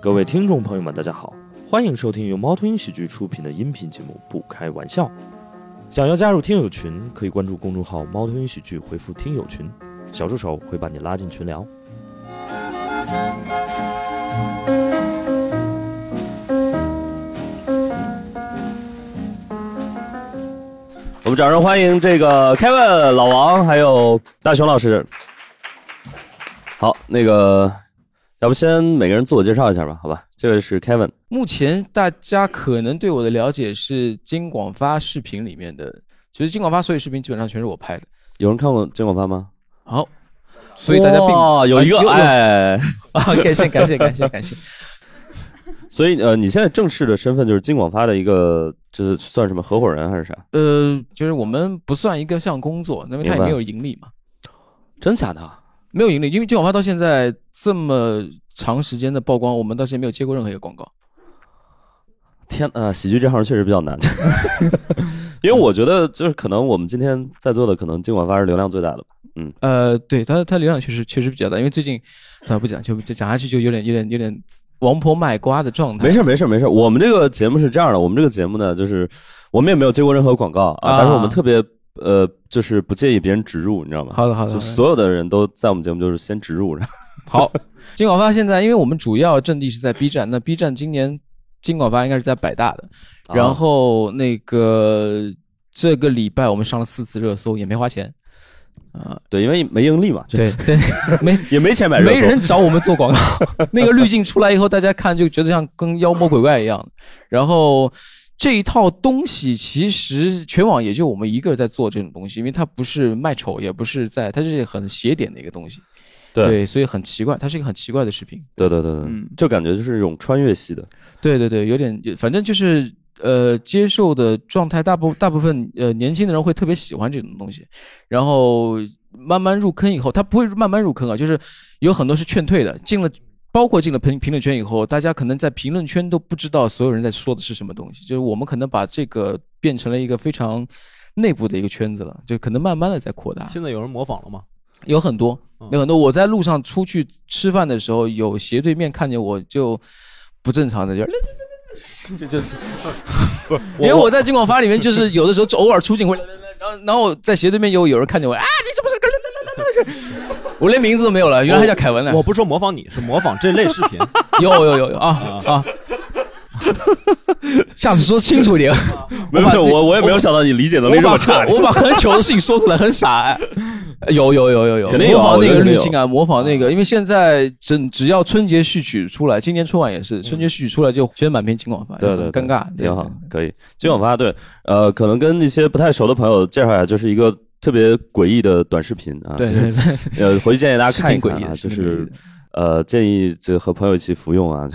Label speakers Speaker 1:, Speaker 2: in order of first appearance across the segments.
Speaker 1: 各位听众朋友们，大家好，欢迎收听由猫头鹰喜剧出品的音频节目《不开玩笑》。想要加入听友群，可以关注公众号“猫头鹰喜剧”，回复“听友群”，小助手会把你拉进群聊。我们掌声欢迎这个 Kevin、老王还有大熊老师。好，那个，要不先每个人自我介绍一下吧，好吧？这位是 Kevin，
Speaker 2: 目前大家可能对我的了解是金广发视频里面的，其实金广发所有视频基本上全是我拍的。
Speaker 1: 有人看过金广发吗？
Speaker 2: 好，所以大家并
Speaker 1: 哇有一个
Speaker 2: 啊有有
Speaker 1: 哎，
Speaker 2: 啊，感谢感谢感谢感 谢。
Speaker 1: 所以呃，你现在正式的身份就是金广发的一个，就是算什么合伙人还是啥？
Speaker 2: 呃，就是我们不算一个项工作，因为它
Speaker 1: 明
Speaker 2: 也
Speaker 1: 白
Speaker 2: 没有盈利嘛，
Speaker 1: 真假的？
Speaker 2: 没有盈利，因为金广发到现在这么长时间的曝光，我们到现在没有接过任何一个广告。
Speaker 1: 天啊，喜剧这行确实比较 难，因为我觉得就是可能我们今天在座的可能金广发是流量最大的吧。
Speaker 2: 呃，对，它它流量确实确实比较大，因为最近啊不讲就就讲下去就有点有点有点王婆卖瓜的状态。
Speaker 1: 没事儿没事儿没事儿，我们这个节目是这样的，我们这个节目呢，就是我们也没有接过任何广告啊，
Speaker 2: 啊
Speaker 1: 但是我们特别呃，就是不介意别人植入，你知道吗？
Speaker 2: 好的好的，
Speaker 1: 就
Speaker 2: 好的
Speaker 1: 所有的人都在我们节目就是先植入，然后
Speaker 2: 好， 金广发现在，因为我们主要阵地是在 B 站，那 B 站今年金广发应该是在百大的，
Speaker 1: 哦
Speaker 2: 然后那个这个礼拜我们上了四次热搜，也没花钱，啊、
Speaker 1: 对，因为没盈利嘛，就
Speaker 2: 对 对，没
Speaker 1: 也没钱买热
Speaker 2: 没
Speaker 1: 搜。
Speaker 2: 人找我们做广告，那个滤镜出来以后，大家看就觉得像跟妖魔鬼怪一样，然后。这一套东西其实全网也就我们一个在做这种东西，因为它不是卖丑，也不是在，它是很邪点的一个东西，
Speaker 1: 对
Speaker 2: 所以很奇怪，它是一个很奇怪的视频。
Speaker 1: 对对对对
Speaker 2: 嗯，
Speaker 1: 就感觉就是一种穿越系的。
Speaker 2: 对对对，有点，反正就是呃，接受的状态大部大部分呃年轻的人会特别喜欢这种东西，然后慢慢入坑以后，他不会慢慢入坑啊，就是有很多是劝退的，进了。包括进了评评论圈以后，大家可能在评论圈都不知道所有人在说的是什么东西，就是我们可能把这个变成了一个非常内部的一个圈子了，就可能慢慢的在扩大。
Speaker 3: 现在有人模仿了吗？
Speaker 2: 有很多
Speaker 3: 嗯，
Speaker 2: 有很多。我在路上出去吃饭的时候，有斜对面看见我就不正常的，就就就是，
Speaker 1: 不是，
Speaker 2: 因为我在金广发里面，就是有的时候就偶尔出镜会， 然后然后我在斜对面有有人看见我，啊，你是不是 我连名字都没有了，原来他叫凯 文呢
Speaker 3: 我。不是说模仿你，是模仿这类视频。
Speaker 2: 有有有有啊啊！ 下次说清楚一点。
Speaker 1: 没有没有，
Speaker 2: 我把自己
Speaker 1: 我我也没有想到你理解能力
Speaker 2: 我
Speaker 1: 这
Speaker 2: 把
Speaker 1: 么差。
Speaker 2: 我把很糗的事情说出来，很傻、哎有有有有有，
Speaker 1: 肯定有啊
Speaker 2: 模仿那
Speaker 1: 我觉
Speaker 2: 个
Speaker 1: 得
Speaker 2: 滤镜啊，模仿那个，因为现在整只要春节序曲出来，今年春晚也是春节序曲出来就全满屏金广发，
Speaker 1: 对对，对
Speaker 2: 很尴尬，对
Speaker 1: 挺好，可以。金广发对，呃，可能跟一些不太熟的朋友介绍一下，就是一个特别诡异的短视频啊。
Speaker 2: 对
Speaker 1: 就是
Speaker 2: 对，对
Speaker 1: 呃，回去建议大家
Speaker 2: 是
Speaker 1: 看一
Speaker 2: 挺
Speaker 1: 看
Speaker 2: 诡异
Speaker 1: 啊，
Speaker 2: 的，
Speaker 1: 就是
Speaker 2: 挺诡
Speaker 1: 是
Speaker 2: 异的
Speaker 1: 呃，建议这和朋友一起服用 啊。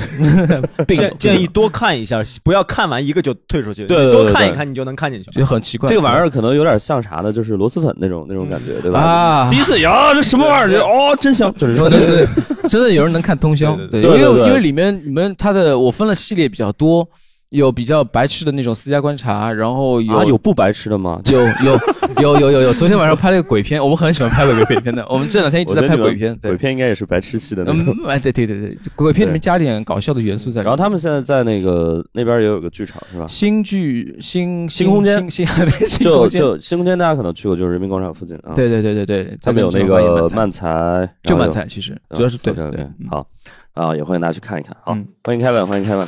Speaker 2: 并
Speaker 3: 建建议多看一下，不要看完一个就退出去。
Speaker 1: 对对
Speaker 3: 你
Speaker 1: 对
Speaker 3: 多看
Speaker 1: 对
Speaker 3: 一看，你就能看进去。
Speaker 2: 就很奇怪。
Speaker 1: 这个玩意儿可能有点像啥呢？就是螺蛳粉那种那种感觉，对吧？
Speaker 2: 啊
Speaker 1: 第，一次呀，这什么玩意儿？哦，真香！就是
Speaker 2: 对对 对，真的有人能看通宵，对，
Speaker 3: 对
Speaker 1: 对对
Speaker 2: 因为
Speaker 1: 对对
Speaker 2: 因为里面你们它的我分了系列比较多，有比较白痴的那种私家观察，然后有
Speaker 1: 啊，有不白吃的吗？
Speaker 2: 有有 有有有有，昨天晚上拍了个鬼片，我们很喜欢拍鬼鬼片的。我们这两天一直
Speaker 1: 我觉得
Speaker 2: 在拍
Speaker 1: 你们
Speaker 2: 鬼片，对
Speaker 1: 鬼，片应该也是白吃系的那种。
Speaker 2: 嗯，哎，对对对对，鬼片里面加点搞笑的元素在里面。
Speaker 1: 然后他们现在在那个那边也有个剧场是吧？
Speaker 2: 新剧新
Speaker 1: 新空间
Speaker 2: 新新对新
Speaker 1: 就
Speaker 2: 空间，
Speaker 1: 就新空间大家可能去过，就是人民广场附近啊。，
Speaker 2: 对对对对对，
Speaker 1: 他
Speaker 2: 咱
Speaker 1: 们
Speaker 2: 们
Speaker 1: 有那个漫才，然后有
Speaker 2: 就漫才，其实主要是对
Speaker 1: 对对
Speaker 2: 对，
Speaker 1: 好啊，也欢迎大家去看一看。好
Speaker 2: 嗯，
Speaker 1: 欢迎 Kevin，欢迎 Kevin。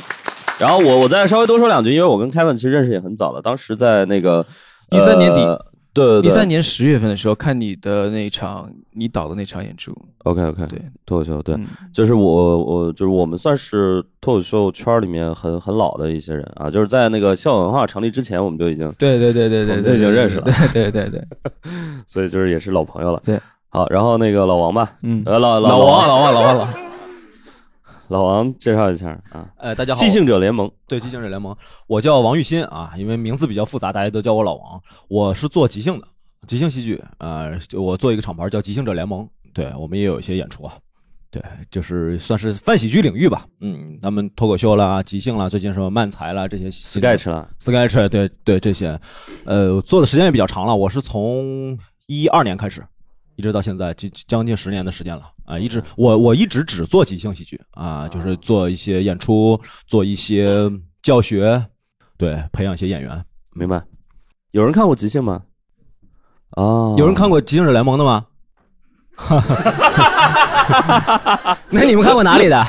Speaker 1: 然后我我再稍微多说两句，因为我跟 Kevin 其实认识也很早了，当时在那个呃
Speaker 2: 13年底
Speaker 1: 对对对，
Speaker 2: 一三年十月份的时候看你的那场你导的那场演出，
Speaker 1: OK OK
Speaker 2: 对
Speaker 1: 脱口秀对，
Speaker 2: 嗯
Speaker 1: 就是我我就是我们算是脱口秀圈里面很很老的一些人啊，就是在那个笑文化成立之前我们就已经，
Speaker 2: 对对对对
Speaker 1: 我
Speaker 2: 对
Speaker 1: 们
Speaker 2: 对，
Speaker 1: 已经认识了
Speaker 2: 对，对对对，对
Speaker 1: 所以就是也是老朋友了。
Speaker 2: 对，
Speaker 1: 好，然后那个老王吧，
Speaker 2: 嗯，
Speaker 1: 呃老
Speaker 2: 老王
Speaker 3: 啊
Speaker 1: 王
Speaker 2: 老王老王老王，
Speaker 1: 老王介绍一下啊，
Speaker 3: 呃，大家好，
Speaker 1: 即兴者联盟
Speaker 3: 对即兴者联盟，我叫王玉新啊，因为名字比较复杂，大家都叫我老王。我是做即兴的，即兴戏剧，呃，就我做一个厂牌叫即兴者联盟，对我们也有一些演出啊。对，就是算是泛喜剧领域吧，嗯，他们脱口秀啦、即兴啦，最近什么漫才啦这些新的
Speaker 1: sketch 了，
Speaker 3: Sketch 对对这些，呃，我做的时间也比较长了，我是从一二年开始，一直到现在，将将近十年的时间了啊、一直我我一直只做即兴喜剧啊、就是做一些演出，做一些教学，对，培养一些演员。
Speaker 1: 明白？有人看过即兴吗？哦，
Speaker 3: 有人看过《即兴者联盟》的吗？ 那你们看过哪里 的？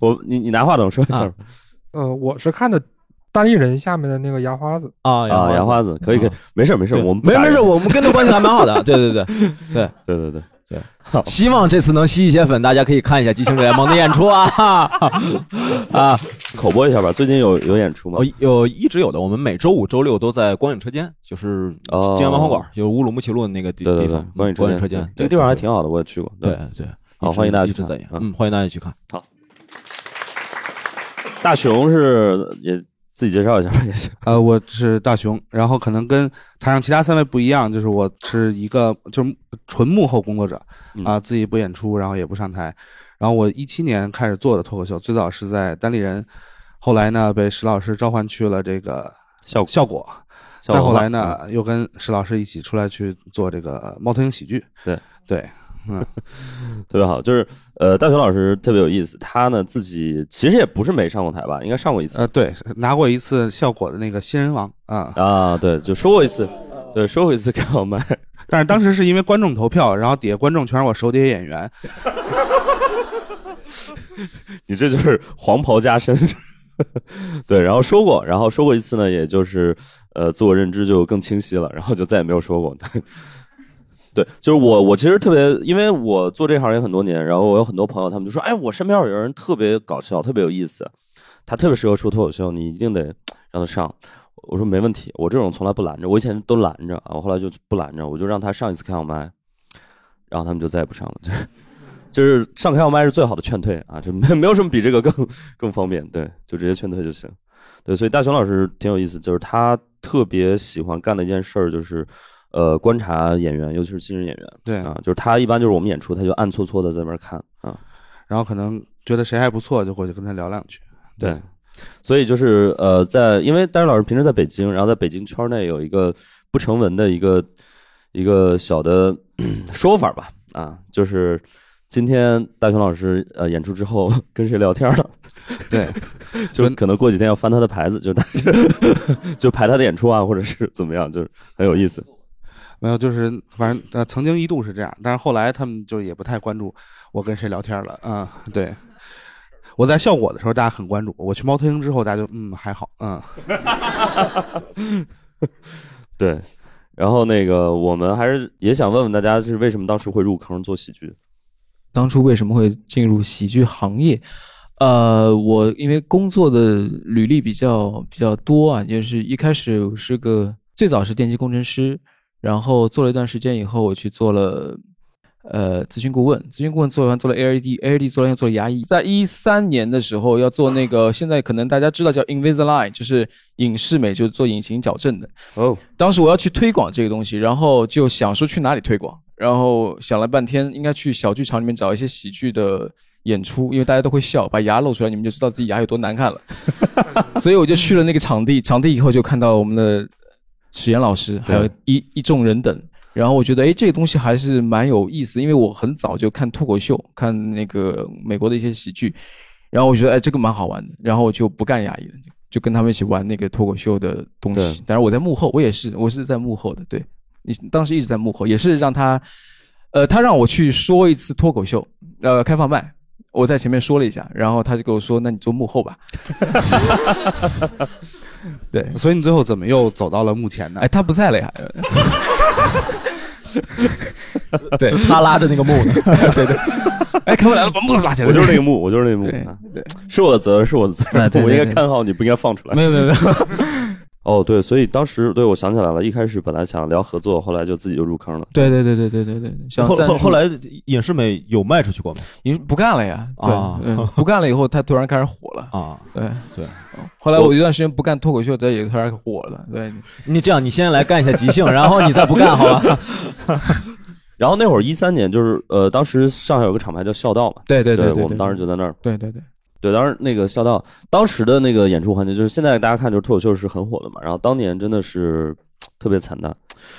Speaker 1: 我你你拿话筒说一下吧
Speaker 4: 呃，我是看的单立人下面的那个牙花子，
Speaker 3: 啊
Speaker 1: 啊，杨花子可以可以，没事儿没事儿，
Speaker 3: 对
Speaker 1: 我们不
Speaker 3: 没
Speaker 1: 打
Speaker 3: 没
Speaker 1: 扰
Speaker 3: 事，我们跟他关系还蛮好的。对对 对对，
Speaker 1: 对对对，
Speaker 3: 希望这次能吸一些粉，大家可以看一下《激情者联盟》的演出啊啊！
Speaker 1: 口播一下吧。最近有有演出吗
Speaker 3: 我？哦有一直有的，我们每周五、周六都在光影车间，就是
Speaker 1: 哦
Speaker 3: 金阳文化馆，就是乌鲁木齐路的那个地
Speaker 1: 对对
Speaker 3: 地
Speaker 1: 对
Speaker 3: 方，，嗯
Speaker 1: 关
Speaker 3: 光
Speaker 1: 于
Speaker 3: 影车
Speaker 1: 间
Speaker 3: 间，，
Speaker 1: 这
Speaker 3: 对
Speaker 1: 个地方还挺好的，我也去过。
Speaker 3: 对对。
Speaker 1: 好
Speaker 3: 一直
Speaker 1: 欢迎大家去
Speaker 3: 一直
Speaker 1: 看
Speaker 3: 在演，
Speaker 1: 嗯
Speaker 3: 嗯，欢迎大家去看。
Speaker 1: 大熊是也自己介绍一下吧也行。
Speaker 5: 呃，我是大熊，然后可能跟台上其他三位不一样，就是我是一个就是纯幕后工作者
Speaker 1: 嗯
Speaker 5: 啊、自己不演出，然后也不上台。然后我一七年开始做的脱口秀，最早是在单立人，后来呢被石老师召唤去了这个
Speaker 1: 效果
Speaker 5: 效果，
Speaker 1: 效
Speaker 5: 再
Speaker 1: 果嗯
Speaker 5: 后
Speaker 1: 吧
Speaker 5: 来呢、又跟石老师一起出来去做这个猫头鹰喜剧。
Speaker 1: 对
Speaker 5: 对，
Speaker 1: 特别好，就是呃，大熊老师特别有意思，他呢自己其实也不是没上过台吧，应该上过一次
Speaker 5: 呃对，拿过一次效果的那个新人王啊、
Speaker 1: 啊，对，就说过一次，对，说过一次开放麦，
Speaker 5: 但是当时是因为观众投票，然后底下观众全是我手底下演员，
Speaker 1: 你这就是黄袍加身。对，然后说过，然后说过一次呢，也就是呃，自我认知就更清晰了，然后就再也没有说过。 对，就是我，我其实特别，因为我做这行也很多年，然后我有很多朋友，他们就说，哎，我身边有人特别搞笑，特别有意思，他特别适合说脱口秀，你一定得让他上。我说没问题，我这种从来不拦着，我以前都拦着啊，我后来就不拦着，我就让他上一次开放麦，然后他们就再也不上了。就是就是上开放麦是最好的劝退啊，就没 没有什么比这个更更方便，对，就直接劝退就行。对，所以大熊老师挺有意思，就是他特别喜欢干的一件事儿就是，呃，观察演员，尤其是新人演员
Speaker 5: 对
Speaker 1: 啊，就是他一般就是我们演出，他就暗搓搓的在那边看啊，
Speaker 5: 然后可能觉得谁还不错，就过去跟他聊两句。
Speaker 1: 对，所以就是呃，在因为丹瑞老师平时在北京，然后在北京圈内有一个不成文的一个一个小的 咳说法吧，啊，就是今天大熊老师呃演出之后 跟谁聊天了，
Speaker 5: 对，
Speaker 1: 就是可能过几天要翻他的牌子，就是 大就排他的演出啊，或者是怎么样，就是很有 意思。
Speaker 5: 没有，就是反正呃，曾经一度是这样，但是后来他们就也不太关注我跟谁聊天了啊、对，我在效果的时候大家很关注，我去猫头鹰之后大家就嗯还好，嗯，
Speaker 1: 对，然后那个我们还是也想问问大家，是为什么当时会入坑做喜剧？
Speaker 2: 当初为什么会进入喜剧行业？呃，我因为工作的履历比较比较多啊，也是一开始我是个最早是电机工程师，然后做了一段时间以后，我去做了呃咨询顾问，咨询顾问做完做了 ALD，ALD 做完又做了牙医，在一三年的时候要做那个现在可能大家知道叫 Invisalign，就是影视美，就是做隐形矫正的。
Speaker 1: 哦，
Speaker 2: 当时我要去推广这个东西，然后就想说去哪里推广，然后想了半天，应该去小剧场里面找一些喜剧的演出，因为大家都会笑，把牙露出来，你们就知道自己牙有多难看了。所以我就去了那个场地，场地以后就看到我们的史岩老师，还有
Speaker 1: 对
Speaker 2: 一一众人等。然后我觉得，哎，这个东西还是蛮有意思，因为我很早就看脱口秀，看那个美国的一些喜剧，然后我觉得，哎，这个蛮好玩的，然后我就不干牙医了，就就跟他们一起玩那个脱口秀的东西
Speaker 1: 对。
Speaker 2: 当然我在幕后，我也是，我是在幕后的，对你当时一直在幕后，也是让他，呃，他让我去说一次脱口秀，呃，开放麦。我在前面说了一下，然后他就跟我说：“那你做幕后吧。”对，
Speaker 5: 所以你最后怎么又走到了目前呢
Speaker 2: 哎，？他不在了呀。对
Speaker 3: 他拉着那个幕 呢，
Speaker 2: 对对，哎，开门来了，把幕拉起来。
Speaker 1: 我就是那个幕，我就是那个幕，
Speaker 2: 对
Speaker 1: 啊
Speaker 2: 对，
Speaker 1: 是我的责任，是我的责
Speaker 2: 哎
Speaker 1: 任，
Speaker 2: 对对
Speaker 1: 我应该
Speaker 2: 对
Speaker 1: 看好你，不应该放出来。
Speaker 2: 没有没有没有，
Speaker 1: 哦，对，所以当时对我想起来了，一开始本来想聊合作，后来就自己就入坑了。
Speaker 2: 对对对对对对对，想
Speaker 3: 后
Speaker 2: 赞
Speaker 3: 后
Speaker 2: 助
Speaker 3: 后来影视美有卖出去过吗？
Speaker 2: 你不干了呀？对
Speaker 3: 啊，
Speaker 2: 嗯不干了以后，他突然开始火了。
Speaker 3: 啊，
Speaker 2: 对
Speaker 3: 对，
Speaker 2: 后来我有一段时间不干脱口秀，他也突然火了。对，
Speaker 3: 你这样，你先来干一下即兴，然后你再不干，好吧？
Speaker 1: 然后那会儿一三年，就是呃，当时上海有个厂牌叫孝道嘛，
Speaker 2: 对对对，
Speaker 1: 我们当时就在那儿。
Speaker 2: 对对对，
Speaker 1: 对，当时那个孝道当时的那个演出环节，就是现在大家看就是脱口秀是很火的嘛，然后当年真的是特别惨淡。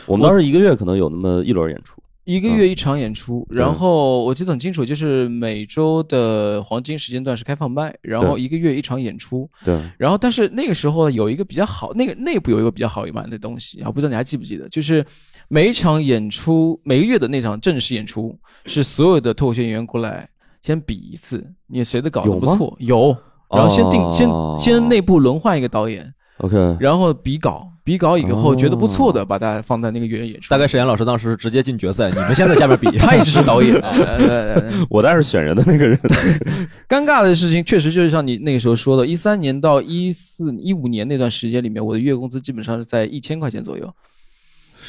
Speaker 1: 我们当时一个月可能有那么一轮演出，
Speaker 2: 一个月一场演出，然后我记得很清楚，就是每周的黄金时间段是开放麦，然后
Speaker 1: 对
Speaker 2: 一个月一场演出，
Speaker 1: 对，
Speaker 2: 然后但是那个时候有一个比较好，那个内部有一个比较好玩的东西，啊，不知道你还记不记得，就是每一场演出，每个月的那场正式演出是所有的脱口秀演员过来先比一次，你谁的稿子
Speaker 1: 有
Speaker 2: 不
Speaker 1: 吗
Speaker 2: 错，有，然后先定、
Speaker 1: 哦
Speaker 2: 先先内部轮换一个导演，
Speaker 1: OK，
Speaker 2: 然后比稿，比稿以后觉得不错的，把它放在那个原演出。。
Speaker 3: 大概沈岩老师当时直接进决赛，你们先在下面比
Speaker 2: 他一直是导演，呃呃呃
Speaker 1: 我当然是选人的那个人。
Speaker 2: 尴尬的事情确实就是像你那个时候说的，一三年到一四一五年那段时间里面，我的月工资基本上是在一千块钱左右。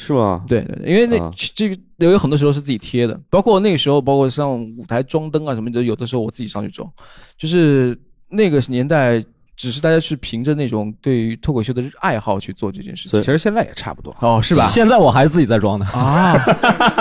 Speaker 1: 是吗？
Speaker 2: 对对，对因为那、
Speaker 1: 啊
Speaker 2: 这个有很多时候是自己贴的，包括那个时候，包括像舞台装灯啊什么的，有的时候我自己上去装，就是那个年代，只是大家是凭着那种对于脱口秀的爱好去做这件事
Speaker 1: 所
Speaker 2: 情
Speaker 1: 以。
Speaker 5: 其实现在也差不多。
Speaker 2: 哦，是吧？
Speaker 3: 现在我还 是自己在装的。
Speaker 2: 啊，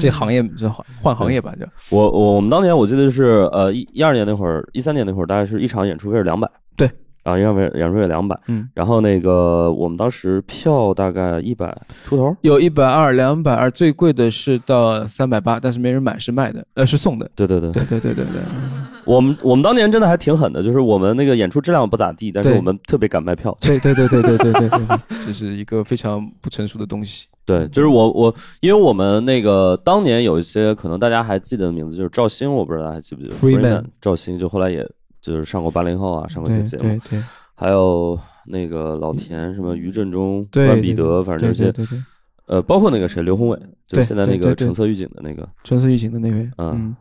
Speaker 2: 这行业这换换行业吧，就
Speaker 1: 我我我们当年我记得是呃一一二年那会儿，一三年那会儿大概是一场演出费是两百，
Speaker 2: 对，
Speaker 1: 啊，一场演出费两百，
Speaker 2: 嗯，
Speaker 1: 然后那个我们当时票大概一百出头，
Speaker 2: 有一百二、两百二，最贵的是到三百八，但是没人买，是卖的，呃，是送的。
Speaker 1: 对对对，
Speaker 2: 对对对对嗯对，
Speaker 1: 我们我们当年真的还挺狠的，就是我们那个演出质量不咋地，但是
Speaker 2: 对
Speaker 1: 我们特别敢卖票，
Speaker 2: 对对对对对对对对，这是一个非常不成熟的东西。
Speaker 1: 对，就是我我，因为我们那个当年有一些可能大家还记得的名字，就是赵鑫，我不知道大家还记不记得
Speaker 2: Freeman
Speaker 1: 赵鑫就后来也就是上过八零后啊，上过一些节目，
Speaker 2: 对
Speaker 1: 还有那个老田什么于振中、
Speaker 2: 对
Speaker 1: 万
Speaker 2: 对
Speaker 1: 彼得，反正这些
Speaker 2: 对对，
Speaker 1: 呃，包括那个谁刘宏伟，就
Speaker 2: 对
Speaker 1: 是现在那
Speaker 2: 对
Speaker 1: 个
Speaker 2: 对对
Speaker 1: 橙色预警的那个
Speaker 2: 春色欲情的那位，
Speaker 1: 嗯，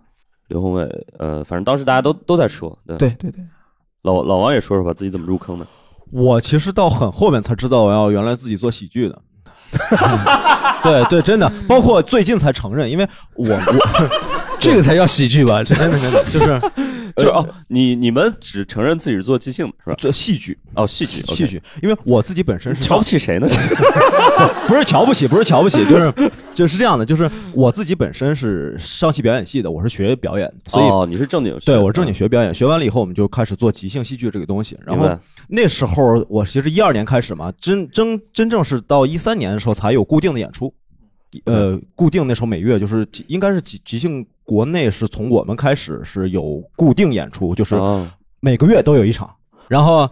Speaker 1: 刘宏伟，呃，反正当时大家都都在说，对，
Speaker 2: 对对对，
Speaker 1: 老老王也说说吧，自己怎么入坑的，
Speaker 3: 我其实到很后面才知道，我要原来自己做喜剧的。 对对，真的，包括最近才承认，因为我我
Speaker 2: 这个才叫喜剧吧？这
Speaker 3: 真的真的就是
Speaker 1: 就是哦，你你们只承认自己是做即兴的是吧？
Speaker 3: 做戏剧
Speaker 1: 哦，戏剧，
Speaker 3: 戏
Speaker 1: OK，
Speaker 3: 剧，因为我自己本身是
Speaker 1: 瞧不起 谁呢？
Speaker 3: 不是瞧不起，不是瞧不 起，就是就是这样的，就是我自己本身是上戏表演系的，我是学表演的，所以、
Speaker 1: 哦，你是正经学，
Speaker 3: 对我是正经学表演，学完了以后我们就开始做即兴戏剧这个东西，然
Speaker 1: 明
Speaker 3: 后
Speaker 1: 白
Speaker 3: 那时候我其实一二年开始嘛，真真真正是到一三年的时候才有固定的演出，呃，固定那时候每月就是即应该是即即兴国内是从我们开始是有固定演出，就是
Speaker 1: 哦
Speaker 3: 每个月都有一场，然后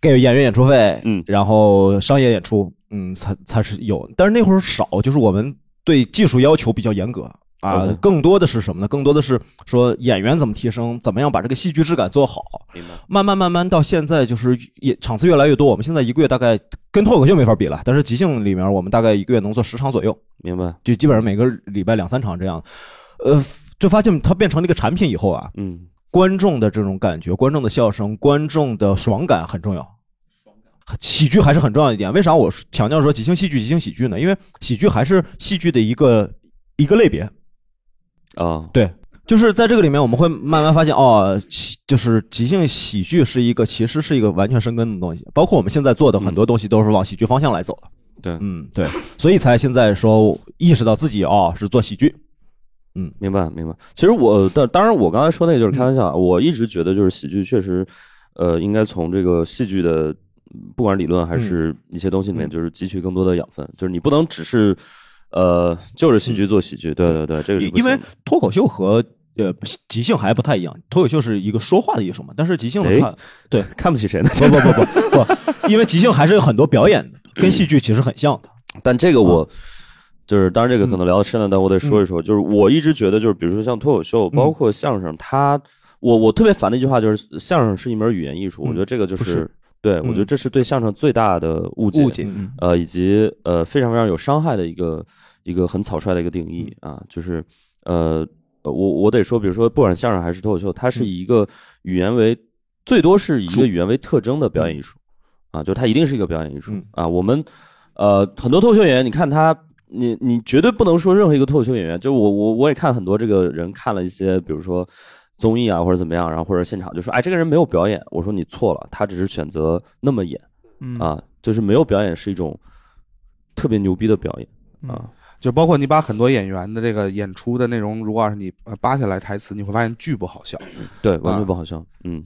Speaker 3: 给演员演出费，
Speaker 1: 嗯
Speaker 3: 然后商业演出，嗯，才才是有，但是那会儿少，就是我们对技术要求比较严格。啊
Speaker 1: OK，
Speaker 3: 更多的是什么呢？更多的是说演员怎么提升，怎么样把这个戏剧质感做好。
Speaker 1: 明白
Speaker 3: 慢慢慢慢到现在，就是也场次越来越多。我们现在一个月大概跟脱口秀没法比了，但是即兴里面我们大概一个月能做十场左右，
Speaker 1: 明白，
Speaker 3: 就基本上每个礼拜两三场这样。呃，就发现它变成了一个产品以后啊，
Speaker 1: 嗯，
Speaker 3: 观众的这种感觉、观众的笑声、观众的爽感很重要。喜剧还是很重要一点。为啥我强调说即兴戏剧、即兴喜剧呢？因为喜剧还是戏剧的一个一个类别。
Speaker 1: 哦，
Speaker 3: 就是在这个里面，我们会慢慢发现，哦，喜就是即兴喜剧是一个，其实是一个完全生根的东西。包括我们现在做的很多东西，都是往喜剧方向来走的。
Speaker 1: 嗯对
Speaker 3: 嗯，对，所以才现在说意识到自己哦是做喜剧。
Speaker 1: 明白明白。其实我当当然我刚才说那个就是开玩笑啊，我一直觉得就是喜剧确实，呃，应该从这个戏剧的嗯不管是理论还是一些东西里面，
Speaker 3: 嗯
Speaker 1: 就是汲取更多的养分，就是你不能只是。呃，就是喜剧做喜剧，对对对，这个是
Speaker 3: 嗯因
Speaker 1: 不
Speaker 3: 因为
Speaker 1: 行的
Speaker 3: 脱口秀和呃即兴还不太一样，脱口秀是一个说话的艺术嘛，但是即兴的
Speaker 1: 哎
Speaker 3: 看，
Speaker 1: 看不起谁呢？
Speaker 3: 不不不不不，因为即兴还是有很多表演 的，跟戏剧其实很像的。
Speaker 1: 但
Speaker 3: 嗯
Speaker 1: 这个我就是，当然这个可能聊的深了，但我得说一说，就是我一直觉得，就是比如说像脱口秀，
Speaker 3: 嗯
Speaker 1: 包括相声，它我我特别烦的一句话就是，相声是一门语言艺术，
Speaker 3: 嗯
Speaker 1: 我觉得这个就
Speaker 3: 不
Speaker 1: 是
Speaker 3: 是
Speaker 1: 对，我觉得这是对相声最大的误解，
Speaker 2: 误解，
Speaker 3: 嗯
Speaker 1: 呃，以及呃非常非常有伤害的一个一个很草率的一个定义
Speaker 3: 嗯
Speaker 1: 啊，就是呃呃我我得说，比如说不管是相声还是脱口秀，它
Speaker 3: 嗯
Speaker 1: 是以一个语言为最多是以一个语言为特征的表演艺术啊，就它一定是一个表演艺术
Speaker 3: 嗯
Speaker 1: 啊。我们呃很多脱口秀演员，你看他。你你绝对不能说任何一个脱口秀演员，就我我我也看很多这个人看了一些，比如说综艺啊或者怎么样，然后或者现场就说，哎，这个人没有表演。我说你错了，他只是选择那么演，
Speaker 2: 嗯，
Speaker 1: 啊，就是没有表演是一种特别牛逼的表演啊，
Speaker 5: 就包括你把很多演员的这个演出的内容，如果要是你呃扒下来台词，你会发现巨不好笑。
Speaker 1: 对，完全
Speaker 5: 啊
Speaker 1: 不好笑，嗯，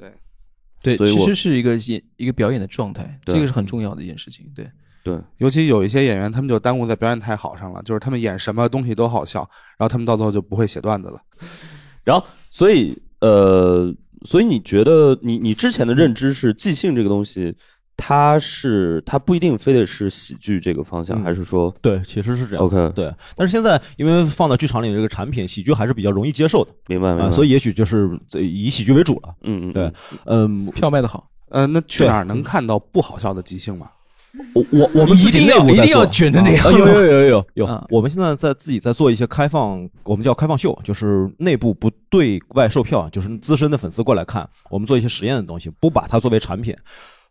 Speaker 2: 对，
Speaker 1: 所以
Speaker 2: 其
Speaker 1: 我
Speaker 2: 实是一个演一个表演的状态，
Speaker 1: 对
Speaker 2: 这个是很重要的一件事情。对，
Speaker 1: 对，
Speaker 5: 尤其有一些演员，他们就耽误在表演台好上了，就是他们演什么东西都好笑，然后他们到最后就不会写段子了。
Speaker 1: 然后，所以呃，所以你觉得你你之前的认知是即兴这个东西，它是它不一定非得是喜剧这个方向，嗯还是说
Speaker 3: 对，其实是这样。
Speaker 1: OK
Speaker 3: 对，但是现在因为放到剧场里这个产品，喜剧还是比较容易接受的
Speaker 1: 明白明白？
Speaker 3: 啊、所
Speaker 1: 以
Speaker 3: 以也许就是呃以喜剧为主了。
Speaker 1: 嗯嗯，
Speaker 3: 对
Speaker 1: 嗯，
Speaker 3: 嗯，
Speaker 2: 票卖的好，
Speaker 5: 呃，那去哪儿能看到不好笑的即兴吗？
Speaker 3: 我我我们
Speaker 2: 一
Speaker 3: 自己
Speaker 2: 定
Speaker 3: 内
Speaker 2: 要
Speaker 3: 部
Speaker 2: 一
Speaker 3: 在
Speaker 2: 定要
Speaker 3: 做
Speaker 2: 卷成这
Speaker 3: 啊有 有
Speaker 2: 样。
Speaker 3: 有有有
Speaker 2: 啊
Speaker 3: 有，我们现在在自己在做一些开放，我们叫开放秀，就是内部不对外售票，就是资深的粉丝过来看，我们做一些实验的东西，不把它作为产品，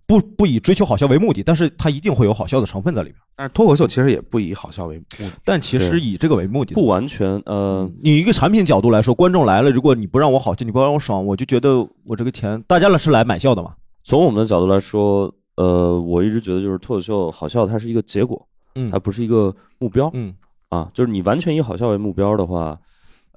Speaker 3: 不不以追求好笑为目的，但是它一定会有好笑的成分在里边。
Speaker 5: 但是脱口秀其实也不以好笑为目的。
Speaker 3: 但其实
Speaker 1: 对
Speaker 3: 以这个为目的，
Speaker 1: 不，完全呃，
Speaker 3: 你一个产品角度来说，观众来了，如果你不让我好笑，你不让我爽，我就觉得我这个钱，大家来是来买笑的嘛。
Speaker 1: 从我们的角度来说，呃，我一直觉得就是脱口秀好笑，它是一个结果，
Speaker 3: 嗯
Speaker 1: 它不是一个目标
Speaker 3: 嗯，
Speaker 1: 啊。就是你完全以好笑为目标的话，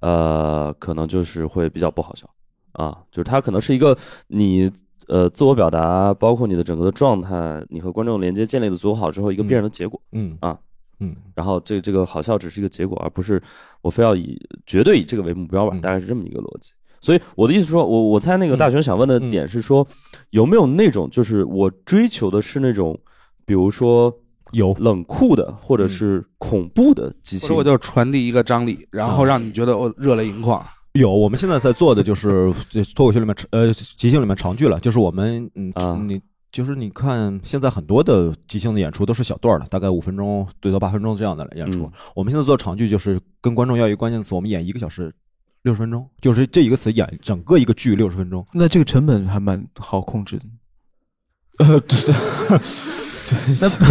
Speaker 1: 呃，可能就是会比较不好笑啊。就是它可能是一个你呃自我表达，包括你的整个的状态，你和观众连接建立的足够好之后，一个必然的结果。
Speaker 3: 嗯
Speaker 1: 啊，
Speaker 3: 嗯，
Speaker 1: 然后这这个好笑只是一个结果，而不是我非要以绝对以这个为目标吧，
Speaker 3: 嗯
Speaker 1: 大概是这么一个逻辑。所以我的意思是说，我我猜那个大雄想问的
Speaker 3: 嗯嗯
Speaker 1: 点是说，有没有那种就是我追求的是那种，比如说
Speaker 3: 有，
Speaker 1: 冷酷的或者是恐怖的即
Speaker 5: 或
Speaker 1: 兴
Speaker 5: 者我就是传递一个张力，然后让你觉得我热泪盈眶。
Speaker 3: 有，我们现在在做的就是呃脱口秀里面呃即兴里面常剧了，就是我们嗯、
Speaker 1: 啊
Speaker 3: 你就是你看现在很多的即兴的演出都是小段儿的，大概五分钟最多八分钟这样的演出。
Speaker 1: 嗯
Speaker 3: 我们现在做常剧就是跟观众要一个关键词，我们演一个小时六十分钟，就是这一个词演整个一个剧六十分钟。
Speaker 2: 那这个成本还蛮好控制的。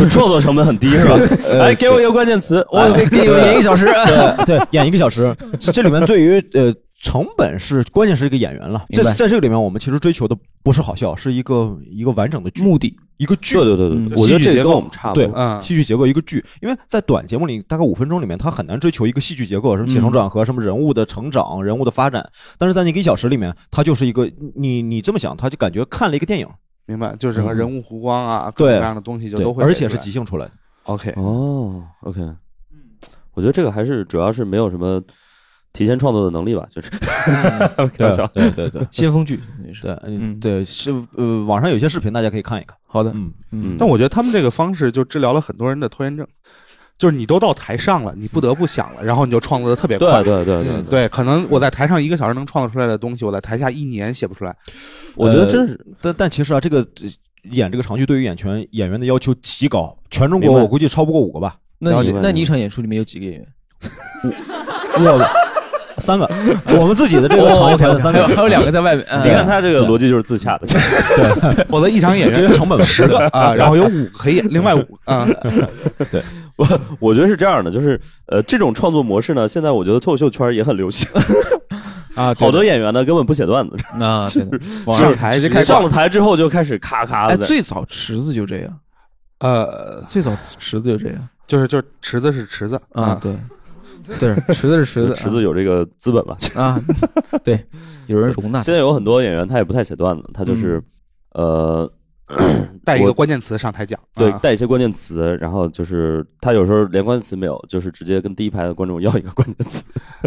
Speaker 1: 创作成本很低是 吧？
Speaker 2: 呃
Speaker 1: 哎，给我一个关键词，我
Speaker 2: 我给给你们演一小时，
Speaker 3: 对 对，演一个小时，这这里面对于呃成本是关键是这个演员了。
Speaker 2: 明
Speaker 3: 这
Speaker 2: 白
Speaker 3: 在这个里面我们其实追求的不是好笑，是一个一个完整的剧，
Speaker 2: 目的
Speaker 3: 一个剧
Speaker 1: 对对对对，对
Speaker 5: 嗯
Speaker 1: 我觉得
Speaker 5: 戏剧
Speaker 1: 这
Speaker 5: 结
Speaker 1: 个
Speaker 5: 构
Speaker 1: 跟我们差不
Speaker 3: 对
Speaker 1: 多。
Speaker 5: 嗯，
Speaker 3: 戏剧结构一个剧，因为在短节目里大概五分钟里面，它很难追求一个戏剧结构，什么起承转合，什么人物的成长、人物的发展。但是在那个一小时里面，它就是一个你你这么想，他就感觉看了一个电影，
Speaker 5: 明白，就是整个人物弧光啊，各
Speaker 3: 对
Speaker 5: 种各样的东西就
Speaker 3: 对
Speaker 5: 都，会
Speaker 3: 而
Speaker 5: 列
Speaker 3: 且
Speaker 5: 出
Speaker 3: 是
Speaker 5: 来
Speaker 3: 即兴出来的。
Speaker 5: OK。
Speaker 1: 哦，OK，我觉得这个还是主要是没有什么提前创作的能力吧，就是
Speaker 3: 嗯
Speaker 1: 开玩笑。
Speaker 3: 对对对
Speaker 2: 先锋剧，也是
Speaker 3: 对，嗯
Speaker 2: 嗯
Speaker 3: 对是呃，网上有些视频大家可以看一看。
Speaker 2: 好的。
Speaker 3: 嗯，
Speaker 1: 嗯
Speaker 5: 但我觉得他们这个方式就治疗了很多人的拖延症，就是你都到台上了，你不得不想了，然后你就创作的特别快
Speaker 1: 对。
Speaker 5: 嗯
Speaker 1: 对对对
Speaker 5: 对，可能我在台上一个小时能创作出来的东西，我在台下一年写不 出来。
Speaker 1: 我觉得真是
Speaker 3: 但但其实啊，这个呃演这个长剧对于演员演员的要求极高，全中
Speaker 1: 明
Speaker 3: 国
Speaker 1: 白
Speaker 3: 我估计超不过五个吧，
Speaker 2: 那
Speaker 1: 了
Speaker 2: 你
Speaker 1: 解
Speaker 2: 那你一场演出里面有几个演员？
Speaker 3: 三个。我们自己的这个长剧团有三
Speaker 2: 还有哦还
Speaker 3: 个，
Speaker 2: 有两个在外面。
Speaker 1: 你看
Speaker 2: 嗯
Speaker 1: 他这个逻辑就是自洽的，
Speaker 5: 我的一场演
Speaker 3: 这
Speaker 5: 员
Speaker 3: 个成本吧
Speaker 5: 十个啊，然后有五可以演，另外五 啊，
Speaker 1: 我觉得是这样的，就是呃，这种创作模式呢，现在我觉得脱口秀圈也很流行，
Speaker 2: 啊，对
Speaker 1: 好多
Speaker 2: 的
Speaker 1: 演员呢根本不写段子，
Speaker 2: 啊，对的网
Speaker 5: 上
Speaker 2: 上
Speaker 5: 台直接开
Speaker 1: 上
Speaker 5: 挂。
Speaker 1: 了台之后就开始咔咔
Speaker 2: 哎，
Speaker 1: 的在。
Speaker 2: 最早池子就这样，
Speaker 5: 呃，
Speaker 2: 最早池子就这样
Speaker 5: 就是就是池子是池子
Speaker 2: 啊，
Speaker 5: 啊，
Speaker 2: 对，对，池子是池子，
Speaker 1: 池子有这个资本吧？现
Speaker 2: 啊，对，有人容纳他，
Speaker 1: 在有很多演员他也不太写段子，他就是呃，
Speaker 5: 带一个
Speaker 1: 我
Speaker 5: 关键词上台讲。
Speaker 1: 对
Speaker 5: 啊
Speaker 1: 带一些关键词，然后就是他有时候连关键词没有，就是直接跟第一排的观众要一个关键词。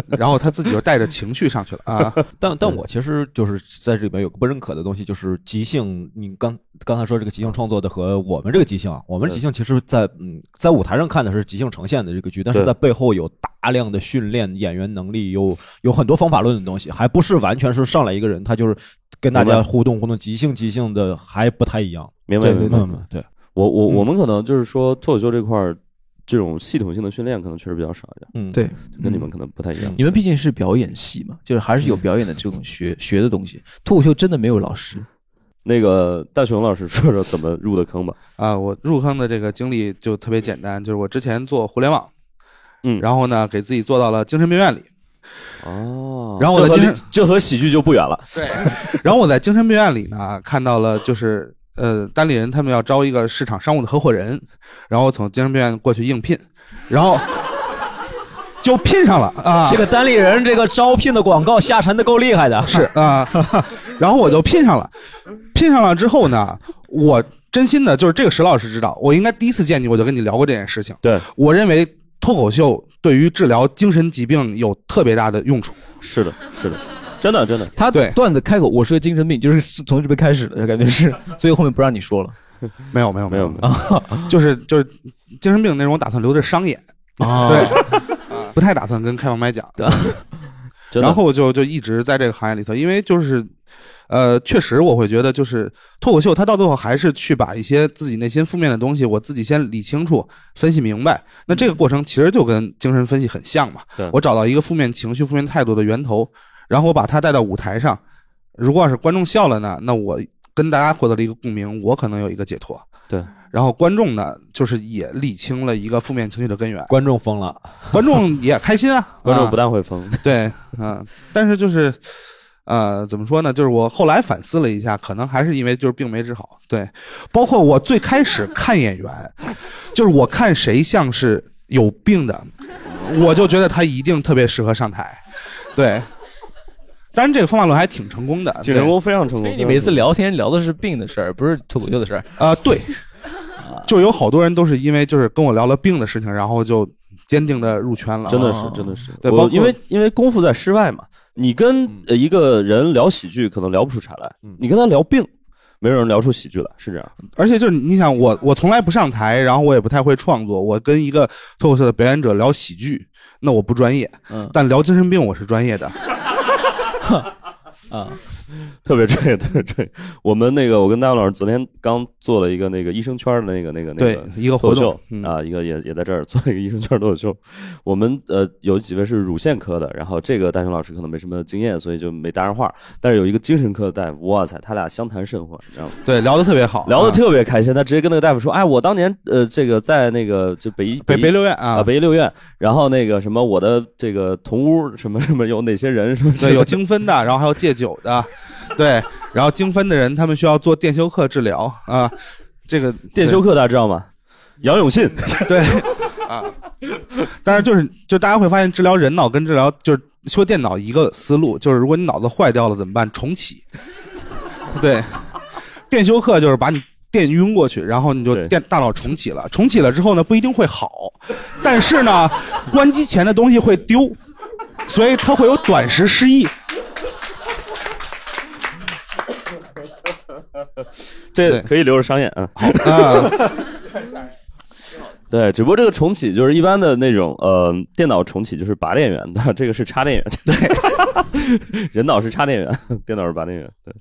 Speaker 5: 然后他自己就带着情绪上去了啊。
Speaker 3: 但但
Speaker 1: 对
Speaker 3: 我其实就是在这里面有个不认可的东西，就是即兴。你刚刚才说这个即兴创作的和我们这个即兴啊，我们
Speaker 1: 对
Speaker 3: 即兴其实在，嗯，在舞台上看的是即兴呈现的这个剧，但是
Speaker 1: 对
Speaker 3: 在背后有大量的训练演员能力，有有很多方法论的东西，还不是完全是上来一个人他就是跟大
Speaker 1: 明
Speaker 3: 家
Speaker 1: 白
Speaker 3: 互动互动，即兴即兴的还不太一样。
Speaker 1: 明白
Speaker 2: 对
Speaker 1: 明白。
Speaker 3: 嗯，对，
Speaker 1: 我我
Speaker 2: 嗯
Speaker 1: 我们可能就是说脱口秀这块儿，这种系统性的训练可能确实比较少一点，
Speaker 3: 嗯，
Speaker 2: 对，
Speaker 1: 跟你
Speaker 2: 嗯
Speaker 1: 们可能不太一样。
Speaker 2: 你们毕竟是表演系嘛，就是还是有表演的这种学学的东西。脱口秀真的没有老师，
Speaker 1: 那个大熊老师说说怎么入的坑吧。
Speaker 5: 啊，我入坑的这个经历就特别简单，就是我之前做互联网，
Speaker 1: 嗯
Speaker 5: 然后呢，给自己做到了精神病院里，
Speaker 1: 哦，
Speaker 5: 然后我的
Speaker 1: 这和
Speaker 5: 精神
Speaker 1: 这和喜剧就不远了。
Speaker 5: 然后我在精神病院里呢，看到了就是呃，单立人他们要招一个市场商务的合伙人，然后从精神病院过去应聘，然后就聘上了啊，
Speaker 3: 这个单立人这个招聘的广告下沉的够厉害的，
Speaker 5: 是啊，然后我就拼上了，拼上了之后呢，我真心的就是这个石老师知道，我应该第一次见你我就跟你聊过这件事情。
Speaker 1: 对，
Speaker 5: 我认为脱口秀对于治疗精神疾病有特别大的用处。
Speaker 1: 是的，是的，真的真的。
Speaker 2: 他
Speaker 5: 对
Speaker 2: 段子开口，我是个精神病，就是是从这边开始的感觉是，所以后面不让你说了。
Speaker 5: 没有没有没
Speaker 1: 有
Speaker 5: 有，就是就是精神病那种，我打算留着商演，
Speaker 2: 啊
Speaker 5: 对，不太打算跟开放麦讲。
Speaker 1: 真的
Speaker 5: 然后就就一直在这个行业里头，因为就是，呃，确实我会觉得就是脱口秀，它到最后还是去把一些自己内心负面的东西，我自己先理清楚、分析明白。那这个过程其实就跟精神分析很像嘛
Speaker 1: 嗯对。
Speaker 5: 我找到一个负面情绪、负面态度的源头，然后我把它带到舞台上。如果要是观众笑了呢，那我跟大家获得了一个共鸣，我可能有一个解脱。
Speaker 1: 对。
Speaker 5: 然后观众呢，就是也理清了一个负面情绪的根源，
Speaker 3: 观众疯了，
Speaker 5: 观众也开心啊，
Speaker 1: 观众
Speaker 5: 啊
Speaker 1: 不但会疯，
Speaker 5: 对，嗯、但是就是，呃，怎么说呢？就是我后来反思了一下，可能还是因为就是病没治好。对，包括我最开始看演员，就是我看谁像是有病的，我就觉得他一定特别适合上台。对，当然这个方法论还挺成功的，
Speaker 1: 挺
Speaker 5: 对
Speaker 1: 成功，非常成
Speaker 2: 所以
Speaker 1: 功。
Speaker 2: 你每次聊天聊的是病的事儿，不是脱口秀的事儿。
Speaker 5: 啊、对，就有好多人都是因为就是跟我聊了病的事情，然后就坚定的入圈了。啊
Speaker 1: 真的
Speaker 2: 哦
Speaker 1: 是，真的是，
Speaker 5: 对
Speaker 1: 我
Speaker 5: 包括嗯
Speaker 1: 因为因为功夫在室外嘛，你跟呃一个人聊喜剧可能聊不出啥来，
Speaker 3: 嗯
Speaker 1: 你跟他聊病，没有人聊出喜剧来，是这样。
Speaker 5: 而且就是你想我，我从来不上台，然后我也不太会创作。我跟一个脱口秀的表演者聊喜剧，那我不专业，
Speaker 2: 嗯
Speaker 5: 但聊精神病我是专业的。
Speaker 2: 啊，
Speaker 1: 特别对，特别对。我们那个，我跟大勇老师昨天刚做了一个那个医生圈的那个那个那
Speaker 5: 对
Speaker 1: 个，
Speaker 5: 一
Speaker 1: 脱
Speaker 5: 个活
Speaker 1: 口秀
Speaker 5: 动、嗯、
Speaker 1: 啊，一个也也在这儿做一个医生圈脱口秀。我们呃有几位是乳腺科的，然后这个大雄老师可能没什么经验，所以就没搭上话。但是有一个精神科的大夫，哇塞，他俩相谈甚欢，然后
Speaker 5: 对，聊得特别好，
Speaker 1: 聊得
Speaker 5: 啊、
Speaker 1: 特别开心。他直接跟那个大夫说：“哎，我当年呃这个在那个就北医
Speaker 5: 北
Speaker 1: 医
Speaker 5: 北六院啊，
Speaker 1: 啊，北医六院，然后那个什么，我的这个同屋什么什么有哪些人什么之
Speaker 5: 对
Speaker 1: 类
Speaker 5: 有
Speaker 1: 的，
Speaker 5: 精分的，然后还有戒酒的，对，然后精分的人他们需要做电休克治疗啊，这个
Speaker 1: 电休克大家知道吗？杨永信，
Speaker 5: 对啊，但是就是就大家会发现，治疗人脑跟治疗就是修电脑一个思路，就是如果你脑子坏掉了怎么办？重启。对，电休克就是把你电晕过去，然后你就
Speaker 1: 对
Speaker 5: 电大脑重启了。重启了之后呢，不一定会好，但是呢， 关机前的东西会丢，所以它会有短时失忆。
Speaker 1: 这
Speaker 5: 对
Speaker 1: 可以留着商演啊。
Speaker 5: 啊，
Speaker 1: 对，只不过这个重启就是一般的那种，呃，电脑重启就是拔电源的，这个是插电源。 对， 人脑是插电源，电脑是拔电源。对，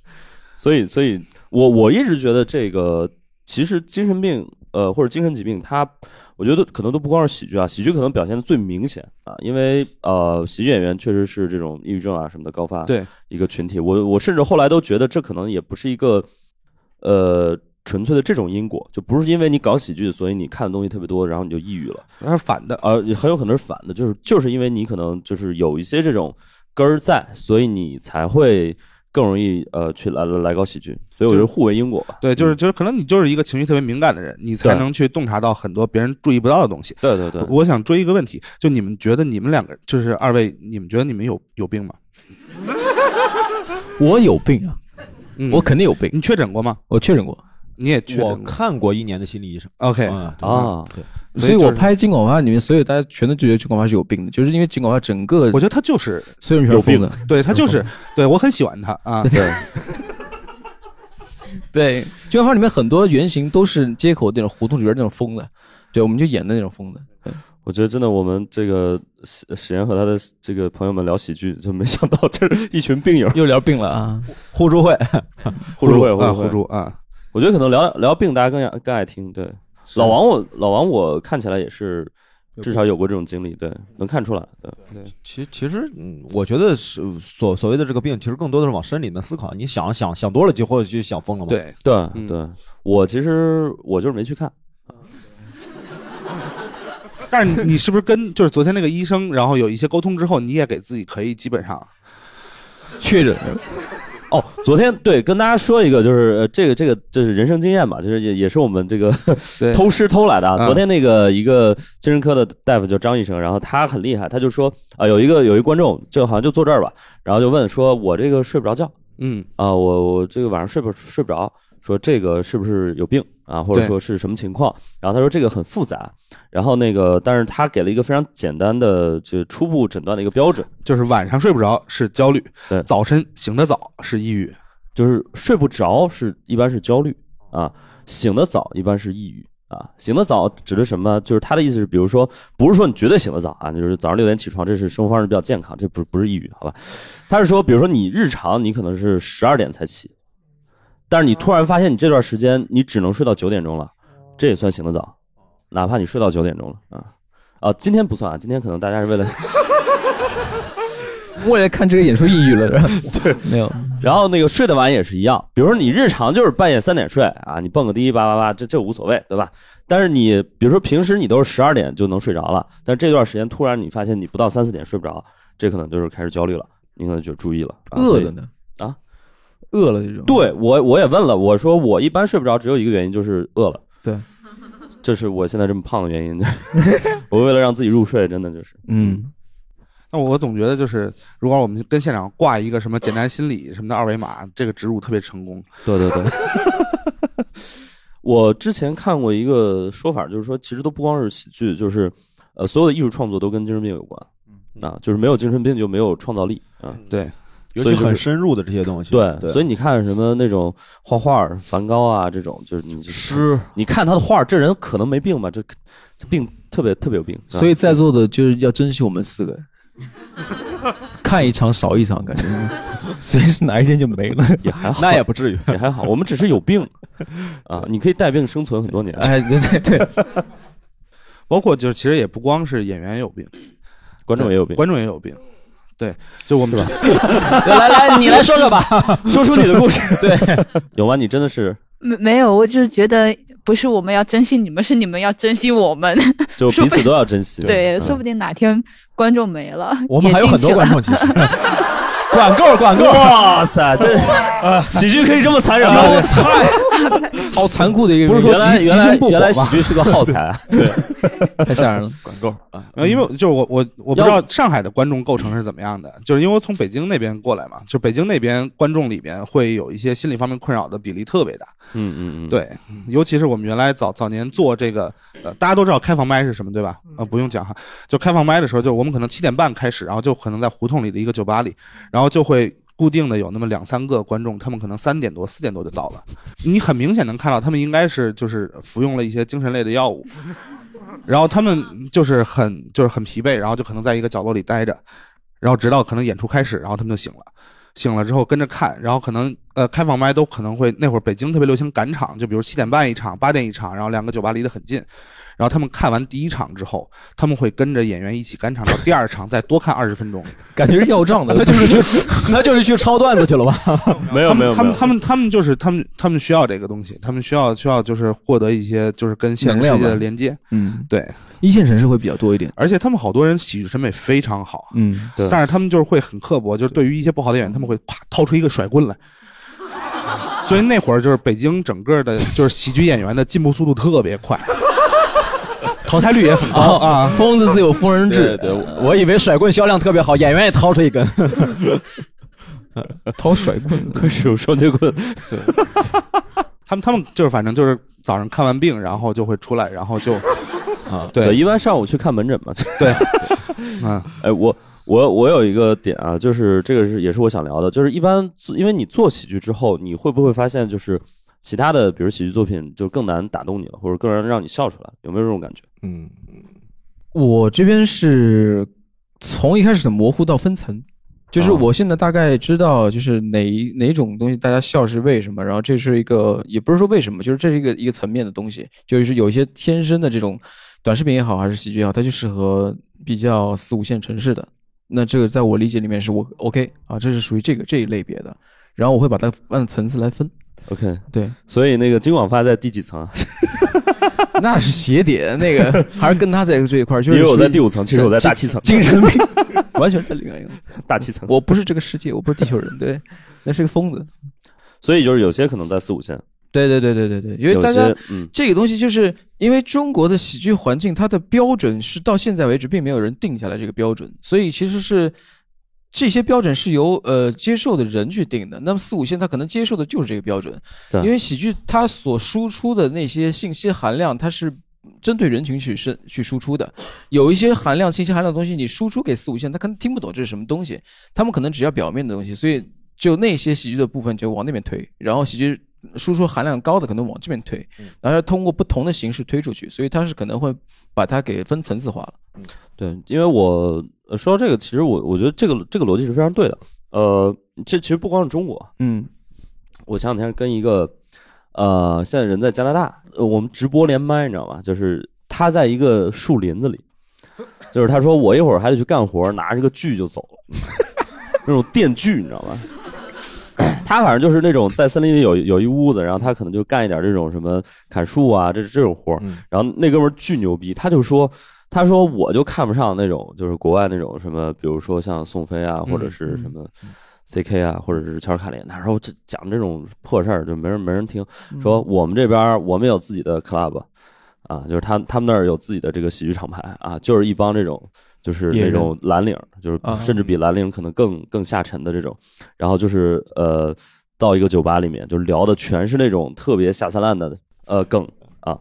Speaker 1: 所以，所以我我一直觉得这个其实精神病，呃，或者精神疾病，它我觉得可能都不光是喜剧啊，喜剧可能表现的最明显啊，因为呃，喜剧演员确实是这种抑郁症啊什么的高发
Speaker 5: 对
Speaker 1: 一个群体。我我甚至后来都觉得这可能也不是一个呃纯粹的这种因果，就不是因为你搞喜剧，所以你看的东西特别多，然后你就抑郁了，
Speaker 5: 它是反的。
Speaker 1: 而很有可能是反的，就是就是因为你可能就是有一些这种根儿在，所以你才会更容易呃去来来来搞喜剧，所以我觉得互为因果吧。嗯
Speaker 5: 对，就是就是，可能你就是一个情绪特别敏感的人，你才
Speaker 1: 对
Speaker 5: 能去洞察到很多别人注意不到的东西。
Speaker 1: 对对对
Speaker 5: 我，我想追一个问题，就你们觉得你们两个，就是二位，你们觉得你们有有病吗？
Speaker 2: 我有病啊，
Speaker 5: 嗯
Speaker 2: 我肯定有病，
Speaker 5: 你确诊过吗？
Speaker 2: 我确诊过，
Speaker 5: 你也确
Speaker 3: 我
Speaker 5: 诊过
Speaker 3: 看过一年的心理医生。
Speaker 5: ？OK，
Speaker 3: 嗯，对
Speaker 1: 啊，
Speaker 5: 所
Speaker 2: 所以
Speaker 5: 以就是
Speaker 2: 我拍金广发里面所有大家全都觉得金广发是有病的，就是因为金广发整个
Speaker 5: 我觉得他就是，
Speaker 2: 虽然全是疯的，
Speaker 5: 对他 就是，对我很喜欢他啊。对，
Speaker 2: 对，金广发里面很多原型都是街口那种胡同里边那种疯的，对，我们就演的那种疯的，
Speaker 1: 我觉得真的我们这个史史岩和他的这个朋友们聊喜剧，就没想到这是一群病友
Speaker 2: 又聊病了啊，
Speaker 3: 互助会，
Speaker 1: 互助会
Speaker 5: 啊，
Speaker 1: 互助
Speaker 5: 互
Speaker 1: 会。
Speaker 5: 助啊，
Speaker 1: 我觉得可能聊聊病，大家更爱更爱听。对，老王我老王我看起来也是至少有过这种经历，对，能看出来。对，
Speaker 3: 其其实，嗯，我觉得是所所谓的这个病，其实更多的是往深里面思考。你想想想多了，就或者就想疯了嘛。，
Speaker 5: 对，
Speaker 1: 对、
Speaker 5: 嗯
Speaker 1: 对，我其实我就是没去看，
Speaker 5: 但是你是不是跟就是昨天那个医生，然后有一些沟通之后，你也给自己可以基本上
Speaker 2: 确诊，
Speaker 1: 哦，昨天对跟大家说一个，就是、呃、这个这个这是人生经验吧，就是也也是我们这个
Speaker 5: 对
Speaker 1: 偷师偷来的啊。
Speaker 5: 啊
Speaker 1: 昨天那个一个精神科的大夫叫张医生，然后他很厉害，他就说啊、有一个有一观众就好像就坐这儿吧，然后就问说我这个睡不着觉，
Speaker 5: 嗯
Speaker 1: 啊，我我这个晚上睡不睡不着，说这个是不是有病啊，或者
Speaker 5: 对
Speaker 1: 说是什么情况？然后他说这个很复杂，然后那个但是他给了一个非常简单的就初步诊断的一个标准，
Speaker 5: 就是晚上睡不着是焦虑
Speaker 1: 对，
Speaker 5: 早晨醒得早是抑郁。
Speaker 1: 就是睡不着是一般是焦虑啊，醒得早一般是抑郁啊。醒得早指的什么呢？就是他的意思是，比如说，不是说你绝对醒得早啊，就是早上六点起床，这是生活方式比较健康，这不是不是抑郁，好吧？他是说，比如说你日常你可能是十二点才起，但是你突然发现你这段时间你只能睡到九点钟了，这也算醒得早，哪怕你睡到九点钟了啊啊，今天不算啊，今天可能大家是为了。
Speaker 2: 为了看这个演出抑郁了，是吧？ 对，没有，
Speaker 1: 然后那个睡得晚也是一样，比如说你日常就是半夜三点睡啊，你蹦个迪叭叭叭，这这无所谓，对吧？但是你比如说平时你都是十二点就能睡着了，但这段时间突然你发现你不到三四点睡不着，这可能就是开始焦虑了，你可能就注意了。啊、所
Speaker 2: 饿
Speaker 1: 以
Speaker 2: 的呢
Speaker 1: 啊，
Speaker 2: 饿了这种。
Speaker 1: 对我我也问了，我说我一般睡不着只有一个原因就是饿 了，
Speaker 2: 对，
Speaker 1: 这是我现在这么胖的原因。我为了让自己入睡，真的就是
Speaker 2: 嗯，
Speaker 5: 那我总觉得就是，如果我们跟现场挂一个什么简单心理什么的二维码，这个植入特别成功。
Speaker 1: 对对 对。我之前看过一个说法，就是说，其实都不光是喜剧，就是呃，所有的艺术创作都跟精神病有关。啊，就是没有精神病就没有创造力啊。
Speaker 5: 对，
Speaker 3: 尤
Speaker 1: 所
Speaker 3: 其
Speaker 1: 以就是
Speaker 3: 很深入的这些东西，
Speaker 1: 对，所以
Speaker 3: 以
Speaker 1: 你看什么那种画画，梵高啊这种，就是你就是
Speaker 3: 诗
Speaker 1: 你看他的画，这人可能没病吧？这这病特别特别有病。啊
Speaker 2: 所以在座的就是要珍惜我们四 个，看一场少一场，感觉随时哪一天就没了。
Speaker 1: 也还好，
Speaker 3: 那也不至于。
Speaker 1: 也还好，我们只是有病啊，你可以带病生存很多年。
Speaker 2: 哎，对对 对，
Speaker 5: 包括就是其实也不光是演员有病，
Speaker 1: 观众也有病，
Speaker 5: 观众也有病。对，就我们
Speaker 3: 来来，你来说说吧，
Speaker 1: 说出你的 故事。对， 有吗？你真的是
Speaker 6: 没没有，我就是觉得不是我们要珍惜你们，是你们要珍惜我们。
Speaker 1: 就彼此都要珍惜。
Speaker 6: 对，
Speaker 1: 嗯
Speaker 6: 说不定哪天观众没了，
Speaker 3: 我们
Speaker 6: 也
Speaker 3: 还有
Speaker 6: 进
Speaker 3: 很
Speaker 6: 去
Speaker 3: 多
Speaker 6: 了
Speaker 3: 观众，其实管够管够，
Speaker 1: 哇塞，这喜剧可以这么
Speaker 2: 哎
Speaker 1: 残忍吗？
Speaker 2: 啊 好残酷的一个，
Speaker 1: 不是说
Speaker 3: 原来
Speaker 1: 即
Speaker 3: 原来
Speaker 1: 即兴不火吧
Speaker 3: 原来喜剧是个耗 材，
Speaker 2: 太吓人了，管够。
Speaker 5: 呃，因为就是我我我不知
Speaker 1: 要
Speaker 5: 道上海的观众构成是怎么样的，就是因为我从北京那边过来嘛，就北京那边观众里边会有一些心理方面困扰的比例特别大，
Speaker 1: 嗯嗯嗯，
Speaker 5: 对，尤其是我们原来早早年做这个，呃，大家都知道开放麦是什么对吧？呃，不用讲哈，就开放麦的时候，就我们可能七点半开始，然后就可能在胡同里的一个酒吧里，然后就会。固定的有那么两三个观众，他们可能三点多、四点多就到了。你很明显能看到，他们应该是就是服用了一些精神类的药物，然后他们就是很就是很疲惫，然后就可能在一个角落里待着，然后直到可能演出开始，然后他们就醒了。醒了之后跟着看，然后可能呃开放麦都可能会那会儿北京特别流行赶场，就比如七点半一场，八点一场，然后两个酒吧离得很近，然后他们看完第一场之后，他们会跟着演员一起赶场到第二场，再多看二十分钟。
Speaker 2: 感觉是要账的，
Speaker 3: 那就是去那就是去抄段子去了吧？
Speaker 1: 没有
Speaker 5: 他
Speaker 1: 没
Speaker 5: 们
Speaker 1: 有
Speaker 5: 他
Speaker 1: 没
Speaker 5: 们
Speaker 1: 有，
Speaker 5: 他们他们就是他们他们需要这个东西，他们需要需要就是获得一些就是跟现
Speaker 2: 能
Speaker 5: 实
Speaker 2: 量
Speaker 5: 世界
Speaker 2: 吧
Speaker 5: 的连接，
Speaker 2: 嗯，
Speaker 5: 对，
Speaker 2: 一线城市会比较多一点。
Speaker 5: 而且他们好多人喜剧审美非常好，
Speaker 2: 嗯，
Speaker 1: 对
Speaker 5: 但是他们就是会很刻薄，就是对于一些不好的演员，他们会啪掏出一个甩棍来。所以那会儿就是北京整个的，就是喜剧演员的进步速度特别快，淘汰率也很
Speaker 2: 哦
Speaker 5: 高啊。
Speaker 2: 疯子自有疯人
Speaker 3: 对
Speaker 2: 志，
Speaker 3: 对，我以为甩棍销量特别好，演员也掏出一根，
Speaker 2: 掏甩棍，
Speaker 1: 可是有双截棍，
Speaker 5: 他们他们就是反正就是早上看完病，然后就会出来，然后就
Speaker 3: 啊
Speaker 5: 对
Speaker 1: 一般上午去看门诊 嘛。
Speaker 5: 嗯
Speaker 1: 哎，我我我有一个点啊，就是这个是也是我想聊的，就是一般做因为你做喜剧之后，你会不会发现就是其他的，比如喜剧作品就更难打动你了，或者更让让你笑出来，有没有这种感觉？
Speaker 3: 嗯，
Speaker 2: 我这边是从一开始的模糊到分层，就是
Speaker 1: 哦
Speaker 2: 我现在大概知道就是哪一哪种东西大家笑是为什么，然后这是一个也不是说为什么，就是这是一个一个层面的东西，就是有一些天生的这种短视频也好还是喜剧也好，它就适合比较四五线城市的。那这个在我理解里面是我 OK 啊，这是属于这个这一类别的，然后我会把它按层次来分。
Speaker 1: OK，
Speaker 2: 对，
Speaker 1: 所以那个金广发在第几层啊？
Speaker 2: 那是鞋底，那个还是跟他在这一块儿，就
Speaker 1: 因
Speaker 2: 是
Speaker 1: 为我在
Speaker 2: 属于
Speaker 1: 第五层，其实我在大气层，
Speaker 2: 精神病，完全在另外一个。
Speaker 1: 大气层。
Speaker 2: 我不是这个世界，我不是地球人，对，那是个疯子。
Speaker 1: 所以就是有些可能在四五线，
Speaker 2: 对对对对对对，因为
Speaker 1: 有
Speaker 2: 大家
Speaker 1: 些嗯
Speaker 2: 这个东西就是因为中国的喜剧环境，它的标准是到现在为止并没有人定下来这个标准，所以其实是这些标准是由呃接受的人去定的。那么四五线他可能接受的就是这个标准，
Speaker 1: 对
Speaker 2: 因为喜剧它所输出的那些信息含量，它是针对人群去是去输出的。有一些含量、信息含量的东西，你输出给四五线，他可能听不懂这是什么东西，他们可能只要表面的东西，所以就那些喜剧的部分就往那边推，然后喜剧。输出含量高的可能往这边推，然后通过不同的形式推出去，所以它是可能会把它给分层次化了。
Speaker 1: 对，因为我呃说到这个，其实我我觉得这个这个逻辑是非常对的。呃，这其实不光是中国，
Speaker 2: 嗯，
Speaker 1: 我前两天跟一个呃现在人在加拿大，呃我们直播连麦，你知道吗？就是他在一个树林子里，就是他说我一会儿还得去干活，拿着个锯就走了， 那种电锯，你知道吗？ 他反正就是那种在森林里有有一屋子，然后他可能就干一点这种什么砍树啊，这这种活儿
Speaker 3: 嗯
Speaker 1: 然后那哥们儿巨牛逼，他就说，他说我就看不上那种就是国外那种什么，比如说像宋飞
Speaker 2: 嗯
Speaker 1: 啊，或者是什么 CK 啊，或者是乔尔卡林，他说这讲这种破事儿就没人没人听。
Speaker 2: 嗯
Speaker 1: 说我们这边儿我们有自己的 club 啊，就是他他们那儿有自己的这个喜剧厂牌啊，就是一帮这种就是
Speaker 2: 野
Speaker 1: 那
Speaker 2: 人
Speaker 1: 种蓝领儿，就是
Speaker 2: 啊
Speaker 1: 甚至比蓝领可能更更下沉的这种，然后就是呃到一个酒吧里面，就聊的全是那种特别下三滥的呃梗啊，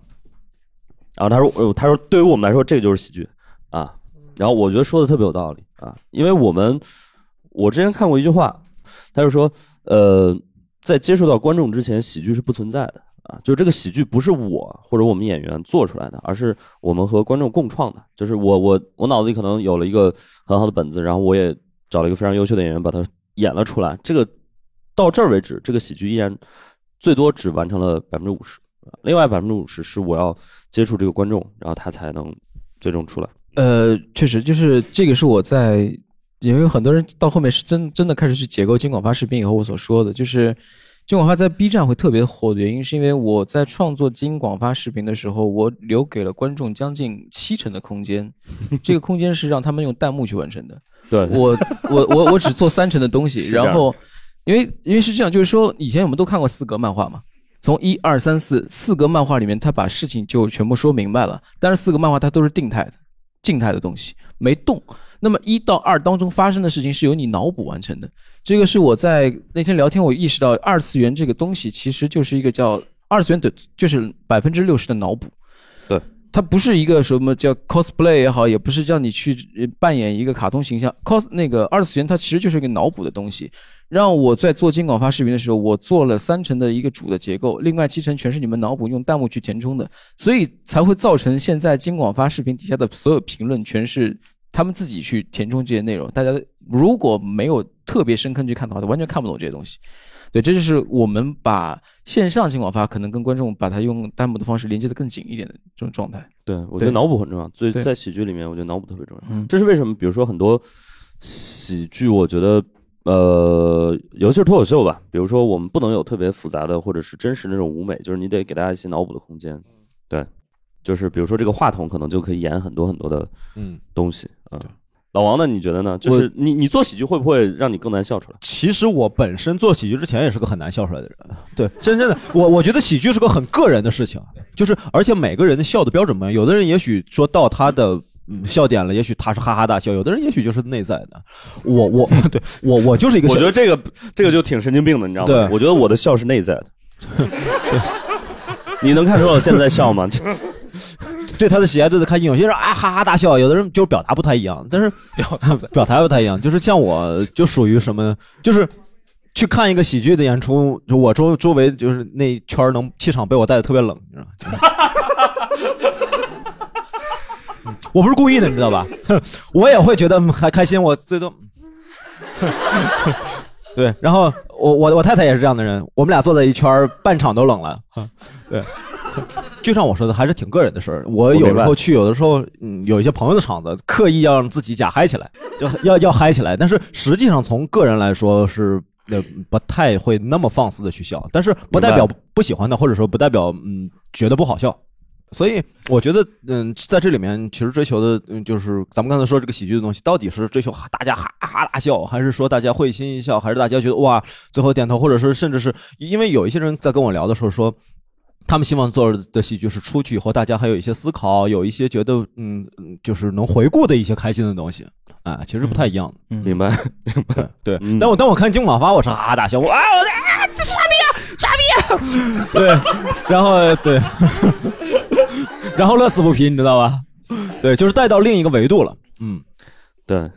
Speaker 1: 然后他说呃他说对于我们来说这个就是喜剧啊，然后我觉得说的特别有道理啊，因为我们我之前看过一句话，他就说呃在接触到观众之前，喜剧是不存在的啊，就是这个喜剧不是我或者我们演员做出来的，而是我们和观众共创的。就是我我我脑子里可能有了一个很好的本子，然后我也找了一个非常优秀的演员把它演了出来。这个到这儿为止，这个喜剧依然最多只完成了百分之五十，另外百分之五十是我要接触这个观众，然后他才能最终出来。
Speaker 2: 呃，确实，就是这个是我在，因为很多人到后面是真真的开始去解构金广发视频以后，我所说的就是金广发在 B 站会特别火的原因，是因为我在创作金广发视频的时候，我留给了观众将近七成的空间，这个空间是让他们用弹幕去完成的。
Speaker 1: 对，
Speaker 2: 我我我我只做三成的东 西，
Speaker 1: 是这样
Speaker 2: 然后因为因为是这样，就是说以前我们都看过四格漫画嘛，从一二三四四格漫画里面，他把事情就全部说明白了，但是四格漫画它都是定态的，静态的东西没动。那么一到二当中发生的事情是由你脑补完成的，这个是我在那天聊天我意识到二次元这个东西其实就是一个叫二次元的，就是百分之六十的脑补。它不是一个什么叫 cosplay 也好，也不是叫你去呃扮演一个卡通形象。cos 那个二次元，它其实就是一个脑补的东西。让我在做金广发视频的时候，我做了三成的一个主的结构，另外七成全是你们脑补用弹幕去填充的，所以才会造成现在金广发视频底下的所有评论全是他们自己去填充这些内容。大家如果没有特别深坑去看的话，完全看不懂这些东西。对，这就是我们把线上金广发可能跟观众把它用弹幕的方式连接的更紧一点的这种状态。
Speaker 1: 对，我觉得
Speaker 2: 对
Speaker 1: 脑补很重要，所以
Speaker 2: 对
Speaker 1: 在喜剧里面，我觉得脑补特别重要。
Speaker 2: 嗯
Speaker 1: 这是为什么？比如说很多喜剧，我觉得呃，尤其是脱口秀吧，比如说我们不能有特别复杂的或者是真实那种舞美，就是你得给大家一些脑补的空间。对，就是比如说这个话筒可能就可以演很多很多的
Speaker 3: 嗯，
Speaker 1: 东西啊。老王呢？你觉得呢？就是你你做喜剧会不会让你更难笑出来？
Speaker 3: 其实我本身做喜剧之前也是个很难笑出来的人，对，真正的我我觉得喜剧是个很个人的事情，就是而且每个人的笑的标准不一样，有的人也许说到他的。嗯，笑点了，也许他是哈哈大笑，有的人也许就是内在的。我我 对我我就是一个
Speaker 1: 我
Speaker 3: 笑
Speaker 1: 觉得这个这个就挺神经病的，你知道吗
Speaker 3: 对？
Speaker 1: 我觉得我的笑是内 在的。 你能看出我现在笑吗？
Speaker 3: 对他的喜爱对他的开心，有些人啊哈哈大笑，有的人就是表达不太一样，但是表表达不太一样，就是像我就属于什么呢？就是去看一个喜剧的演出，就我周周围就是那一圈儿能气场被我带的特别冷，你知道吗？ 我不是故意的，你知道吧？ 我也会觉得嗯还开心，我最多。 对，然后我我我太太也是这样的人，我们俩坐在一圈儿，半场都冷了。对， 就像我说的，还是挺个人的事儿。我有
Speaker 1: 明
Speaker 3: 时
Speaker 1: 白
Speaker 3: 候去，有的时候嗯，有一些朋友的场子，刻意要让自己假嗨起来，就要要嗨起来。但是实际上，从个人来说是。呃，不太会那么放肆的去笑，但是不代表
Speaker 1: 明
Speaker 3: 不喜欢他，或者说不代表嗯觉得不好笑，所以我觉得，嗯，在这里面其实追求的，嗯，就是咱们刚才说这个喜剧的东西，到底是追求哈大家哈哈大笑，还是说大家会心一笑，还是大家觉得哇最后点头，或者是甚至是因为有一些人在跟我聊的时候说。他们希望做的喜剧是出去以后，大家还有一些思考，有一些觉得嗯，嗯就是能回顾的一些开心的东西。啊，其实不太一 样的。
Speaker 1: 明白？
Speaker 3: 对
Speaker 1: 嗯，
Speaker 3: 但我当我看金马发，我是哈哈大笑，我啊，我啊， 这啊傻逼啊，傻逼啊！对，然后对，然后乐此不疲，你知道吧？对，就是带到另一个维度了。嗯，
Speaker 1: 对。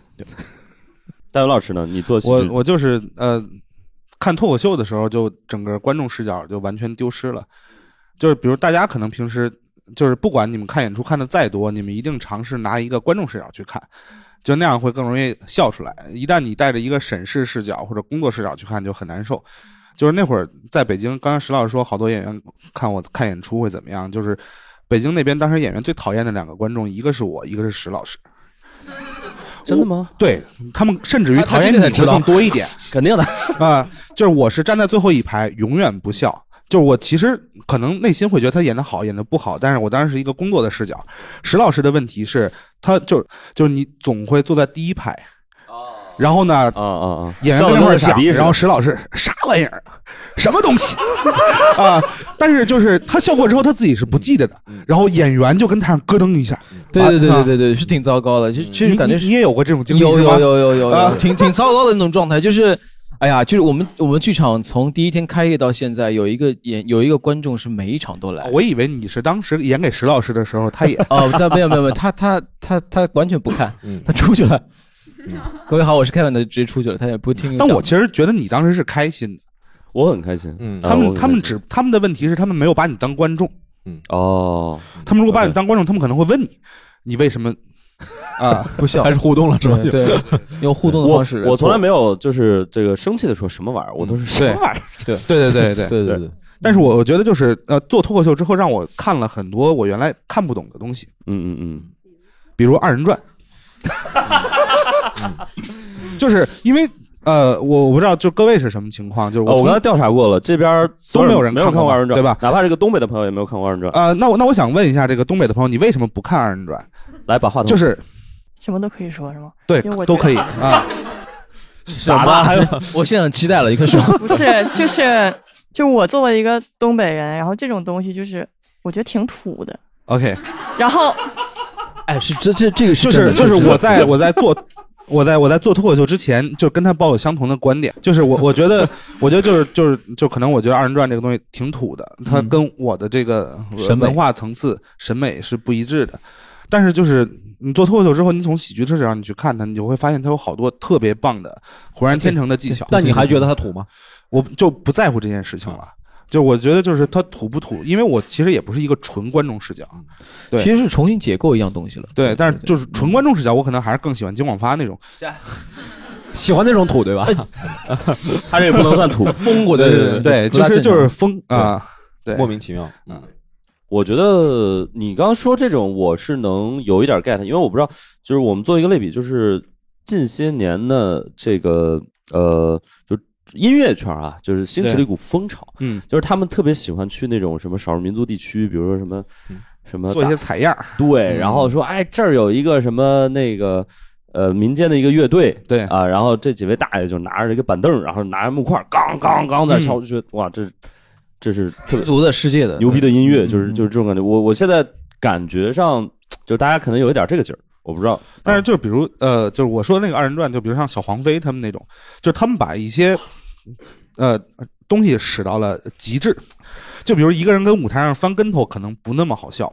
Speaker 1: 大勇老师呢？你做喜
Speaker 5: 我
Speaker 1: 剧，
Speaker 5: 我就是呃，看脱口秀的时候，就整个观众视角就完全丢失了。就是比如大家可能平时就是不管你们看演出看的再多，你们一定尝试拿一个观众视角去看，就那样会更容易笑出来。一旦你带着一个审视视角或者工作视角去看，就很难受。就是那会儿在北京，刚刚石老师说好多演员看我看演出会怎么样，就是北京那边当时演员最讨厌的两个观众，一个是我，一个是石老师。
Speaker 1: 真的吗？
Speaker 5: 对他们甚至于
Speaker 1: 他他
Speaker 5: 讨厌
Speaker 1: 今天
Speaker 5: 你
Speaker 1: 才
Speaker 5: 会
Speaker 1: 知道
Speaker 5: 更多一点。
Speaker 1: 肯定的。
Speaker 5: 啊、 就是我是站在最后一排，永远不笑。就是我其实可能内心会觉得他演的好，演的不好，但是我当时是一个工作的视角。石老师的问题是，他就就是你总会坐在第一排，然后呢，
Speaker 1: 啊啊啊！
Speaker 5: 演员
Speaker 1: 笑
Speaker 5: 跟
Speaker 1: 得跟
Speaker 5: 那块儿
Speaker 1: 个傻
Speaker 5: 讲，
Speaker 1: 逼似
Speaker 5: 然后
Speaker 1: 的。
Speaker 5: 石老师啥玩意儿，什么东西 啊？但是就是他笑过之后，他自己是不记得的，
Speaker 1: 嗯
Speaker 5: 然后演员就跟台上咯噔一下。
Speaker 2: 对对对
Speaker 5: 啊
Speaker 2: 对对对，是嗯挺糟糕的，其实其
Speaker 5: 你
Speaker 2: 实感觉
Speaker 5: 你
Speaker 2: 是
Speaker 5: 你也有过这种经历
Speaker 2: 有
Speaker 5: 是
Speaker 2: 有
Speaker 5: 吧
Speaker 2: 有有有
Speaker 5: 啊
Speaker 2: 有，挺挺糟糕的那种状态，就是。哎呀，就是我们我们剧场从第一天开业到现在，有一个演有一个观众是每一场都来，
Speaker 5: 啊我以为你是当时演给石老师的时 候，他也
Speaker 2: 哦，但没有没有没有，他他他他完全不看，
Speaker 3: 嗯
Speaker 2: 他出去了。 各位好，我是凯文的，直接出去了，他也不听。
Speaker 5: 但我其实觉得你当时是开心的。
Speaker 1: 我很开心。
Speaker 3: 嗯
Speaker 1: 啊
Speaker 5: 他
Speaker 1: 我
Speaker 5: 们
Speaker 1: 很
Speaker 5: 他们
Speaker 1: 开心
Speaker 5: 只他们的问题是他们没有把你当观众，
Speaker 1: 哦，
Speaker 5: 他们如果把你
Speaker 1: 嗯 OK
Speaker 5: 当观众，他们可能会问你，你为什么 啊？
Speaker 2: 不笑
Speaker 3: 开，始互动了，是吧？
Speaker 2: 对 对，用互动的
Speaker 1: 我
Speaker 2: 方式。
Speaker 1: 我从来没有就是这个生气的说什么玩意儿，我都是什么玩意儿。
Speaker 5: 嗯对对对对。
Speaker 3: 对对对，
Speaker 5: 但是我我觉得就是呃，做脱口秀之后，让我看了很多我原来看不懂的东西，
Speaker 1: 嗯嗯嗯，
Speaker 5: 比如二人转， 就是因为呃，我我不知道就各位是什么情况，就是
Speaker 1: 哦，
Speaker 5: 我
Speaker 1: 我
Speaker 5: 从
Speaker 1: 刚才调查过了，这边所
Speaker 5: 都没有人
Speaker 1: 没有
Speaker 5: 看
Speaker 1: 看
Speaker 5: 过
Speaker 1: 过二人转，
Speaker 5: 对吧？
Speaker 1: 哪怕这个东北的朋友也没有看过二人转。
Speaker 5: 呃，那我那我想问一下这个东北的朋友，你为什么不看二人
Speaker 1: 啊
Speaker 5: 转？
Speaker 1: 来，把话筒
Speaker 5: 就是
Speaker 7: 什么都可以说是吗？
Speaker 5: 对
Speaker 7: 因为我
Speaker 5: 都
Speaker 7: 觉得
Speaker 5: 可以啊，
Speaker 2: 傻
Speaker 1: 吧还有，
Speaker 2: 我现在很期待了，你快 说。
Speaker 7: 不是，就是就我作为一个东北人，然后这种东西就是我觉得挺土的。
Speaker 5: OK，
Speaker 7: 然后
Speaker 2: 哎，是这这这个
Speaker 5: 就
Speaker 2: 真
Speaker 5: 是
Speaker 2: 的
Speaker 5: 就是我在我在做。我在我在做脱口秀之前，就跟他抱有相同的观点，就是我我觉得，我觉得就是就是就可能我觉得二人转这个东西挺土的，它
Speaker 2: 嗯
Speaker 5: 跟我的这个
Speaker 2: 审美
Speaker 5: 文化层次、审美是不一致的。但是就是你做脱口秀之后，你从喜剧视角你去看它，你就会发现它有好多特别棒的、浑然天成的技巧。
Speaker 3: 但你还觉得他土吗？
Speaker 5: 我就不在乎这件事情了。就我觉得就是它土不土，因为我其实也不是一个纯观众视角，对
Speaker 2: 其实是重新解构一样东西了。
Speaker 5: 对，但是就是
Speaker 2: 嗯
Speaker 5: 纯观众视角，我可能还是更喜欢金广发那种。
Speaker 3: 喜欢那种土，对
Speaker 2: 哎
Speaker 3: 吧？
Speaker 1: 他这个不能算土。
Speaker 3: 风过 对对
Speaker 5: 对，
Speaker 3: 不
Speaker 5: 就
Speaker 3: 大
Speaker 5: 是
Speaker 3: 正常
Speaker 5: 就是风啊，对，
Speaker 3: 莫名其妙。
Speaker 5: 嗯
Speaker 1: 我觉得你刚刚说这种，我是能有一点 get，因为我不知道，就是我们做一个类比，就是近些年的这个呃，就音乐圈啊，就是兴起了一股风潮，
Speaker 5: 嗯，
Speaker 1: 就是他们特别喜欢去那种什么少数民族地区，比如说什么
Speaker 3: 嗯
Speaker 1: 什么
Speaker 5: 做一些嗯采样儿，
Speaker 1: 对，然后说哎这儿有一个什么那个呃民间的一个乐队。
Speaker 5: 对，
Speaker 1: 啊，然后这几位大爷就拿着一个板凳，然后拿着木块，杠杠杠在
Speaker 5: 嗯
Speaker 1: 敲，就觉得哇，这这是特别
Speaker 2: 族的世界的
Speaker 1: 牛逼的音乐，就是
Speaker 2: 呃嗯
Speaker 1: 就是这种感觉。我我现在感觉上，就大家可能有一点这个劲儿，我不知道。
Speaker 5: 但是就比如呃，就是我说那个二人转，就比如像小黄飞他们那种，就是他们把一些呃东西使到了极致，就比如一个人跟舞台上翻跟头可能不那么好笑，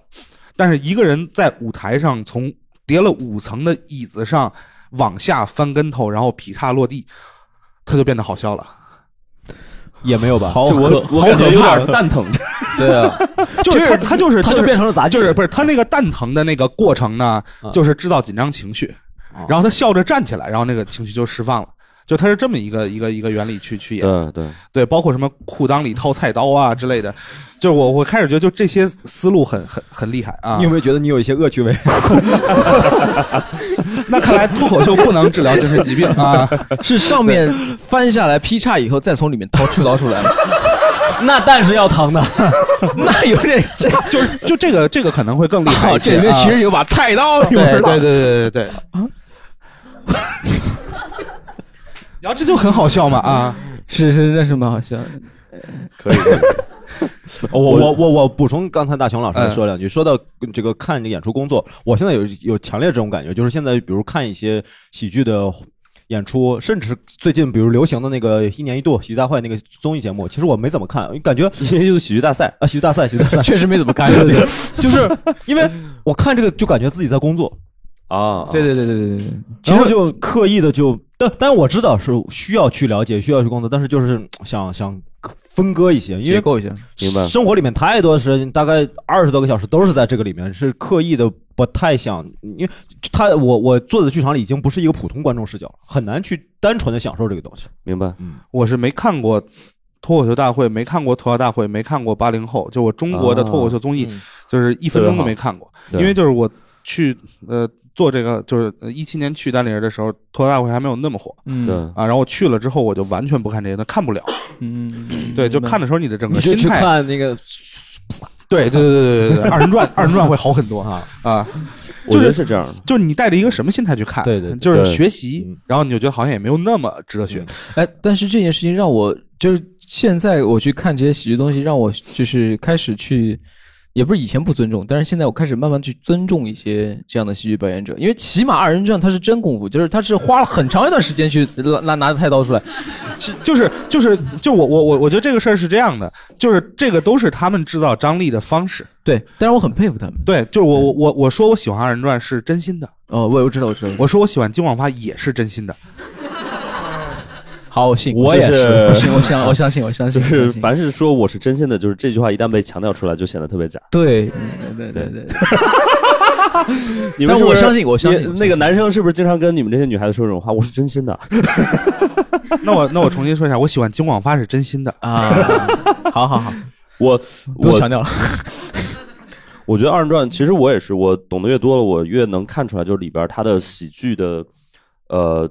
Speaker 5: 但是一个人在舞台上从叠了五层的椅子上往下翻跟头，然后劈叉落地，他就变得好笑了。
Speaker 3: 也没有吧？
Speaker 2: 好
Speaker 1: 这我
Speaker 2: 可
Speaker 1: 我
Speaker 2: 好
Speaker 1: 感觉
Speaker 2: 可
Speaker 1: 有
Speaker 2: 怕
Speaker 1: 点，蛋 疼。
Speaker 2: 对啊，
Speaker 5: 就是他，他就是
Speaker 3: 他就变成了杂技，
Speaker 5: 啊就是不是他那个蛋疼的那个过程呢
Speaker 2: 嗯
Speaker 3: 啊，
Speaker 5: 就是制造紧张情绪
Speaker 2: 哦
Speaker 3: 啊，
Speaker 5: 然后他笑着站起来，然后那个情绪就释放了。就他是这么一个一个一个原理去去
Speaker 2: 嗯
Speaker 5: 演，
Speaker 1: 嗯对对，
Speaker 5: 对，包括什么裤裆里掏菜刀啊之类的，就是我我开始觉得就这些思路很很很厉害啊
Speaker 3: 你有。没有觉得你有一些恶趣味？
Speaker 5: 那看来脱口秀不能治疗精神疾病 啊，
Speaker 2: 是上面翻下来劈叉以后，再从里面掏出刀出来。
Speaker 3: 那蛋是要疼 的，
Speaker 2: 那有点这样，
Speaker 5: 就是就这个这个可能会更厉害一
Speaker 2: 哎这
Speaker 5: 些
Speaker 2: 里面
Speaker 5: 啊
Speaker 2: 其实有把菜刀，你
Speaker 5: 对
Speaker 2: 知
Speaker 5: 对
Speaker 2: 道
Speaker 5: 对对对对对。 然后这就很好笑嘛啊！啊
Speaker 2: 是是，那是蛮好笑的。
Speaker 1: 可以。可以
Speaker 3: 我我我我补充刚才大雄老师说两句，说到这个看这个演出工作，我现在有有强烈这种感觉，就是现在比如看一些喜剧的。演出，甚至最近比如流行的那个一年一度喜剧大会那个综艺节目，其实我没怎么看，感觉一年一度 喜剧大赛啊，喜剧大赛，喜 剧大 赛
Speaker 2: 确实没怎么看
Speaker 3: 对对对，就是因为我看这个就感觉自己在工作，
Speaker 1: 啊，
Speaker 2: 对对对对对对对，
Speaker 3: 然后就刻意的就，但但是我知道是需要去了解，需要去工作，但是就是嗯想想分割一些，因
Speaker 2: 结
Speaker 3: 为
Speaker 2: 构一下，
Speaker 1: 明白
Speaker 3: 生活里面太多时间，大概二十多个小时都是在这个里面，是刻意的不太想，因为他我我坐在剧场里已经不是一个普通观众视角了，很难去单纯的享受这个东西。
Speaker 1: 明白，
Speaker 5: 我是没看过脱口秀大会，没看过吐槽大会，没看过八零后，就我中国的脱口秀综艺，
Speaker 3: 嗯
Speaker 5: 就是一分钟都没看过，
Speaker 1: 对
Speaker 5: 因为就是我去呃做这个，就是呃一七年去单立人的时候，脱口大会还没有那么火
Speaker 2: 嗯，
Speaker 1: 对，
Speaker 5: 啊，然后我去了之后，我就完全不看这些，那看不了，
Speaker 2: 嗯，嗯，嗯
Speaker 5: 对，就看，的时候你的整
Speaker 3: 你
Speaker 5: 个
Speaker 3: 就
Speaker 5: 心
Speaker 3: 去
Speaker 5: 态，
Speaker 3: 看那个
Speaker 5: 对对对对对对，二人转二人 转会好很多
Speaker 3: 啊，
Speaker 5: 啊，
Speaker 1: 我觉得是这样的，
Speaker 5: 就是你带着一个什么心态去看，
Speaker 3: 对对对
Speaker 5: 就是
Speaker 1: 对
Speaker 5: 学习
Speaker 3: 嗯，
Speaker 5: 然后你就觉得好像也没有那么值得学，
Speaker 2: 哎，但是这件事情让我就是现在我去看这些喜剧东西，让我就是开始去。也不是以前不尊重，但是现在我开始慢慢去尊重一些这样的喜剧表演者，因为起码二人转他是真功夫，就是他是花了很长一段时间去拿拿拿着菜刀出来，
Speaker 3: 嗯
Speaker 5: 就是就是就我我我我觉得这个事儿是这样的，就是这个都是他们制造张力的方式。
Speaker 2: 对，但是我很佩服他们。
Speaker 5: 对，就是我我我我说我喜欢二人转是真心的，
Speaker 2: 哦，我我知道，我知道，
Speaker 5: 我说我喜欢金广发也是真心的。
Speaker 2: 好，我信，
Speaker 1: 我也是
Speaker 2: 我信，我相，我相信，我相
Speaker 1: 就
Speaker 2: 信，我
Speaker 1: 是
Speaker 2: 相信
Speaker 1: 凡是说我是真心的，就是这句话一旦被强调出来，就显得特别假。
Speaker 2: 对，嗯对对对对，
Speaker 1: 你们是不
Speaker 2: 我
Speaker 1: 是
Speaker 2: 相信我相信
Speaker 1: 你
Speaker 2: 我相信
Speaker 1: 那个男生是不是经常跟你们这些女孩子说这种话？我是真心的，
Speaker 5: 那我那我重新说一下，我喜欢金广发是真心的。
Speaker 2: 啊，好好好，
Speaker 1: 我
Speaker 2: 不用
Speaker 1: 我
Speaker 2: 强调了，
Speaker 1: 我觉得二人转，其实我也是，我懂得越多了，我越能看出来，就是里边它的喜剧的，呃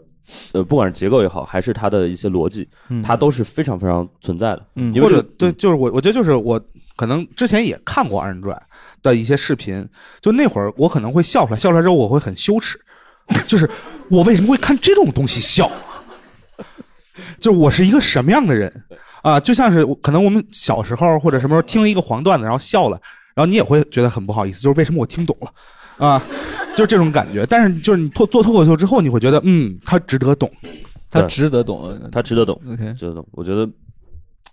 Speaker 1: 呃，不管是结构也好，还是它的一些逻辑，它都是非常非常存在的。
Speaker 2: 嗯
Speaker 1: 因为
Speaker 5: 或
Speaker 1: 这
Speaker 5: 者
Speaker 1: 个
Speaker 5: 对，就是我我觉得就是我可能之前也看过二人转的一些视频，就那会儿我可能会笑出来，笑出来之后我会很羞耻，就是我为什么会看这种东西笑？就是我是一个什么样的人啊？就像是我可能我们小时候或者什么时候听了一个黄段子，然后笑了，然后你也会觉得很不好意思，就是为什么我听懂了啊？就是这种感觉。但是就是你脱做脱口秀之后，你会觉得嗯，他值得懂。
Speaker 2: 他值得懂，
Speaker 1: 它值得懂。
Speaker 8: 嗯
Speaker 2: OK，
Speaker 1: 这种，我觉得。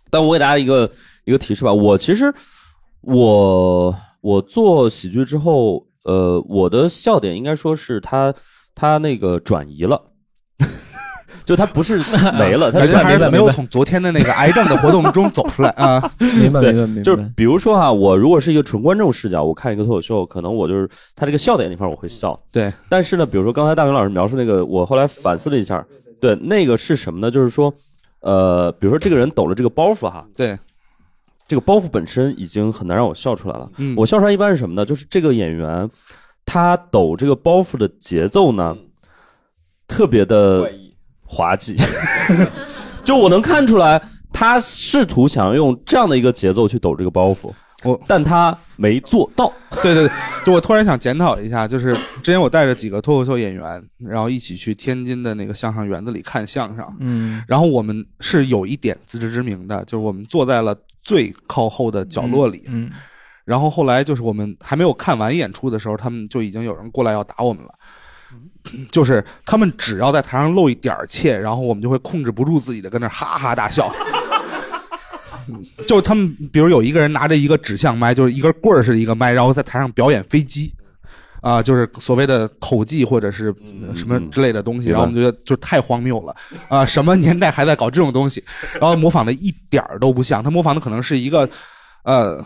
Speaker 1: 但我给大家一个一个提示吧，我其实我我做喜剧之后，呃，我的笑点应该说是他他那个转移了， 就他不是没 了，他
Speaker 5: 感
Speaker 1: 是
Speaker 5: 觉
Speaker 2: 明白
Speaker 5: 还
Speaker 2: 明白
Speaker 5: 是没有
Speaker 2: 明白
Speaker 5: 从昨天的那个癌症的活动中走出来啊。
Speaker 2: 明白
Speaker 1: 对
Speaker 2: 明白明白，
Speaker 1: 就是比如说哈、我如果是一个纯观众视角，我看一个脱口秀，可能我就是他这个笑点那块儿我会笑。
Speaker 5: 对，
Speaker 1: 但是呢，比如说刚才大明老师描述那个，我后来反思了一下，对，那个是什么呢？就是说，呃，比如说这个人抖了这个包袱哈，
Speaker 5: 对，
Speaker 1: 这个包袱本身已经很难让我笑出来了。
Speaker 5: 嗯
Speaker 1: 我笑出来一般是什么呢？就是这个演员他抖这个包袱的节奏呢，特别的 滑稽，就我能看出来。他试图想要用这样的一个节奏去抖这个包袱，
Speaker 5: 我
Speaker 1: 但他没做到。
Speaker 5: 对对对，就我突然想检讨一下，就是之前我带着几个脱口秀演员，然后一起去天津的那个相声园子里看相声，
Speaker 2: 嗯，
Speaker 5: 然后我们是有一点自知之明的，就是我们坐在了最靠后的角落里，
Speaker 2: 嗯，
Speaker 5: 然后后来就是我们还没有看完演出的时候，他们就已经有人过来要打我们了。 就是他们只要在台上露一点儿怯，然后我们就会控制不住自己的跟那儿哈哈大笑。就他们，比如有一个人拿着一个指向麦，就是一根棍儿似的一个麦，然后在台上表演飞机，啊、就是所谓的口技或者是呃什么之类的东
Speaker 1: 嗯
Speaker 5: 西，
Speaker 1: 明白
Speaker 5: 然后我们觉得就太荒谬了啊、什么年代还在搞这种东西？然后模仿的一点儿都不像，他模仿的可能是一个，呃，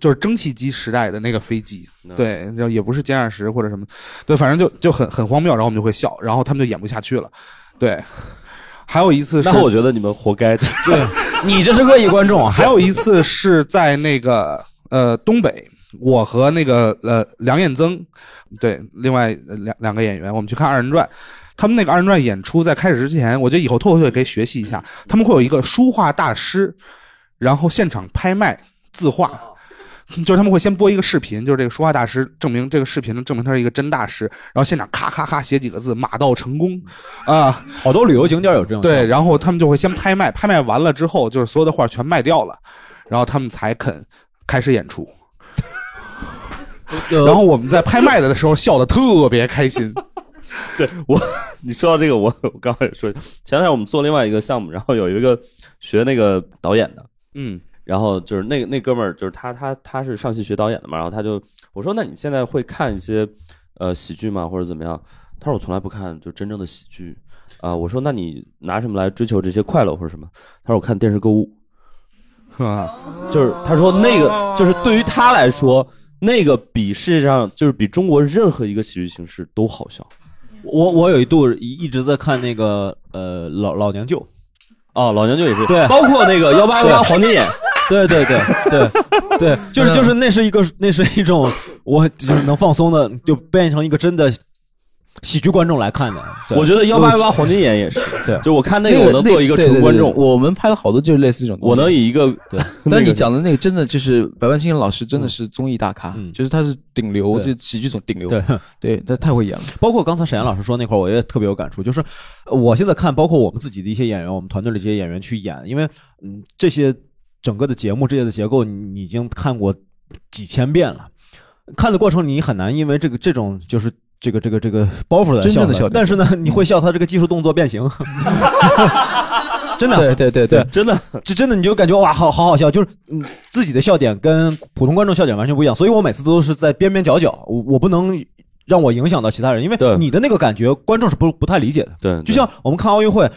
Speaker 5: 就是蒸汽机时代的那个飞机，对，然后也不是歼二十或者什么，对，反正就就很很荒谬，然后我们就会笑，然后他们就演不下去了，对。还有一次是，
Speaker 1: 那我觉得你们活该。
Speaker 3: 你这是恶意观众啊！
Speaker 5: 还有一次是在那个呃东北，我和那个呃梁彦增，对，另外呃两两个演员，我们去看二人转。他们那个二人转演出在开始之前，我觉得以后脱口秀也可以学习一下，他们会有一个书画大师，然后现场拍卖字画。就是他们会先播一个视频，就是这个书画大师证明这个视频能证明他是一个真大师，然后现场咔咔咔写几个字“马到成功”，啊、
Speaker 3: 好多旅游景点有这种
Speaker 5: 对，然后他们就会先拍卖，拍卖完了之后，就是所有的画全卖掉了，然后他们才肯开始演出。然后我们在拍卖的时候笑得特别开心，
Speaker 1: 对我，你说到这个，我我刚才也说，前两天我们做另外一个项目，然后有一个学那个导演的，
Speaker 5: 嗯，
Speaker 1: 然后就是那那哥们儿，就是他他他是上戏学导演的嘛，然后他就我说那你现在会看一些呃喜剧吗，或者怎么样？他说我从来不看就真正的喜剧啊、我说那你拿什么来追求这些快乐或者什么？他说我看电视购物，就是他说那个就是对于他来说，那个比世界上就是比中国任何一个喜剧形式都好笑。
Speaker 3: 我我有一度一一直在看那个呃老老娘舅，
Speaker 1: 哦，老娘舅也是
Speaker 3: 对，
Speaker 1: 包括 那个188黄金眼，
Speaker 3: 对对对对对，就是就是
Speaker 2: 嗯
Speaker 3: 那是一个那是一种我就是能放松的，就变成一个真的喜剧观众来看的。对
Speaker 1: 我觉得188黄金眼也是，
Speaker 3: 对，
Speaker 1: 就我看那个我能做一个纯观众，
Speaker 2: 我们拍了好多就是类似这种东
Speaker 1: 我
Speaker 2: 西，
Speaker 1: 能以一个
Speaker 2: 对。但你讲的那个真的就是百万青年老师，真的是综艺大咖，
Speaker 3: 嗯
Speaker 2: 就是他是顶流，
Speaker 3: 对
Speaker 2: 就喜剧总顶流。
Speaker 3: 对，
Speaker 2: 对，他太会演了。
Speaker 3: 包括刚才沈阳老师说那块儿，我也特别有感触。就是呃我现在看，包括我们自己的一些演员，我们团队的这些演员去演，因为嗯，这些整个的节目、这些的结构，你你已经看过几千遍了。看的过程，你很难因为这个这种就是这个这个这个包袱来
Speaker 2: 真
Speaker 3: 笑
Speaker 2: 正的
Speaker 3: 它
Speaker 2: 笑点嗯
Speaker 3: 但是呢，你会笑他这个技术动作变形，真的。
Speaker 2: 嗯对对对对，
Speaker 1: 真的
Speaker 3: 这真的你就感觉哇，好好好笑，就是嗯，自己的笑点跟普通观众笑点完全不一样，所以我每次都是在边边角角，我我不能让我影响到其他人，因为
Speaker 1: 对
Speaker 3: 你的那个感觉观众是不不太理解的。
Speaker 1: 对，
Speaker 3: 就像我们看奥运会，呃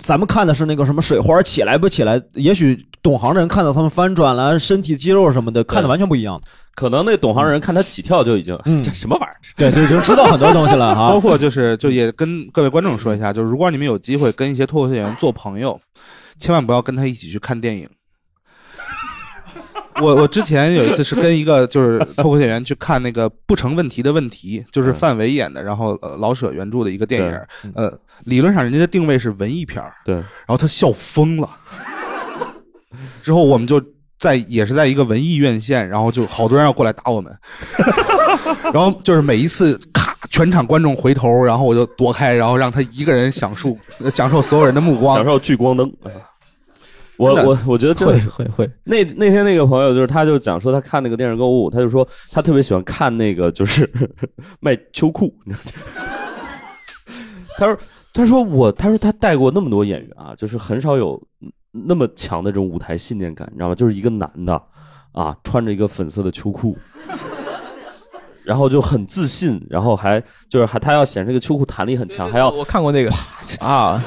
Speaker 3: 咱们看的是那个什么水花起来不起来，也许懂行的人看到他们翻转了、身体肌肉什么的，看的完全不一样。
Speaker 1: 可能那懂行人看他起跳就已经
Speaker 3: 嗯
Speaker 1: 这什么玩意儿，
Speaker 3: 对，就已经知道很多东西了哈。
Speaker 5: 包括就是就也跟各位观众说一下，就是如果你们有机会跟一些脱口秀演员做朋友，千万不要跟他一起去看电影。我我之前有一次是跟一个就是脱口秀演员去看那个《不成问题的问题》，就是范伟演的，然后呃老舍原著的一个电影，呃，理论上人家的定位是文艺片儿，
Speaker 1: 对，
Speaker 5: 然后他笑疯了。 之后我们就在也是在一个文艺院线，然后就好多人要过来打我们， 然后就是每一次咔，全场观众回头，然后我就躲开，然后让他一个人享受 享受所有人的目
Speaker 1: 享
Speaker 5: 光。
Speaker 1: 受聚光灯。我
Speaker 5: 真的
Speaker 1: 我我觉得真的
Speaker 2: 会
Speaker 1: 是
Speaker 2: 会会，
Speaker 1: 那那天那个朋友就是他就讲说他看那个电视购物，他就说他特别喜欢看那个就是 卖秋裤，你知道吗？ 他说他说我他说他带过那么多演员啊，就是很少有那么强的这种舞台信念感，你知道吗？就是一个男的啊，穿着一个粉色的秋裤。然后就很自信，然后还就是还他要显示这个秋裤弹力很强，还要
Speaker 2: 我看过那个啊，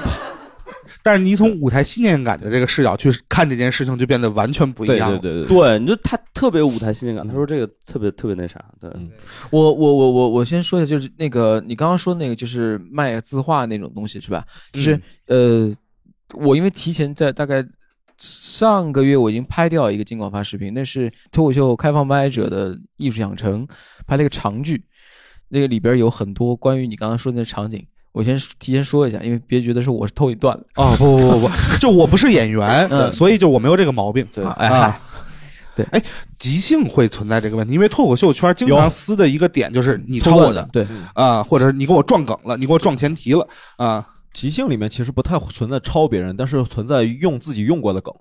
Speaker 5: 但是你从舞台信念感的这个视角去看这件事情，就变得完全不一
Speaker 3: 对
Speaker 5: 样了。
Speaker 3: 对对对，
Speaker 1: 对，你就他特别有舞台信念感。他说这个特别特别那啥，对，
Speaker 3: 嗯
Speaker 2: 我我我我我先说一下，就是那个你刚刚说那个就是卖字画那种东西是吧？就是、呃，我因为提前在大概上个月我已经拍掉一个金广发视频，那是脱口秀开放麦者的艺术养成，拍了一个长剧，那个里边有很多关于你刚刚说的那场景。我先提前说一下，因为别觉得是我是偷你段子。
Speaker 5: 啊、不不不不， 就我不是演员，
Speaker 2: 嗯
Speaker 5: 所以就我没有这个毛病。
Speaker 2: 对
Speaker 5: 啊，
Speaker 2: 哎对
Speaker 5: 哎，即兴会存在这个问题，因为脱口秀圈经常撕的一个点就是你抄我的
Speaker 2: 对，
Speaker 5: 啊，或者是你给我撞梗了，你给我撞前提了啊。
Speaker 3: 即兴里面其实不太存在抄别人，但是存在用自己用过的梗。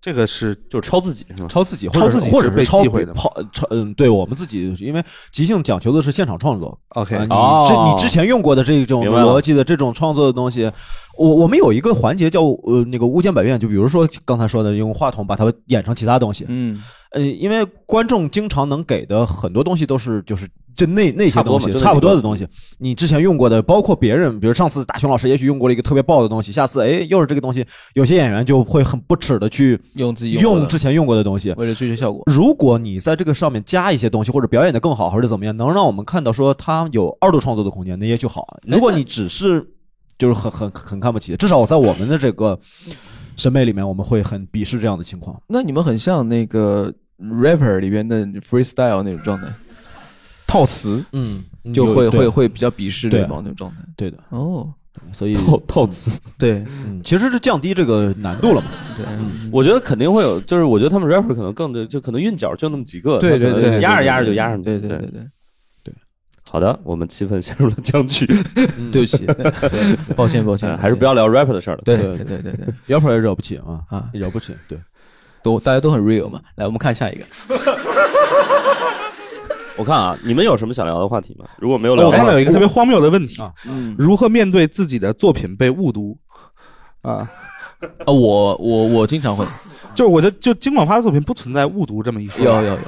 Speaker 5: 这个是
Speaker 1: 就是抄自己是吗？
Speaker 3: 嗯抄自己，
Speaker 5: 抄
Speaker 3: 或者
Speaker 5: 自己
Speaker 3: 或者
Speaker 5: 是被
Speaker 3: 抄
Speaker 5: 忌讳的
Speaker 3: 抛抄嗯，对我们自己，因为即兴讲求的是现场创作。
Speaker 5: OK，、哎
Speaker 3: 啊你
Speaker 1: 哦
Speaker 3: 这你之前用过的这种
Speaker 1: 明白了
Speaker 3: 逻辑的这种创作的东西，我我们有一个环节叫呃那个物件百院，就比如说刚才说的用话筒把它演成其他东西，
Speaker 2: 嗯，
Speaker 3: 呃，因为观众经常能给的很多东西都是就是这那那
Speaker 1: 差
Speaker 3: 些
Speaker 1: 不多
Speaker 3: 东
Speaker 1: 嘛
Speaker 3: 西
Speaker 1: 就那
Speaker 3: 差不
Speaker 1: 几个
Speaker 3: 多的东西，你之前用过的，包括别人，比如上次大熊老师也许用过了一个特别爆的东西，下次哎又是这个东西，有些演员就会很不耻的去
Speaker 2: 用自己用
Speaker 3: 用
Speaker 2: 过的
Speaker 3: 之前用过的东西，
Speaker 2: 为了追求效果。
Speaker 3: 如果你在这个上面加一些东西，或者表演的更好，或者怎么样，能让我们看到说他有二度创作的空间，那也就好。如果你只是就是很很很看不起，至少我在我们的这个
Speaker 8: 嗯
Speaker 3: 审美里面，我们会很鄙视这样的情况。
Speaker 2: 那你们很像那个 rapper 里边的 freestyle 那种状态，套词
Speaker 3: 嗯，
Speaker 2: 就会
Speaker 3: 对
Speaker 2: 会会比较鄙视
Speaker 3: 对
Speaker 2: 对方那种状态。
Speaker 3: 对的，
Speaker 2: 哦，
Speaker 3: 所以
Speaker 1: 套套词，
Speaker 2: 对
Speaker 3: 嗯，其实是降低这个难度了
Speaker 8: 嗯
Speaker 3: 嘛。
Speaker 2: 对
Speaker 1: 我觉得肯定会有，就是我觉得他们 rapper 可能更就就可能韵脚就那么几个，
Speaker 2: 对
Speaker 1: 他可
Speaker 2: 对
Speaker 1: 能
Speaker 2: 对，
Speaker 1: 压着压着就压上去。
Speaker 2: 对对对对，
Speaker 1: 好的，我们气氛陷入了僵局，呃
Speaker 2: 对不起，抱歉抱歉
Speaker 1: 哎嗯，还是不要聊 rapper 的事儿了。
Speaker 2: 对
Speaker 3: 对
Speaker 2: 对对对对
Speaker 3: 要不然也惹不起啊
Speaker 2: 啊
Speaker 3: 也惹不起。对，
Speaker 8: 都大家都很 real 嘛。来，我们看下一个。
Speaker 1: 我看啊，你们有什么想聊的话题吗？如果没有聊啊的
Speaker 5: 我
Speaker 1: 话，
Speaker 5: 看到有一个特别荒谬的问题，
Speaker 8: 嗯，
Speaker 5: 如何面对自己的作品被误读？啊，
Speaker 8: 啊，我我我 经常会
Speaker 5: 就是我觉得就金广发的作品不存在误读这么一说，啊
Speaker 8: 有有有，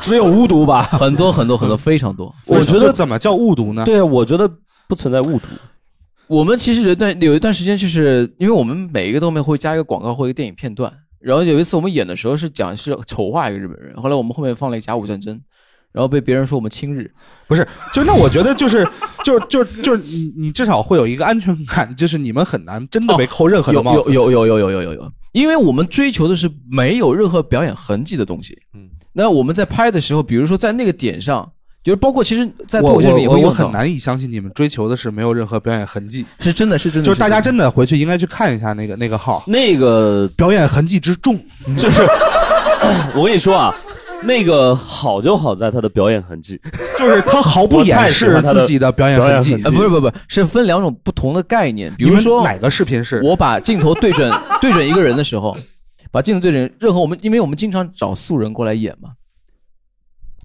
Speaker 3: 只有无毒吧？
Speaker 8: 很多很多很多，非常多。
Speaker 1: 我觉
Speaker 5: 就
Speaker 1: 得
Speaker 5: 怎么叫误读呢？
Speaker 1: 对啊，我觉得不存在误读。
Speaker 8: 我们其实有一段有一段时间，就是因为我们每一个动漫会加一个广告或一个电影片段。然后有一次我们演的时候是讲是丑化一个日本人，后来我们后面放了一个甲午战争，然后被别人说我们亲日。
Speaker 5: 不是，就那我觉得就是，就就就是你你至少会有一个安全感，就是你们很难真的被扣任何的
Speaker 8: 有
Speaker 5: 帽子。
Speaker 8: 有有有有有有有有，因为我们追求的是没有任何表演痕迹的东西。嗯，那我们在拍的时候，比如说在那个点上，就是包括其实，在脱
Speaker 5: 我
Speaker 8: 口秀里
Speaker 5: 我
Speaker 8: 面也
Speaker 5: 我
Speaker 8: 会
Speaker 5: 我
Speaker 8: 用
Speaker 5: 很
Speaker 8: 到，
Speaker 5: 难以相信你们追求的是没有任何表演痕迹，
Speaker 8: 是真的是真的，
Speaker 5: 就是大家
Speaker 8: 真
Speaker 5: 真的回去应该去看一下那个那个号，
Speaker 1: 那个
Speaker 5: 表演痕迹之重，
Speaker 1: 就是我跟你说啊，那个好就好在他的表演痕迹，
Speaker 5: 就是他毫不掩饰自己的表演痕迹
Speaker 1: 我太喜欢他的表演痕迹。
Speaker 8: 的呃不是不是不是是分两种不同的概念，比
Speaker 5: 你
Speaker 8: 如
Speaker 5: 们
Speaker 8: 说
Speaker 5: 哪个视频是？
Speaker 8: 我把镜头对准对准一个人的时候，把镜头对准任何我们，因为我们经常找素人过来演嘛，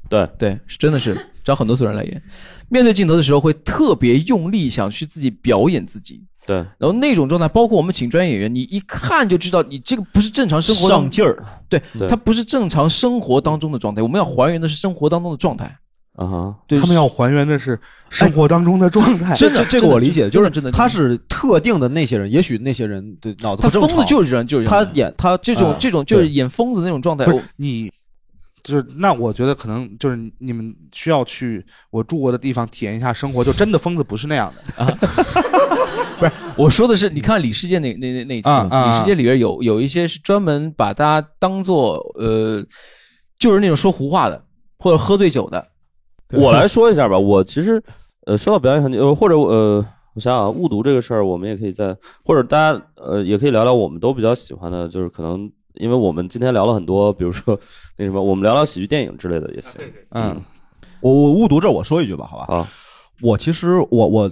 Speaker 1: 对，
Speaker 8: 对，是真的是找很多素人来演，面对镜头的时候会特别用力想去自己表演自己。
Speaker 1: 对，
Speaker 8: 然后那种状态，包括我们请专业演员，你一看就知道，你这个不是正常生活当
Speaker 3: 上劲儿，
Speaker 8: 对，
Speaker 1: 对
Speaker 8: 它不是正常生活当中的状态，我们要还原的是生活当中的状态。
Speaker 1: 啊哈，
Speaker 8: 对，
Speaker 5: 他们要还原的是
Speaker 8: 哎
Speaker 5: 生活当中的状态。
Speaker 8: 真的，
Speaker 3: 这个我理解，就是
Speaker 8: 真的，
Speaker 3: 他是特定的那些人，也许那些人的脑子
Speaker 8: 他
Speaker 3: 不正
Speaker 8: 疯
Speaker 3: 常
Speaker 8: 子就是这样，就是这
Speaker 3: 他
Speaker 8: 样
Speaker 3: 演他
Speaker 8: 这种
Speaker 3: 嗯
Speaker 8: 这种就是演疯子那种状态。
Speaker 5: 不
Speaker 8: 我
Speaker 5: 是你，就是那我觉得可能就是你们需要去我住过的地方体验一下生活，就真的疯子不是那样的。
Speaker 8: 我说的是，你看李世界那那那那一期
Speaker 5: 啊啊
Speaker 8: 嘛，李世界里边有有一些是专门把大家当做呃，就是那种说胡话的或者喝醉酒的，
Speaker 1: 我来说一下吧。我其实呃，说到表演痕迹，呃，或者呃，我想想啊，误读这个事儿，我们也可以在，或者大家呃，也可以聊聊我们都比较喜欢的，就是可能。因为我们今天聊了很多，比如说那什么，我们聊聊喜剧电影之类的也行
Speaker 5: 嗯，
Speaker 3: 我我误读这我说一句吧，好吧？
Speaker 1: 啊。
Speaker 3: 我其实我我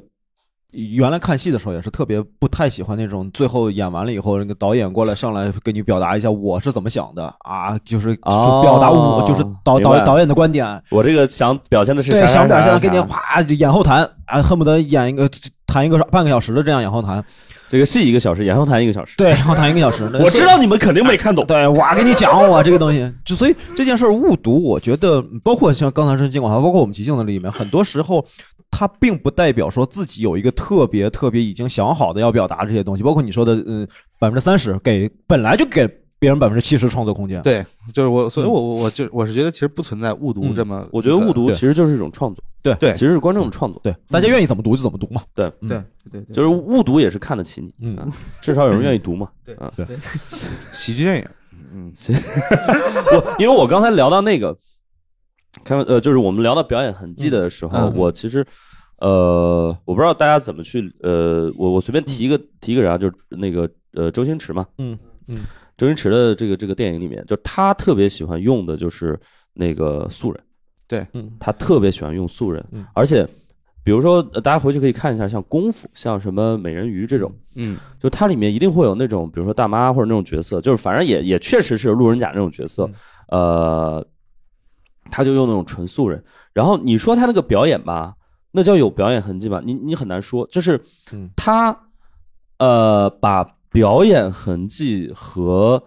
Speaker 3: 原来看戏的时候也是特别不太喜欢那种最后演完了以后，那个导演过来上来给你表达一下我是怎么想的啊，就是
Speaker 1: 哦
Speaker 3: 就表达我、就是导
Speaker 1: 明白
Speaker 3: 导导演的观点，
Speaker 1: 我这个想表现的啊是啥
Speaker 3: 对，
Speaker 1: 啥啥
Speaker 3: 想表现
Speaker 1: 啥
Speaker 3: 的给你哗就演后谈啊，恨不得演一个谈一个半个小时的这样演后谈，
Speaker 1: 这个戏一个小时，演后谈一个小时。
Speaker 3: 对，后谈一个小时，
Speaker 1: 我知道你们肯定没看懂。
Speaker 3: 对，我跟你讲，啊我这个东 西，之所以这件事儿误读，我觉得包括像刚才说金广华，包括我们即兴的里面，很多时候它并不代表说自己有一个特别特别已经想好的要表达这些东西，包括你说的，嗯，百分之三十给本来就给别人百分之七十创作空间，
Speaker 5: 对，就是我，
Speaker 8: 嗯
Speaker 5: 所以我我我就我是觉得其实不存在误读
Speaker 3: 嗯
Speaker 5: 这么一个，
Speaker 1: 我觉得误读其实就是一种创作，
Speaker 3: 对
Speaker 5: 对
Speaker 1: 其实是观众的创作，
Speaker 3: 对，大家愿意怎么读就怎么读嘛，
Speaker 8: 对对对，
Speaker 1: 就是误读也是看得起你，
Speaker 3: 嗯
Speaker 1: 啊，至少有人愿意读嘛，对啊，
Speaker 5: 喜剧电影，
Speaker 1: 嗯，行，我 因为我刚才聊到那个，开玩呃，就是我们聊到表演痕迹的时候，
Speaker 8: 嗯嗯
Speaker 1: 我其实。呃，我不知道大家怎么去，呃，我我随便提一个提一个人啊，就是那个呃周星驰嘛，
Speaker 3: 嗯嗯，
Speaker 1: 周星驰的这个这个电影里面，就他特别喜欢用的就是那个素人，
Speaker 3: 嗯
Speaker 1: 他特别喜欢用素人，
Speaker 3: 嗯
Speaker 1: 而且比如说、呃大家回去可以看一下，像功夫，像什么美人鱼这种，
Speaker 5: 嗯，
Speaker 1: 就它里面一定会有那种，比如说大妈或者那种角色，就是反正也也确实是路人甲那种角色，
Speaker 3: 嗯
Speaker 1: 呃，他就用那种纯素人。然后你说他那个表演吧，那叫有表演痕迹吧？你你很难说，就是
Speaker 3: 嗯
Speaker 1: 他呃把表演痕迹和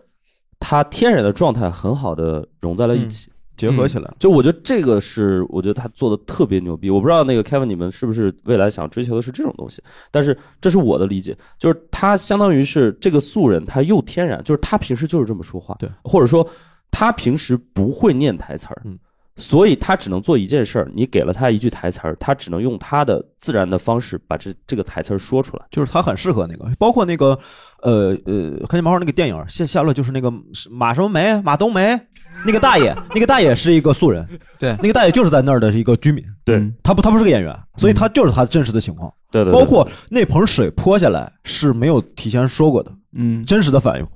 Speaker 1: 他天然的状态很好的融在了
Speaker 3: 嗯
Speaker 1: 一起。
Speaker 3: 结合起来，
Speaker 1: 就我觉得这个是，我觉得他做的特别牛逼。我不知道那个 Kevin 你们是不是未来想追求的是这种东西，但是这是我的理解，就是他相当于是这个素人，他又天然，就是他平时就是这么说话，
Speaker 3: 对，
Speaker 1: 或者说他平时不会念台词儿，
Speaker 3: 嗯，
Speaker 1: 所以他只能做一件事儿，你给了他一句台词儿，他只能用他的自然的方式把这这个台词儿说出来。
Speaker 3: 就是他很适合那个，包括那个，呃呃，看见漫画那个电影，夏夏洛就是那个是马什么梅，马冬梅，那个大爷，那个大爷是一个素人，
Speaker 8: 对
Speaker 3: 那个大爷就是在那儿的一个居民，
Speaker 1: 对
Speaker 3: 他不他不是个演员，
Speaker 8: 嗯
Speaker 3: 所以他就是他真实的情况，
Speaker 1: 对对
Speaker 3: 嗯包括那盆水泼下来是没有提前说过的，
Speaker 8: 嗯，
Speaker 3: 真实的反应。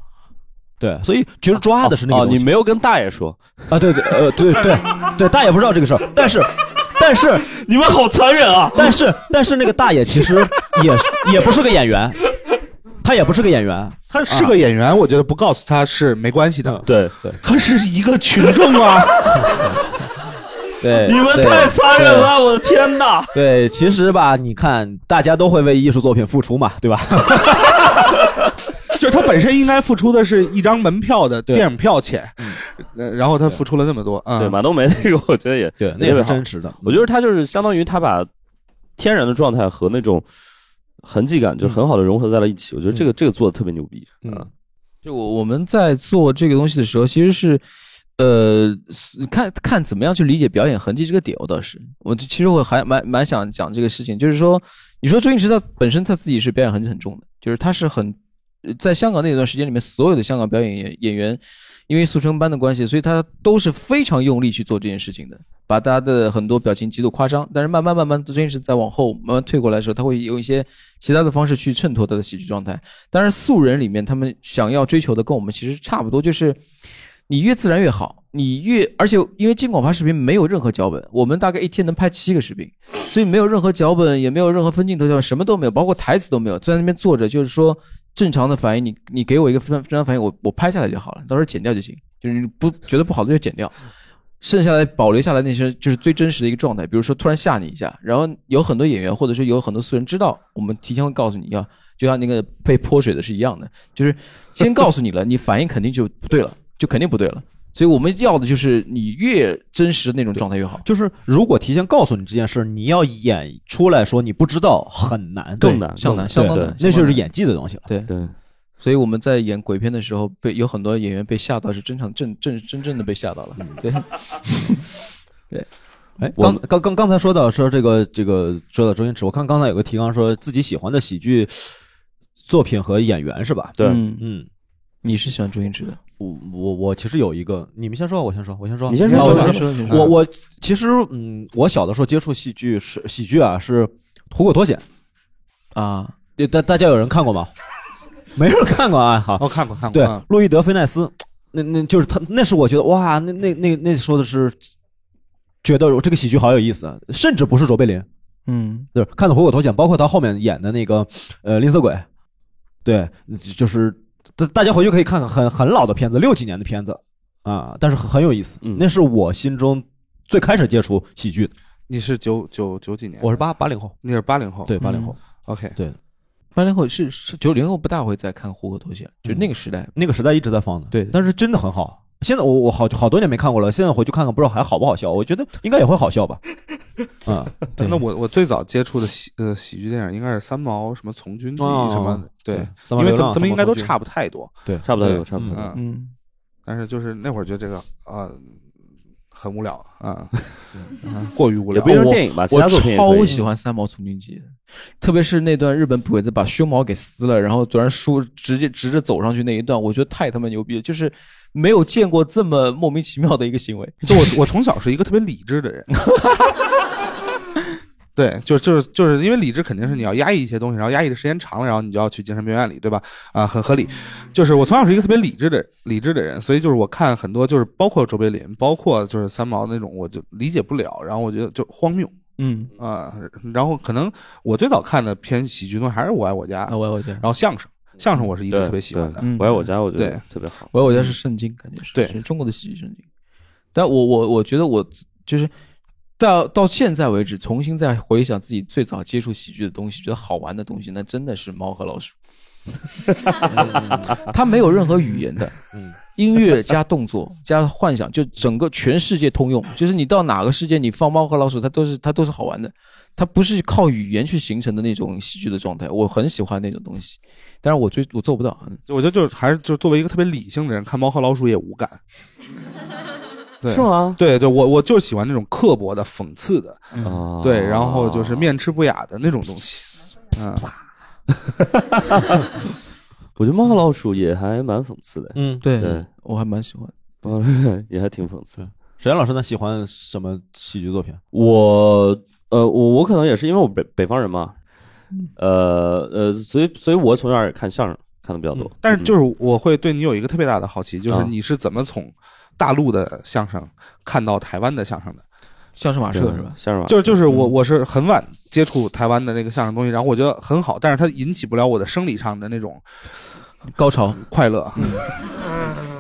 Speaker 3: 对，所以其实抓的是那个
Speaker 1: 哦，
Speaker 3: 东
Speaker 1: 你
Speaker 3: 西
Speaker 1: 没有跟大爷说，
Speaker 3: 啊，对对呃对 对对，大爷不知道这个事儿，但是但是
Speaker 1: 你们好残忍啊！
Speaker 3: 但是但是那个大爷其实也也不是个演员，他也不是个演员，
Speaker 5: 他是个演员，我觉得不告诉他是没关系的。
Speaker 3: 啊
Speaker 1: 对对，
Speaker 5: 他是一个群众啊。
Speaker 3: 对，
Speaker 1: 你们
Speaker 3: 对
Speaker 1: 太残忍了，我的天哪！
Speaker 3: 对，其实吧，你看，大家都会为艺术作品付出嘛，对吧？
Speaker 5: 就是他本身应该付出的是一张门票的电影票钱，呃然后他付出了那么多啊。
Speaker 1: 对，马冬梅那个，我觉得也
Speaker 3: 对，
Speaker 1: 那
Speaker 3: 那
Speaker 1: 也
Speaker 3: 也
Speaker 1: 是
Speaker 3: 是
Speaker 1: 真
Speaker 3: 真实的。
Speaker 1: 我觉得他就是相当于他把天然的状态和那种痕迹感就很好的融合在了一起。我觉得这个这个做的特别牛逼。
Speaker 3: 嗯
Speaker 1: 啊
Speaker 2: 就我我们在做这个东西的时候，其实是，呃，是看看怎么样去理解表演痕迹这个点。我倒是，我就其实我还蛮蛮想讲这个事情，就是说，你说周星驰他本身他自己是表演痕迹很重的，就是他是很，呃在香港那段时间里面，所有的香港表演演演员，因为速成班的关系，所以他都是非常用力去做这件事情的，把大家的很多表情极度夸张。但是慢慢慢慢，周星驰在往后慢慢退过来的时候，他会用一些其他的方式去衬托他的喜剧状态。但是素人里面，他们想要追求的跟我们其实差不多，就是你越自然越好，你越而且因为金广发视频没有任何脚本，我们大概一天能拍七个视频，所以没有任何脚本，也没有任何分镜头条，什么都没有，包括台词都没有，在那边坐着，就是说正常的反应，你你给我一个正常正常反应，我我拍下来就好了，到时候剪掉就行，就是你不觉得不好的就剪掉。剩下来保留下来那些就是最真实的一个状态，比如说突然吓你一下，然后有很多演员或者说有很多素人知道，我们提前会告诉你要，就像那个被泼水的是一样的，就是先告诉你了，你反应肯定就不对了，就肯定不对了。所以我们要的就是你越真实的那种状态越好。
Speaker 3: 就是如果提前告诉你这件事，你要演出来说你不知道很难，
Speaker 1: 更难
Speaker 2: 相当
Speaker 1: 更
Speaker 2: 相当
Speaker 1: 对
Speaker 2: 难，
Speaker 3: 那就是
Speaker 2: 演。
Speaker 3: 演技的东西了。
Speaker 2: 对，
Speaker 1: 对，
Speaker 2: 所以我们在演鬼片的时候，被有很多演员被吓到，是真常正正真正的被吓到了。对，
Speaker 3: 哎，
Speaker 1: 嗯我
Speaker 3: 刚刚刚刚才说到说这个这个说到周星驰，我看刚才有个提纲说自己喜欢的喜剧作品和演员是吧？
Speaker 1: 对
Speaker 2: 嗯，
Speaker 3: 嗯，
Speaker 2: 你是喜欢周星驰的？
Speaker 3: 我我我其实有一个，你们先说，我先说，我先说，
Speaker 1: 你先
Speaker 3: 啊
Speaker 1: 说
Speaker 3: 我
Speaker 1: 吧
Speaker 3: 先
Speaker 1: 先
Speaker 3: 说
Speaker 2: 说，
Speaker 5: 嗯
Speaker 2: 你
Speaker 3: 我我其实嗯，我小的时候接触戏剧是喜剧啊，是《虎口脱险
Speaker 2: 啊，》，
Speaker 3: 大大家有人看过吗？没人看过啊，好，
Speaker 5: 我看过看过。
Speaker 3: 对
Speaker 5: 嗯，
Speaker 3: 路易德·菲奈斯，那那就是他，那是我觉得哇，那那那那说的是，觉得我这个喜剧好有意思，甚至不是卓别林，
Speaker 2: 嗯，
Speaker 3: 就是看的《虎口脱险》，包括他后面演的那个呃《吝啬鬼》，对，就是大大家回去可以看看，很很老的片子，六几年的片子啊，但是很很有意思，
Speaker 1: 嗯
Speaker 3: 那是我心中最开始接触喜剧的，
Speaker 5: 你是九九九几年？
Speaker 3: 我是，八八零后，
Speaker 5: 你是八零后。
Speaker 3: 对，八零
Speaker 2: 嗯
Speaker 3: 后，
Speaker 5: ，OK，
Speaker 2: 八零后是是九零后不大会再看《虎口脱险》，就那个时代。
Speaker 3: 那个时代一直在放的，
Speaker 2: 对
Speaker 3: 但是真的很好。现在我我好好多年没看过了，现在回去看看，不知道还好不好笑。我觉得应该也会好笑吧，啊、
Speaker 2: 对
Speaker 5: 那我我最早接触的喜呃喜剧电影应该是三毛什么从军记
Speaker 3: 哦
Speaker 5: 什么的， 对，
Speaker 3: 三毛
Speaker 5: 因为
Speaker 3: 流
Speaker 5: 咱
Speaker 3: 浪
Speaker 5: 咱们应该都差
Speaker 3: 三毛
Speaker 5: 不太多，
Speaker 1: 差不多有，
Speaker 5: 对
Speaker 1: 差不多有。
Speaker 5: 嗯，
Speaker 2: 嗯，
Speaker 5: 但是就是那会儿觉得这个呃很无聊啊，嗯过于无
Speaker 1: 也
Speaker 5: 聊
Speaker 1: 不。一定是电影吧，其
Speaker 2: 我
Speaker 1: 他作品也可
Speaker 2: 超
Speaker 1: 以
Speaker 2: 喜欢三毛从军记的，特别是那段日本鬼子把胸毛给撕了，然后突然梳直接直着走上去那一段，我觉得太他妈牛逼了，就是没有见过这么莫名其妙的一个行为。
Speaker 5: 就我我从小是一个特别理智的人。对，就就是就是因为理智肯定是你要压抑一些东西，然后压抑的时间长了，然后你就要去精神病院里，对吧？啊，很合理。
Speaker 2: 嗯
Speaker 5: 就是我从小是一个特别理智的理智的人，所以就是我看很多就是包括卓别林，包括就是三毛那种，我就理解不了，然后我觉得就荒谬
Speaker 2: 嗯，
Speaker 5: 啊、然后可能我最早看的偏喜剧东西还是《我爱我家》
Speaker 2: 啊那我爱我家
Speaker 5: 然，后相声，相声我是一直
Speaker 1: 对
Speaker 5: 特别喜欢的
Speaker 2: 哦对。嗯
Speaker 1: 我爱我家，我觉得
Speaker 5: 对
Speaker 1: 特别好。
Speaker 2: 我爱我家是圣经，感觉是
Speaker 5: 对
Speaker 2: 是中国的喜剧圣经。但我我我觉得我就是到到现在为止，重新再回想自己最早接触喜剧的东西，觉得好玩的东西，那真的是猫和老鼠。 它没有任何语言的，音乐加动作加幻想，就整个全世界通用。就是你到哪个世界，你放猫和老鼠，它都是它都是好玩的。它不是靠语言去形成的那种喜剧的状态，我很喜欢那种东西，但是我追我做不到。嗯
Speaker 5: 就我觉得就是还是就作为一个特别理性的人，看《猫和老鼠》也 无感。对，
Speaker 1: 是吗？
Speaker 5: 对对，我我就喜欢那种刻薄的、讽刺的，
Speaker 1: 啊，
Speaker 5: 对，然后就是面吃不雅的那种东西。嗯，
Speaker 1: 我觉得猫和老鼠也还蛮讽刺的，
Speaker 3: 嗯，
Speaker 2: 对
Speaker 1: 对
Speaker 2: 我还蛮喜欢。
Speaker 1: 猫和老鼠也 还挺讽刺的。
Speaker 3: 沈岩老师呢，喜欢什么喜剧作品？
Speaker 1: 我呃，我我可能也是因为我北北方人嘛，呃呃，所以所以我从小也看相声看的比较多，
Speaker 5: 嗯
Speaker 1: 嗯
Speaker 5: 但是就是是我会对你有一个特别大的好奇，就是
Speaker 1: 啊
Speaker 5: 你是怎么从大陆的相声看到台湾的相声的？
Speaker 1: 啊
Speaker 2: 相声马社是吧？
Speaker 1: 相声吧，
Speaker 5: 就是就是我我是很晚接触台湾的那个相声东西，然后我觉得很好，但是它引起不了我的生理上的那种
Speaker 8: 高潮
Speaker 5: 快乐，
Speaker 1: 嗯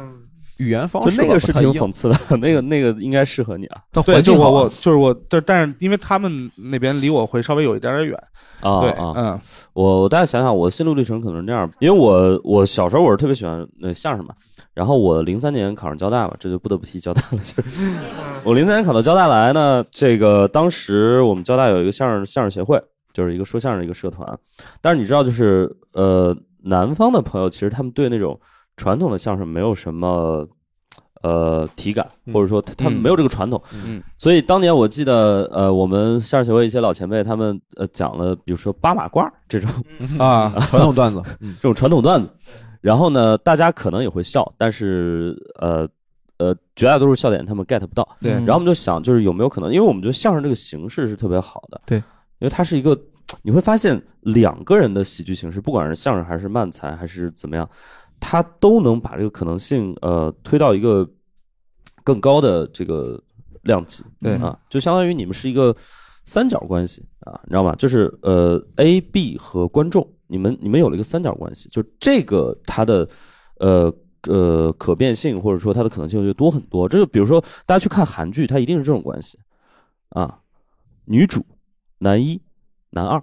Speaker 5: 语言方
Speaker 1: 就
Speaker 5: 式吧
Speaker 1: 那个是
Speaker 5: 不太
Speaker 1: 挺
Speaker 5: 一样
Speaker 1: 讽刺的， 那个那个应该适合你啊。
Speaker 5: 对，就我我就是我，但但是因为他们那边离我会稍微有一点点远
Speaker 1: 啊，
Speaker 5: 对，
Speaker 1: 啊
Speaker 5: 嗯，
Speaker 1: 我我大家想想，我心路历程可能是这样，因为我我小时候我是特别喜欢呃相声嘛，然后我零三年考上交大嘛，这就不得不提交大了，就是
Speaker 5: 嗯
Speaker 1: 我零三年考到交大来呢，这个当时我们交大有一个相声相声协会，就是一个说相声的一个社团，但是你知道就是呃南方的朋友其实他们对那种传统的相声没有什么。呃，体感或者说他他们没有这个传统，
Speaker 5: 嗯
Speaker 1: 所以当年我记得，呃，我们相声协会一些老前辈他们呃讲了，比如说八马褂这种
Speaker 5: 啊
Speaker 1: 传统
Speaker 5: 段子，
Speaker 3: 嗯
Speaker 1: 这种传统段子。然后呢，大家可能也会笑，但是呃呃，绝大多数笑点他们 get 不到。
Speaker 5: 对
Speaker 2: 嗯
Speaker 1: 然后我们就想，就是有没有可能，因为我们觉得相声这个形式是特别好的，
Speaker 8: 对，
Speaker 1: 因为它是一个，你会发现两个人的喜剧形式，不管是相声还是漫才还是怎么样，它都能把这个可能性呃推到一个更高的这个量级，
Speaker 5: 对
Speaker 1: 啊，就相当于你们是一个三角关系啊，你知道吗？就是呃，A、B 和观众，你们你们有了一个三角关系，就这个它的呃呃可变性或者说它的可能性就多很多。这就比如说大家去看韩剧，它一定是这种关系啊，女主、男一、男二。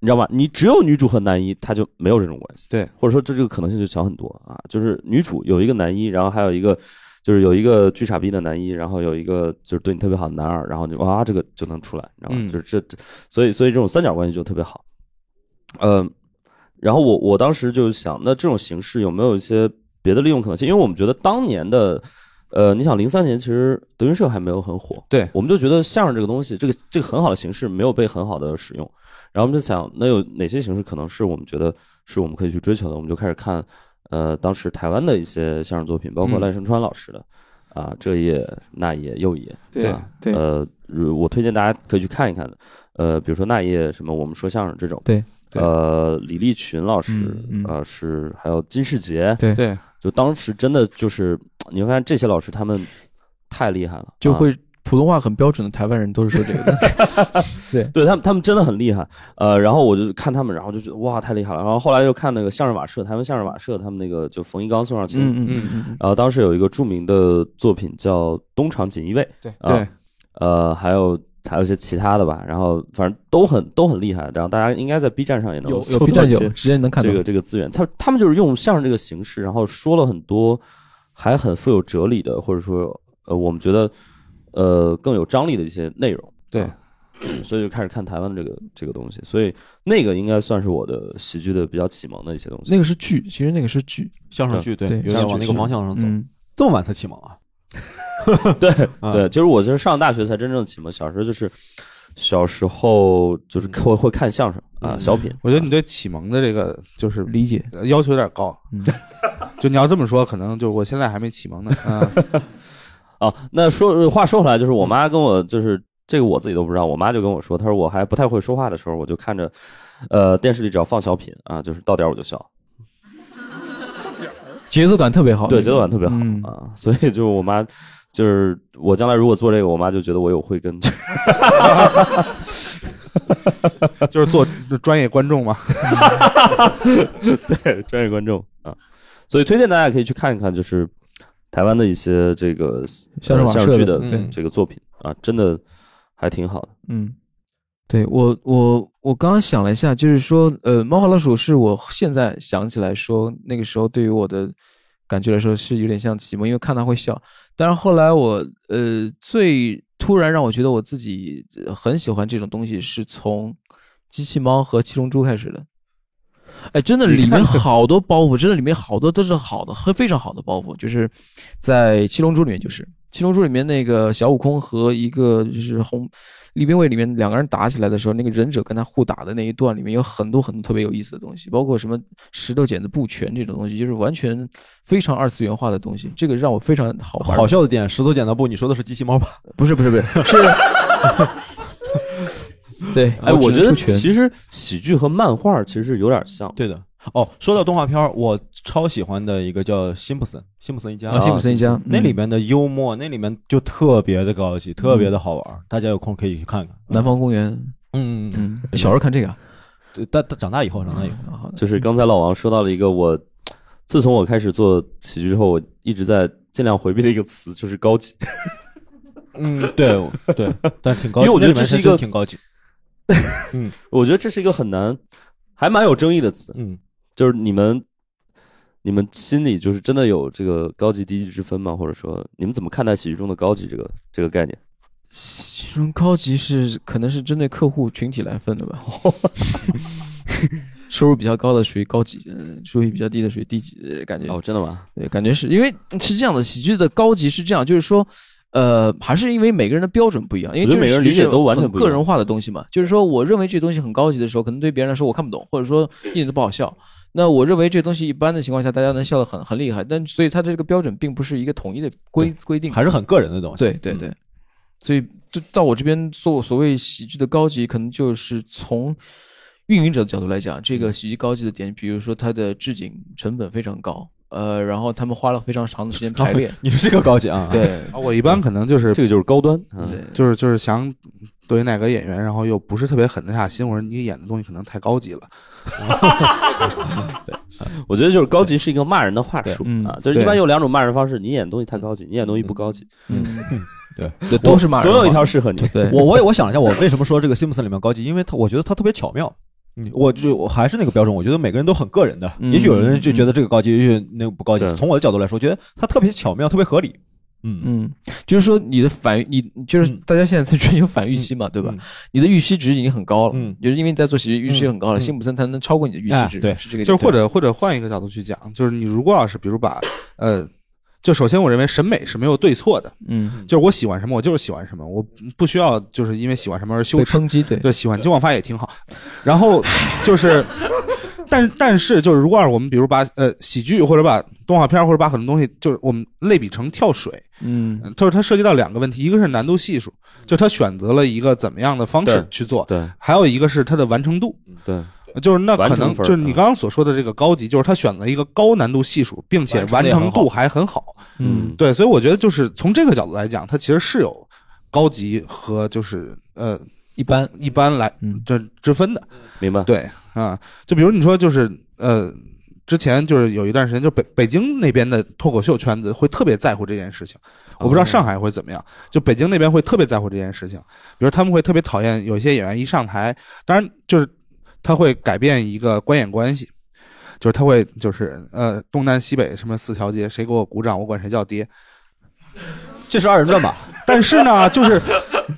Speaker 1: 你知道吧？你只有女主和男一，他就没有这种关系。
Speaker 5: 对，
Speaker 1: 或者说这这个可能性就小很多啊。就是女主有一个男一，然后还有一个就是有一个巨傻逼的男一，然后有一个就是对你特别好的男二，然后你就哇这个就能出来，你知道吗？
Speaker 5: 嗯
Speaker 1: 就是这，这所以所以这种三角关系就特别好。嗯，然后我我当时就想，那这种形式有没有一些别的利用可能性？因为我们觉得当年的，呃，你想零三年其实德云社还没有很火，
Speaker 5: 对，
Speaker 1: 我们就觉得相声这个东西，这个这个很好的形式没有被很好的使用，然后我们就想，那有哪些形式可能是我们觉得是我们可以去追求的？我们就开始看，呃，当时台湾的一些相声作品，包括
Speaker 5: 嗯
Speaker 1: 赖声川老师的。啊，这一页、那一页、又一页，
Speaker 5: 对
Speaker 1: 啊
Speaker 8: 对
Speaker 1: 呃，如我推荐大家可以去看一看的，呃，比如说那一页什么，我们说相声这种，
Speaker 8: 对，
Speaker 5: 对
Speaker 1: 呃，李立群老师
Speaker 8: 嗯，嗯
Speaker 1: 呃，是还有金世杰，
Speaker 8: 对
Speaker 5: 对，
Speaker 1: 就当时真的就是，你会发现这些老师他们太厉害了，
Speaker 8: 就
Speaker 1: 啊
Speaker 8: 会普通话很标准的台湾人都是说这个的。
Speaker 1: 对他们，他们真的很厉害。呃，然后我就看他们，然后就觉得哇，太厉害了。然后后来又看那个相声瓦舍，台湾相声瓦舍，他们那个就冯一刚、宋少卿，
Speaker 8: 嗯嗯嗯嗯，
Speaker 1: 然后当时有一个著名的作品叫《东厂锦衣卫》，
Speaker 8: 对
Speaker 1: 啊
Speaker 5: 对
Speaker 1: 呃，还有还有一些其他的吧，然后反正都很都很厉害。然后大家应该在 B 站上也能
Speaker 8: 有
Speaker 1: 搜
Speaker 8: 有
Speaker 1: 到
Speaker 8: B 站
Speaker 1: 一
Speaker 8: 有
Speaker 1: 些，
Speaker 8: 直接能看到
Speaker 1: 这。个这个资源，他他们就是用相声这个形式，然后说了很多还很富有哲理的，或者说呃，我们觉得呃更有张力的一些内容。
Speaker 5: 对
Speaker 1: 啊，所以就开始看台湾的这个这个东西，所以那个应该算是我的喜剧的比较启蒙的一些东西。
Speaker 8: 那个是剧，其实那个是剧。
Speaker 3: 相声剧对，
Speaker 8: 对
Speaker 3: 有点往那个方向上走。
Speaker 8: 嗯，
Speaker 3: 这么晚才启蒙啊？
Speaker 1: 对
Speaker 3: 啊
Speaker 1: 对，就是我就是上大学才真正启蒙，小时候就是小时候就是会会看相声啊，小品。
Speaker 5: 我觉得你对启蒙的这个就是
Speaker 8: 理解。
Speaker 5: 呃要求有点高
Speaker 8: 嗯，
Speaker 5: 就你要这么说，可能就我现在还没启蒙呢，嗯，
Speaker 1: 哦，那说话说回来，就是我妈跟我就是这个我自己都不知道，我妈就跟我说，她说我还不太会说话的时候，我就看着，呃，电视里只要放小品啊，就是到点儿我就笑，
Speaker 8: 节奏感特别好。
Speaker 1: 对，节奏感特别好、
Speaker 8: 嗯
Speaker 1: 啊，所以就是我妈。就是我将来如果做这个，我妈就觉得我有慧根。
Speaker 5: 就是做专业观众嘛，
Speaker 1: 对，专业观众啊，所以推荐大家可以去看一看，就是台湾的一些这个
Speaker 8: 相声
Speaker 1: 呃
Speaker 8: 瓦
Speaker 1: 相
Speaker 8: 舍
Speaker 1: 声剧
Speaker 8: 的
Speaker 1: 的
Speaker 8: 对
Speaker 1: 这个作品啊，真的还挺好的。
Speaker 8: 嗯，对我我我刚刚想了一下，就是说，呃，《猫和老鼠》是我现在想起来说，那个时候对于我的感觉来说是有点像启蒙，因为看它会笑。但是后来我呃，最突然让我觉得我自己呃很喜欢这种东西，是从《机器猫》和《七龙珠》开始的。哎，真的，里面好多包袱，真的里面好多都是好的，非非常好的包袱，就是在《七龙珠》里面，就是《七龙珠》里面那个小悟空和一个就是红立兵卫里面两个人打起来的时候，那个忍者跟他互打的那一段里面有很多很多特别有意思的东西，包括什么石头剪子布拳这种东西，就是完全非常二次元化的东西，这个让我非常好玩。啊
Speaker 3: 好笑的点，石头剪刀布，你说的是机器猫吧？
Speaker 8: 不是不是不是是，对，
Speaker 1: 哎，我
Speaker 8: 只
Speaker 1: 觉
Speaker 8: 能
Speaker 1: 得
Speaker 8: 出拳
Speaker 1: 其实喜剧和漫画其实是有点像。
Speaker 3: 对的。哦，说到动画片儿，我超喜欢的一个叫《辛普森》，辛普森一家，
Speaker 8: 啊，辛普森一家
Speaker 3: 那里
Speaker 8: 嗯
Speaker 3: 面的幽默，那里面就特别的高级，特别的好玩儿。大家有空可以去看看。
Speaker 8: 南方公园，
Speaker 3: 嗯，嗯嗯
Speaker 8: 嗯，小时候看这个啊，
Speaker 3: 对，但但长大以后，长大以后，
Speaker 8: 啊好的
Speaker 1: 就是刚才老王说到了一个我，自从我开始做喜剧之后，我一直在尽量回避的一个词，就是高级。
Speaker 3: 嗯，对对，但挺高
Speaker 1: 因为我觉得这
Speaker 3: 那里面
Speaker 1: 是
Speaker 3: 是
Speaker 1: 一个
Speaker 3: 真挺高级。嗯，
Speaker 1: 我觉得这是一个很难，还蛮有争议的词。
Speaker 3: 嗯，
Speaker 1: 就是你们，你们心里就是真的有这个高级低级之分吗？或者说，你们怎么看待喜剧中的高级这个这个概念？
Speaker 2: 其中高级是可能是针对客户群体来分的吧， 收入比较高的属于高级，呃收入比较低的属于低级，呃感觉
Speaker 1: 哦，真的吗？
Speaker 2: 对，感觉是因为是这样的，喜剧的高级是这样，就是说，呃，还是因为每个人的标准不一样，因为
Speaker 1: 我觉得
Speaker 2: 这
Speaker 1: 每个人理解都完全
Speaker 2: 是
Speaker 1: 不一
Speaker 2: 个
Speaker 1: 样
Speaker 2: 人化的东西嘛。就是说，我认为这东西很高级的时候，可能对别人来说我看不懂，或者说一点都不好笑。那我认为这东西一般的情况下，大家能笑得很很厉害，但所以它的这个标准并不是一个统一的规规定，
Speaker 3: 还是很个人的东西。，
Speaker 2: 对对对，所以就到我这边做所谓喜剧的高级，可能就是从运营者的角度来讲，这个喜剧高级的点，比如说它的置景成本非常高，呃，然后他们花了非常长的时间排练
Speaker 3: 嗯你是这个高级 啊？，
Speaker 2: 对
Speaker 5: 啊我一般可能就是
Speaker 1: 这个就是高端。嗯，
Speaker 2: 对，
Speaker 5: 就是就是想怼哪个演员，然后又不是特别狠得下心，我说你演的东西可能太高级了。
Speaker 1: 嗯我觉得就是高级是一个骂人的话术
Speaker 2: 嗯
Speaker 1: 啊，就是一
Speaker 5: 对
Speaker 1: 般有两种骂人方式，你演东西太高级，你演东西不高级，
Speaker 2: 嗯，
Speaker 3: 对
Speaker 2: 对，都是
Speaker 8: 嗯
Speaker 2: 骂人
Speaker 1: 总
Speaker 2: 话，
Speaker 1: 有一条适合你。
Speaker 2: 对，
Speaker 3: 我我也我想了一下，我为什么说这个辛普森里面高级，因为他我觉得他特别巧妙。嗯，我就我还是那个标准，我觉得每个人都很个人的，
Speaker 2: 嗯
Speaker 3: 也许有人就觉得这个高级，也许那个不高级
Speaker 1: 对。
Speaker 3: 从我的角度来说，我觉得他特别巧妙，特别合理。嗯
Speaker 2: 嗯，就是说你的反你就是
Speaker 3: 嗯
Speaker 2: 大家现在在 追求反预期嘛，对吧？
Speaker 3: 嗯
Speaker 2: 你的预期值已经很高了，
Speaker 3: 嗯
Speaker 2: 就是因为你在做喜剧预期
Speaker 3: 嗯
Speaker 2: 很高了，
Speaker 3: 嗯
Speaker 2: 辛普森才能超过你的预期
Speaker 3: 哎
Speaker 2: 值，
Speaker 3: 对
Speaker 2: 啊是这个意思，
Speaker 5: 就是或者或者换一个角度去讲，就是你如果要是比如把呃，就首先我认为审美是没有对错的，
Speaker 2: 嗯，
Speaker 5: 就是我喜欢什么我就是喜欢什么，我不需要就是因为喜欢什么而羞
Speaker 2: 被
Speaker 5: 耻。
Speaker 2: 抨击，对，
Speaker 5: 对，喜欢金广发也挺好。然后就是， 但但是就是，如果要是我们比如把呃喜剧或者把动画片或者把很多东西，就是我们类比成跳水，
Speaker 2: 嗯
Speaker 5: 嗯就是它涉及到两个问题，一个是难度系数，就他选择了一个怎么样的方式
Speaker 1: 对
Speaker 5: 去做，
Speaker 1: 对
Speaker 5: 还有一个是它的完成度，
Speaker 1: 对，
Speaker 5: 就是那可
Speaker 1: 完成
Speaker 5: 能
Speaker 1: 分儿
Speaker 5: 就是你刚刚所说的这个高级，就是他选了一个高难度系数，并且完成度还很好。
Speaker 2: 嗯，
Speaker 5: 对，所以我觉得就是从这个角度来讲，它其实是有高级和就是呃
Speaker 2: 一般，
Speaker 5: 一般来
Speaker 2: 嗯
Speaker 5: 这之分的。
Speaker 1: 明白。
Speaker 5: 对啊，就比如你说就是呃，之前就是有一段时间，就北北京那边的脱口秀圈子会特别在乎这件事情，我
Speaker 3: 哦
Speaker 5: 不知道上海会怎么样，就北京那边会特别在乎这件事情，比如他们会特别讨厌有一些演员一上台，当然就是他会改变一个观演关系。就是他会，就是呃，东南西北什么四条街，谁给我鼓掌，我管谁叫爹。
Speaker 3: 这是二人转吧？
Speaker 5: 但是呢，就是，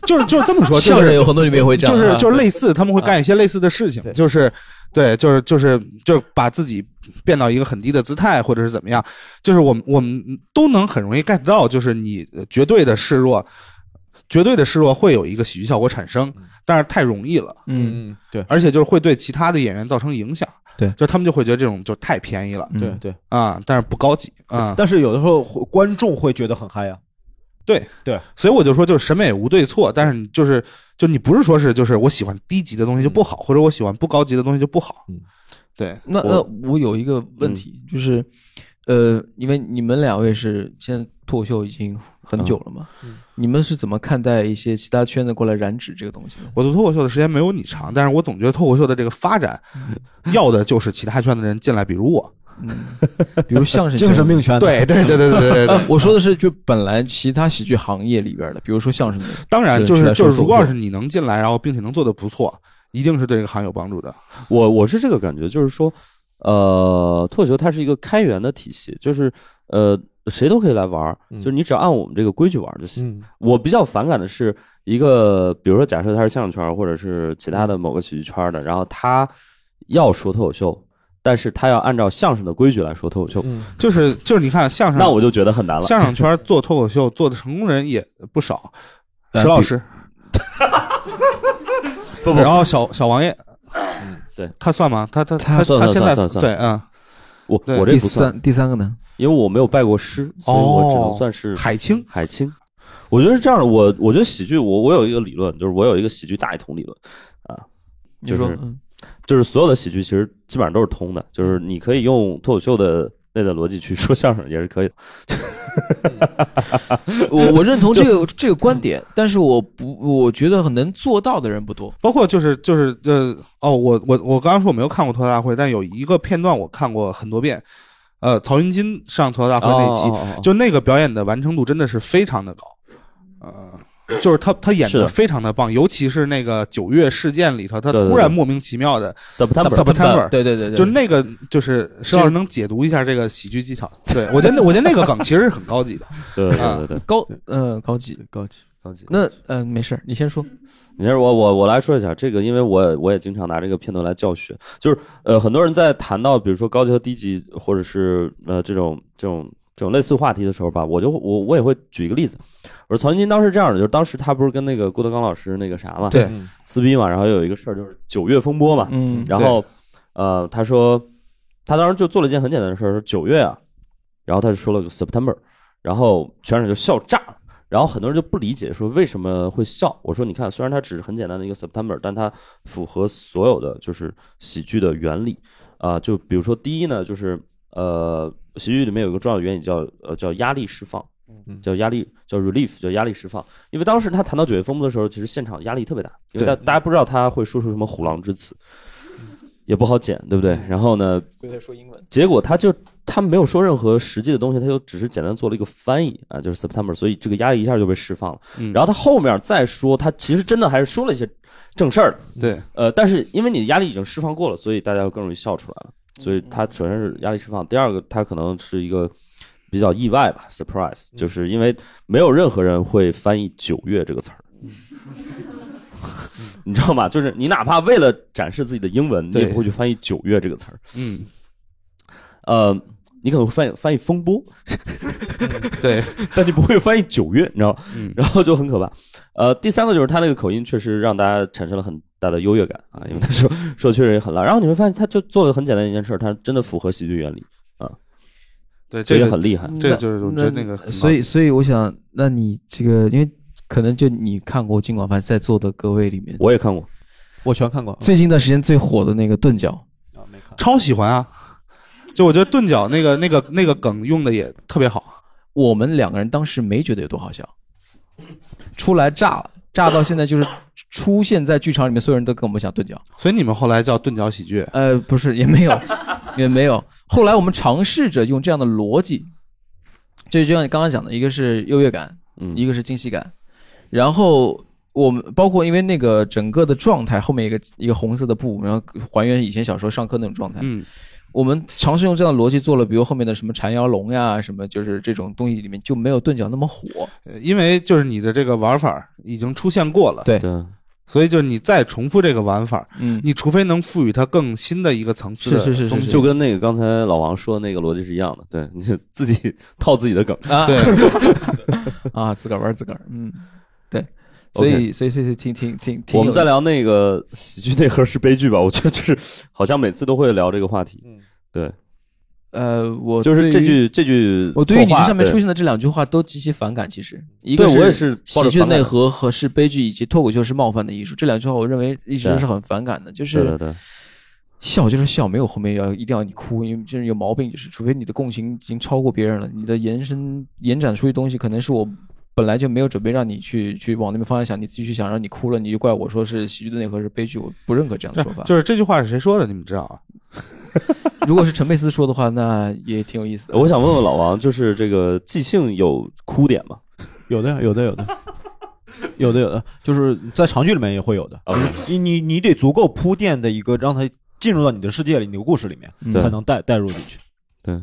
Speaker 5: 就是就是这么说，就
Speaker 2: 相声
Speaker 5: 是
Speaker 2: 有很多里面也会这样，
Speaker 5: 就是
Speaker 2: 啊
Speaker 5: 就是类似，他们会干一些类似的事情，就是对，就是就是就是把自己变到一个很低的姿态，或者是怎么样，就是我们我们都能很容易 get 到，就是你呃绝对的示弱，绝对的示弱会有一个喜剧效果产生，但是太容易了。
Speaker 2: 嗯，
Speaker 3: 嗯，对
Speaker 5: 而且就是会对其他的演员造成影响，
Speaker 2: 对
Speaker 5: 就是他们就会觉得这种就太便宜了
Speaker 2: 嗯
Speaker 3: 对对。
Speaker 5: 啊、但是不高级啊、
Speaker 3: 但是有的时候会观众会觉得很嗨呀。
Speaker 5: 所以我就说，就是审美无对错，但是你就是就你不是说是就是我喜欢低级的东西就不好，或者我喜欢不高级的东西就不好，
Speaker 3: 嗯
Speaker 5: 对，
Speaker 2: 那那我有一个
Speaker 5: 嗯
Speaker 2: 问题，就是，呃，因为你们两位是现在脱口秀已经
Speaker 5: 嗯
Speaker 2: 很久了嘛，你们是怎么看待一些其他圈子过来染指这个东西 的？
Speaker 5: 我做脱口秀的时间没有你长，但是我总觉得脱口秀的这个发展，要的就是其他圈的人进来，比如我。
Speaker 2: 嗯，比如相声圈
Speaker 3: 精神。病圈子
Speaker 5: 对对对对对对对
Speaker 2: 呃
Speaker 5: 对。
Speaker 2: 我说的是，就本来其他喜剧行业里边的，比如说相声的，
Speaker 5: 当然，就
Speaker 2: 对
Speaker 5: 是
Speaker 2: 是
Speaker 5: 就是，
Speaker 2: 是
Speaker 5: 如果要是你能进来，然后并且能做得不错，一定是对这个行业有帮助的。
Speaker 1: 我我是这个感觉，就是说，呃，脱口秀它是一个开源的体系，就是呃，谁都可以来玩儿，
Speaker 3: 嗯
Speaker 1: 就是你只要按我们这个规矩玩儿就行。
Speaker 3: 嗯
Speaker 1: 我比较反感的是一个，比如说假设他是相声圈儿或者是其他的某个喜剧圈儿的，然后他要说脱口秀，但是他要按照相声的规矩来说脱口秀，
Speaker 3: 嗯，
Speaker 5: 就是就是，你看相声，
Speaker 1: 那我就觉得很难了。
Speaker 5: 相声圈做脱口秀做的成功人也不少，
Speaker 2: 呃
Speaker 5: 石老师，不不，然后小小王爷，
Speaker 1: 嗯对
Speaker 5: 他算吗？他他
Speaker 2: 他
Speaker 5: 他
Speaker 1: 算
Speaker 5: 他
Speaker 1: 算
Speaker 5: 现在
Speaker 1: 算算
Speaker 5: 对嗯，
Speaker 1: 我
Speaker 5: 对
Speaker 1: 我这
Speaker 2: 第
Speaker 1: 不算，
Speaker 2: 三第三个呢？
Speaker 1: 因为我没有拜过师，所以我只能
Speaker 5: 哦
Speaker 1: 算是
Speaker 5: 海清，
Speaker 1: 海清，我觉得是这样的。我我觉得喜剧，我我有一个理论，就是我有一个喜剧大一统理论啊，
Speaker 2: 你说
Speaker 1: 就是，
Speaker 2: 嗯
Speaker 1: 就是所有的喜剧其实基本上都是通的，就是你可以用脱口秀的内在逻辑去说相声也是可以 的。
Speaker 2: 我我认同这个这个观点，但是我不，我觉得能做到的人不多。
Speaker 5: 包括就是就是呃哦，我我我刚刚说我没有看过吐槽大会，但有一个片段我看过很多遍，呃，曹云金上吐槽大会那期，
Speaker 1: 哦哦哦哦
Speaker 5: 就那个表演的完成度真的是非常的高，呃，就是他他演
Speaker 1: 是
Speaker 5: 的
Speaker 1: 的
Speaker 5: 非常的棒，尤其是那个九月事件里头，他
Speaker 1: 对对
Speaker 5: 突
Speaker 1: 对
Speaker 5: 然莫名其妙的
Speaker 1: September
Speaker 5: September，
Speaker 2: 对对对对，
Speaker 5: 就那个就是石老师能解读一下这个喜剧技巧，对我觉得我觉得那个梗其实是很高级的，
Speaker 1: 对对对对对，
Speaker 2: 高，嗯，高级。
Speaker 3: 高级。
Speaker 1: 高级
Speaker 2: 啊那嗯，没事儿，你先说。
Speaker 1: 你先说，我我我来说一下这个，因为我我也经常拿这个片段来教学，就是呃，很多人在谈到比如说高级和低级，或者是呃这种这种这种类似话题的时候吧，我就我我也会举一个例子，我说曹云金当时这样的，就是当时他不是跟那个郭德纲老师那个啥嘛，
Speaker 5: 对，
Speaker 3: 嗯
Speaker 1: 撕逼嘛，然后有一个事儿就是九月风波嘛，
Speaker 2: 嗯，
Speaker 1: 然后呃他说他当时就做了一件很简单的事儿，说九月啊，然后他就说了个 September，然后全场就笑炸了。然后很多人就不理解，说为什么会笑？我说，你看，虽然它只是很简单的一个 September，但它符合所有的就是喜剧的原理啊、就比如说，第一呢，就是呃，喜剧里面有一个重要的原理叫呃叫压力释放，叫压力叫 relief，叫压力释放。因为当时他谈到九月风波的时候，其实现场压力特别大，因为大大家不知道他会说出什么虎狼之词，也不好剪，对不对？然后呢，
Speaker 2: 对对，说英文。
Speaker 1: 结果他就他没有说任何实际的东西，他就只是简单做了一个翻译啊，就是 September，所以这个压力一下就被释放了。
Speaker 5: 嗯
Speaker 1: 然后他后面再说，他其实真的还是说了一些正事儿的，
Speaker 5: 对
Speaker 1: 呃，但是因为你的压力已经释放过了，所以大家更容易笑出来了。所以他首先是压力释放，第二个他可能是一个比较意外吧，surprise，就是因为没有任何人会翻译“九月”这个词儿。 你知道吗？就是你哪怕为了展示自己的英文，你也
Speaker 5: 对
Speaker 1: 不会去翻译“九月”这个词儿。
Speaker 5: 嗯
Speaker 1: 呃，你可能会翻译翻译风波，
Speaker 5: 对，
Speaker 1: 但你不会翻译九月，你知道吗
Speaker 5: 嗯
Speaker 1: 然后就很可怕。呃，第三个就是他那个口音确实让大家产生了很大的优越感
Speaker 2: 嗯
Speaker 1: 啊，因为他说说的确实也很烂。然后你会发现，他就做了很简单的一件事儿，他真的符合喜剧原理，
Speaker 5: 对
Speaker 1: 这
Speaker 5: 这
Speaker 1: 也
Speaker 5: 个
Speaker 1: 很厉害。
Speaker 2: 嗯
Speaker 5: 这个就是我觉得那个很
Speaker 2: 所以，所以我想，那你这个，因为可能就你看过金广帆在座的各位里面，
Speaker 1: 我也看过，
Speaker 3: 我全看过，
Speaker 2: 最近段时间最火的那个钝角，
Speaker 3: 啊没看。
Speaker 5: 超喜欢啊，就我觉得钝角那个那个那个梗用的也特别好，
Speaker 2: 我们两个人当时没觉得有多好笑，出来炸了，炸到现在就是出现在剧场里面，所有人都跟我们讲钝角。
Speaker 5: 所以你们后来叫钝角喜剧，
Speaker 2: 呃，不是，也没有，也没有。后来我们尝试着用这样的逻辑，就就像你刚刚讲的，一个是优越感，
Speaker 1: 嗯，
Speaker 2: 一个是惊喜感，然后我们包括因为那个整个的状态后面一个一个红色的布，然后还原以前小时候上课那种状态。
Speaker 5: 嗯，
Speaker 2: 我们尝试用这样的逻辑做了，比如后面的什么缠腰龙呀，什么就是这种东西里面就没有钝角那么火。
Speaker 5: 呃因为就是你的这个玩法已经出现过了，
Speaker 2: 对
Speaker 1: 对，
Speaker 5: 所以就是你再重复这个玩法，
Speaker 2: 嗯，
Speaker 5: 你除非能赋予它更新的一个层次的
Speaker 2: 是是是是
Speaker 5: 东
Speaker 2: 是
Speaker 5: 西，
Speaker 1: 就跟那个刚才老王说的那个逻辑是一样的。对， 你就自己套自己的梗。
Speaker 2: 啊
Speaker 5: 对，
Speaker 2: 啊，自个儿玩自个儿，嗯，对， 所以所以所以所以挺挺挺挺
Speaker 1: 我们
Speaker 2: 有
Speaker 1: 再
Speaker 2: 意思
Speaker 1: 聊那个喜剧内核是悲剧吧， 我觉得就是好像每次都会聊这个话题。
Speaker 2: 呃，我
Speaker 1: 就是这
Speaker 2: 对于
Speaker 1: 句这句破话，
Speaker 2: 我对于你这上面
Speaker 1: 对
Speaker 2: 出现的这两句话都极其反感，其实一
Speaker 1: 对
Speaker 2: 个
Speaker 1: 我也是抱
Speaker 2: 喜
Speaker 1: 着
Speaker 2: 剧
Speaker 1: 反感
Speaker 2: 内核和是悲剧以及脱口秀是冒犯的艺术，这两句话我认为一直
Speaker 1: 对
Speaker 2: 都是很反感的，就
Speaker 1: 对对
Speaker 2: 是
Speaker 1: 对，
Speaker 2: 笑就是笑，没有后面要一定要你哭，因为就是有毛病，就是除非你的共情已经超过别人了，你的延伸延展出去的东西可能是我。本来就没有准备让你去去往那边方向想，你自己去想，让你哭了，你就怪我说是喜剧的内核是悲剧，我不认可这样的说 法。
Speaker 5: 就是这句话是谁说的，你们知道啊？
Speaker 2: 如果是陈佩斯说的话，那也挺有意思 的。
Speaker 1: 我想问问老王，就是这个即兴有哭点吗？
Speaker 3: 有的，有的， 有的，有的，有的，就是在长剧里面也会有的。
Speaker 1: OK
Speaker 3: 你你你得足够铺垫的一个，让他进入到你的世界里、你的故事里面，
Speaker 2: 嗯
Speaker 3: 才能带带入进去。
Speaker 1: 对，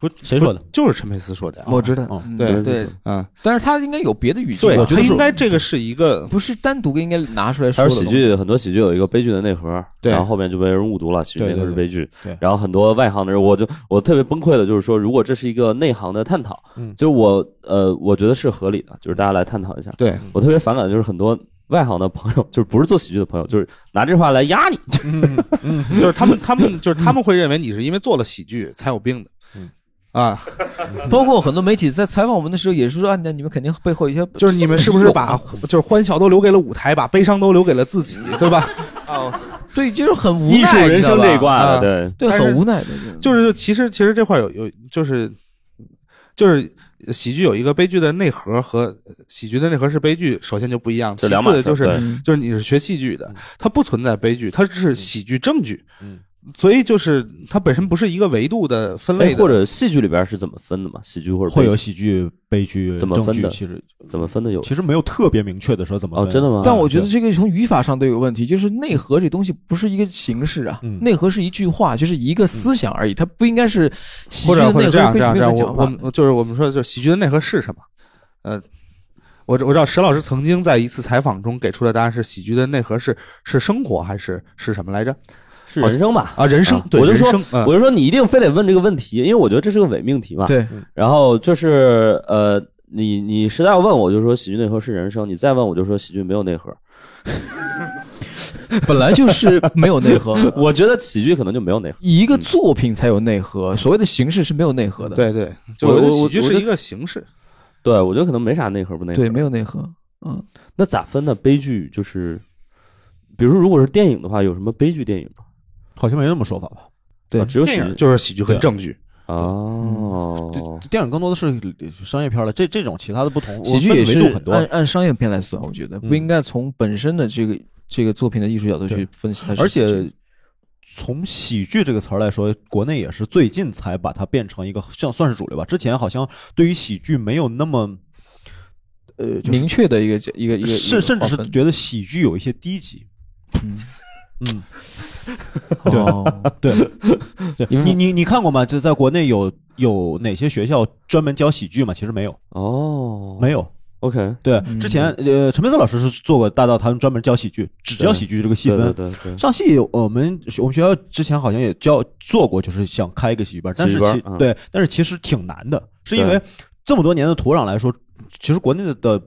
Speaker 3: 不，谁说的？
Speaker 5: 就是陈佩斯说的呀，
Speaker 2: 我知道，
Speaker 3: 嗯
Speaker 2: 嗯
Speaker 5: 对
Speaker 2: 对，
Speaker 5: 嗯，
Speaker 2: 但是他应该有别的语境
Speaker 5: 对
Speaker 2: 吧，，
Speaker 5: 他
Speaker 2: 就是
Speaker 5: 应该这个是一个
Speaker 2: 不是单独应该拿出来
Speaker 1: 还有
Speaker 2: 说的
Speaker 1: 喜
Speaker 2: 东西。
Speaker 1: 剧，很多喜剧有一个悲剧的内核，
Speaker 5: 对
Speaker 1: 然后后面就被人误读了，喜剧内核是悲剧。
Speaker 3: 对对对对
Speaker 1: 然后很多外行的人，我就我特别崩溃的，就是说，如果这是一个内行的探讨，
Speaker 3: 嗯
Speaker 1: 就是我呃，我觉得是合理的，就是大家来探讨一下。
Speaker 5: 对
Speaker 1: 我特别反感的就是很多外行的朋友，就是不是做喜剧的朋友，就是拿这话来压你。
Speaker 5: 就是他们，他们就是他们会认为你是因为做了喜剧才有病的，
Speaker 3: 嗯
Speaker 5: 啊，
Speaker 2: 包括很多媒体在采访我们的时候也是说，啊，那你们肯定背后有一些
Speaker 5: 就是你们是不是把就是欢笑都留给了舞台，把悲伤都留给了自己，对吧？哦，
Speaker 8: 对，就是很无奈，
Speaker 1: 艺术人生这一挂
Speaker 5: 啊
Speaker 1: 的，对，
Speaker 8: 对，
Speaker 5: 但是
Speaker 8: 很无奈的。
Speaker 5: 就是其实其实这块有有就是就是喜剧有一个悲剧的内核和喜剧的内核是悲剧，首先就不一样。
Speaker 1: 这
Speaker 5: 其
Speaker 1: 两码事
Speaker 5: 次就是
Speaker 1: 对嗯
Speaker 8: 嗯
Speaker 5: 就是你是学戏剧的，它不存在悲剧，它是喜剧正剧。
Speaker 3: 嗯，
Speaker 5: 所以就是它本身不是一个维度的分类
Speaker 1: 哎
Speaker 5: 的，
Speaker 1: 或者戏剧里边是怎么分的嘛？喜剧或者悲
Speaker 3: 会有
Speaker 1: 剧
Speaker 3: 喜剧、悲剧、
Speaker 1: 怎么
Speaker 3: 正
Speaker 1: 分
Speaker 3: 剧
Speaker 1: 的
Speaker 3: 其实
Speaker 1: 怎么分的有？
Speaker 3: 其实没有特别明确的说怎么
Speaker 1: 哦，
Speaker 3: 分。
Speaker 1: 真的吗？
Speaker 8: 但我觉得这个从语法上都有问题，就是内核这东西不是一个形式啊，
Speaker 3: 嗯
Speaker 8: 内核是一句话，就是一个思想而已，它不应该是喜剧
Speaker 5: 或者
Speaker 8: 的内
Speaker 5: 或者
Speaker 8: 核
Speaker 5: 这样这样
Speaker 8: 被
Speaker 5: 这样，
Speaker 8: 别人讲
Speaker 5: 我
Speaker 8: 话
Speaker 5: 我们就是我们说，就是喜剧的内核是什么？呃，我知我知道石老师曾经在一次采访中给出的答案是，喜剧的内核是是生活还是是什么来着？
Speaker 1: 是人生吧。
Speaker 5: 啊，人生，
Speaker 1: 啊
Speaker 5: 对，
Speaker 1: 我就说
Speaker 5: 人生嗯
Speaker 1: 我就说你一定非得问这个问题，因为我觉得这是个伪命题嘛。。
Speaker 8: 对，
Speaker 1: 然后就是呃，你你实在要问我，就说喜剧内核是人生；你再问我，就说喜剧没有内核。
Speaker 8: 本来就是没有内核。
Speaker 1: 我觉得喜剧可能就没有内核。
Speaker 8: 以一个作品才有内核，所谓的形式是没有内核的。
Speaker 5: 对对，就
Speaker 1: 我
Speaker 5: 我觉得
Speaker 1: 我
Speaker 5: 喜剧
Speaker 1: 我
Speaker 5: 是
Speaker 1: 觉
Speaker 5: 一个形式，
Speaker 1: 对，我觉得可能没啥内核不内核。
Speaker 8: 对，没有内核。嗯，
Speaker 1: 那咋分呢？悲剧就是，比如说如果是电影的话，有什么悲剧电影吗？
Speaker 3: 好像没那么说法吧？
Speaker 8: 对
Speaker 1: 啊只有喜
Speaker 5: 电影
Speaker 1: 剧。
Speaker 5: 就是喜剧和正剧，
Speaker 8: 嗯
Speaker 1: 哦，
Speaker 3: 电影更多的是商业片了，这这种其他的不同，
Speaker 8: 喜剧
Speaker 3: 我
Speaker 8: 也
Speaker 3: 分维
Speaker 8: 是
Speaker 3: 度很多
Speaker 8: 按。按商业片来算，我觉得不应该从本身的这个这个作品的艺术角度去分析它是
Speaker 3: 而
Speaker 8: 喜剧。
Speaker 3: 且从喜剧这个词儿来说，国内也是最近才把它变成一个像算是主流吧。之前好像对于喜剧没有那么，呃，就是
Speaker 8: 明确的一个一个一个，
Speaker 3: 甚甚至
Speaker 8: 一个
Speaker 3: 是
Speaker 8: 划
Speaker 3: 觉得喜剧有一些低级。
Speaker 8: 分嗯
Speaker 3: 嗯，
Speaker 8: 对，哦
Speaker 3: 对，啊对
Speaker 8: 因为
Speaker 3: 你你你看过吗？就在国内有有哪些学校专门教喜剧吗？其实没有，
Speaker 1: 哦，
Speaker 3: 没有。
Speaker 1: OK，
Speaker 3: 对，
Speaker 8: 嗯
Speaker 3: 之前呃，陈佩斯老师是做过大道，他们专门教喜剧，只教
Speaker 1: 对
Speaker 3: 喜剧这个细
Speaker 1: 对
Speaker 3: 分。
Speaker 1: 对对对，
Speaker 3: 上戏我们我们学校之前好像也教做过，就是想开一个喜剧班，但是
Speaker 1: 喜剧班
Speaker 3: 其、
Speaker 1: 嗯
Speaker 3: 对，但是其实挺难的，是因
Speaker 1: 对
Speaker 3: 为这么多年的土壤来说，其实国内的的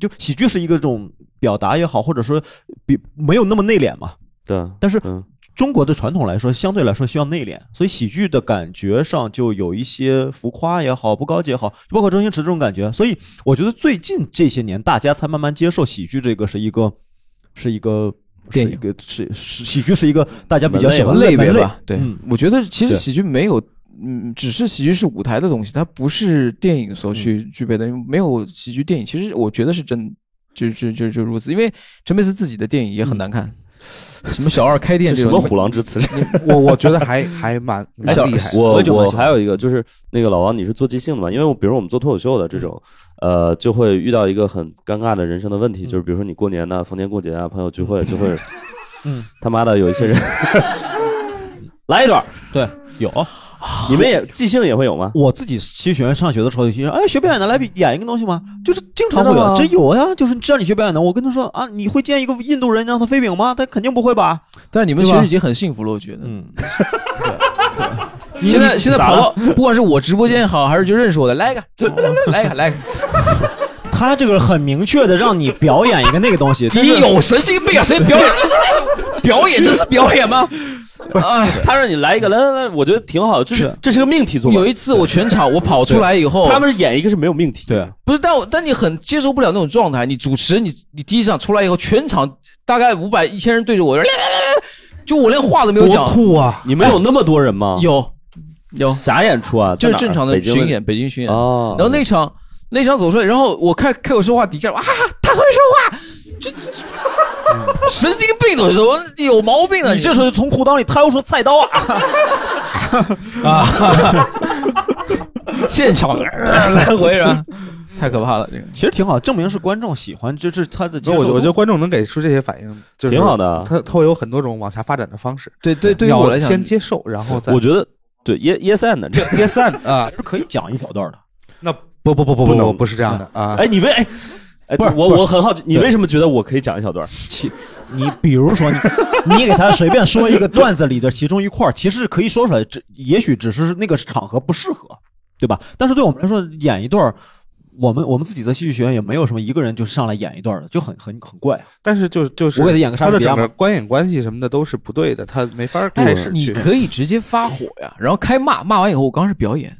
Speaker 3: 就喜剧是一个这种表达也好，或者说比没有那么内敛嘛。
Speaker 1: 对，
Speaker 3: 但是
Speaker 1: 嗯
Speaker 3: 中国的传统来说，相对来说需要内敛，所以喜剧的感觉上就有一些浮夸也好，不高级也好，就包括周星驰这种感觉。所以我觉得最近这些年，大家才慢慢接受喜剧这个是一个，是一个是
Speaker 8: 电影
Speaker 3: 一个是是喜剧是一个大家比较喜欢的
Speaker 8: 类别
Speaker 3: 门类
Speaker 8: 吧。对
Speaker 3: 嗯，
Speaker 8: 我觉得其实
Speaker 3: 对
Speaker 8: 喜剧没有。嗯，只是喜剧是舞台的东西，它不是电影
Speaker 2: 嗯
Speaker 8: 所去具备的，因为没有喜剧电影。其实我觉得是真，就就就就如此。因为陈佩斯自己的电影也
Speaker 2: 嗯
Speaker 8: 很难看，什么小二开店
Speaker 1: 这
Speaker 8: 这
Speaker 1: 什
Speaker 8: 种
Speaker 1: 么虎狼之词？
Speaker 5: 我我觉得还还蛮蛮
Speaker 3: 小
Speaker 5: 厉害的。
Speaker 1: 我
Speaker 3: 我也觉得
Speaker 1: 我
Speaker 3: 蛮像
Speaker 1: 还有一个就是那个老王，你是做即兴的嘛？因为我比如我们做脱口秀的这种，呃，就会遇到一个很尴尬的人生的问题，就是比如说你过年呐、逢年过节啊、朋友聚会，就会，
Speaker 3: 嗯，
Speaker 1: 他妈的有一些人来一段儿，
Speaker 3: 对，有
Speaker 1: 你们也即兴也会有吗？
Speaker 3: 我自己其实学院上学的时候，有些人哎学表演的来演一个东西吗？就是经常会
Speaker 1: 真的吗
Speaker 3: 有，啊这有呀，就是让你学表演的，我跟他说啊，你会见一个印度人让他飞饼吗？他肯定不会吧？
Speaker 8: 但是你们
Speaker 3: 对
Speaker 8: 其
Speaker 3: 吧
Speaker 8: 实已经很幸福了，我觉得。
Speaker 3: 嗯，
Speaker 8: 现在现在
Speaker 1: 咋
Speaker 8: 跑到，不管是我直播间也好，还是就认识我的，来一个，来一个，来一个，
Speaker 3: 他这个很明确的让你表演一个那个东 西，但
Speaker 8: 你
Speaker 3: 是
Speaker 8: 有神经病啊？谁表演？ 表演这是表演吗？哎，
Speaker 1: 他让你来一个，来来来，我觉得挺好，这是
Speaker 3: 是
Speaker 1: 这是个命题作
Speaker 8: 有
Speaker 1: 文。
Speaker 8: 一次我全场我跑出来以后，
Speaker 1: 他们是演一个是没有命题，
Speaker 3: 对，
Speaker 8: 不是，但我但你很接受不了那种状态。你主持你你第一场出来以后，全场大概五百一千人对着我，来来来来，就我连话都没有讲
Speaker 5: 多。酷啊！
Speaker 1: 你们有那么多人吗？
Speaker 3: 啊
Speaker 8: 有有，
Speaker 1: 啥演出啊？
Speaker 8: 就
Speaker 1: 在
Speaker 8: 是
Speaker 1: 哪儿
Speaker 8: 正常的
Speaker 1: 北京
Speaker 8: 巡演，北京巡演。
Speaker 1: 哦。
Speaker 8: 然后那场那场走出来，然后我开开口说话，底下人啊，他会说话，这这 神经病都是我有毛病啊！
Speaker 3: 你这时候就从裤裆里掏出菜刀啊，
Speaker 8: 现场来回是吧？ 太可怕了，这个
Speaker 3: 其实挺好，证明是观众喜欢，这是他的接
Speaker 5: 我
Speaker 3: 受
Speaker 5: 我
Speaker 3: 度。
Speaker 5: 觉得观众能给出这些反应，就是
Speaker 1: 挺好的啊
Speaker 5: 它它会有很多种往下发展的方式。
Speaker 8: 对对对于
Speaker 5: 要
Speaker 8: 我来讲，
Speaker 5: 先接受，然后再
Speaker 1: 我觉得对，yes yes and 的这个
Speaker 5: yes and 啊，
Speaker 3: 是可以讲一小段的。
Speaker 5: 那不不不不
Speaker 1: 不
Speaker 5: 不，
Speaker 1: 能
Speaker 5: 不是这样的啊。
Speaker 1: 哎，你为哎。哎，
Speaker 3: 不是
Speaker 1: 我，
Speaker 3: 不是
Speaker 1: 我很好奇，你
Speaker 3: 对
Speaker 1: 为什么觉得我可以讲一小段儿？
Speaker 3: 你比如说你，你给他随便说一个段子里的其中一块儿，其实是可以说出来，这也许只是那个场合不适合，对吧？但是对我们来说，演一段儿，我们我们自己在戏剧学院也没有什么一个人就是上来演一段儿的，就很很很怪、啊
Speaker 5: 但是就就是
Speaker 3: 我给他演个莎士
Speaker 5: 他的
Speaker 3: 比亚
Speaker 5: 整
Speaker 3: 嘛
Speaker 5: 个观演关系什么的都是不对的，他没法
Speaker 8: 哎
Speaker 5: 开始
Speaker 8: 你
Speaker 5: 去。
Speaker 8: 可以直接发火呀，然后开骂，骂完以后我刚刚是表演，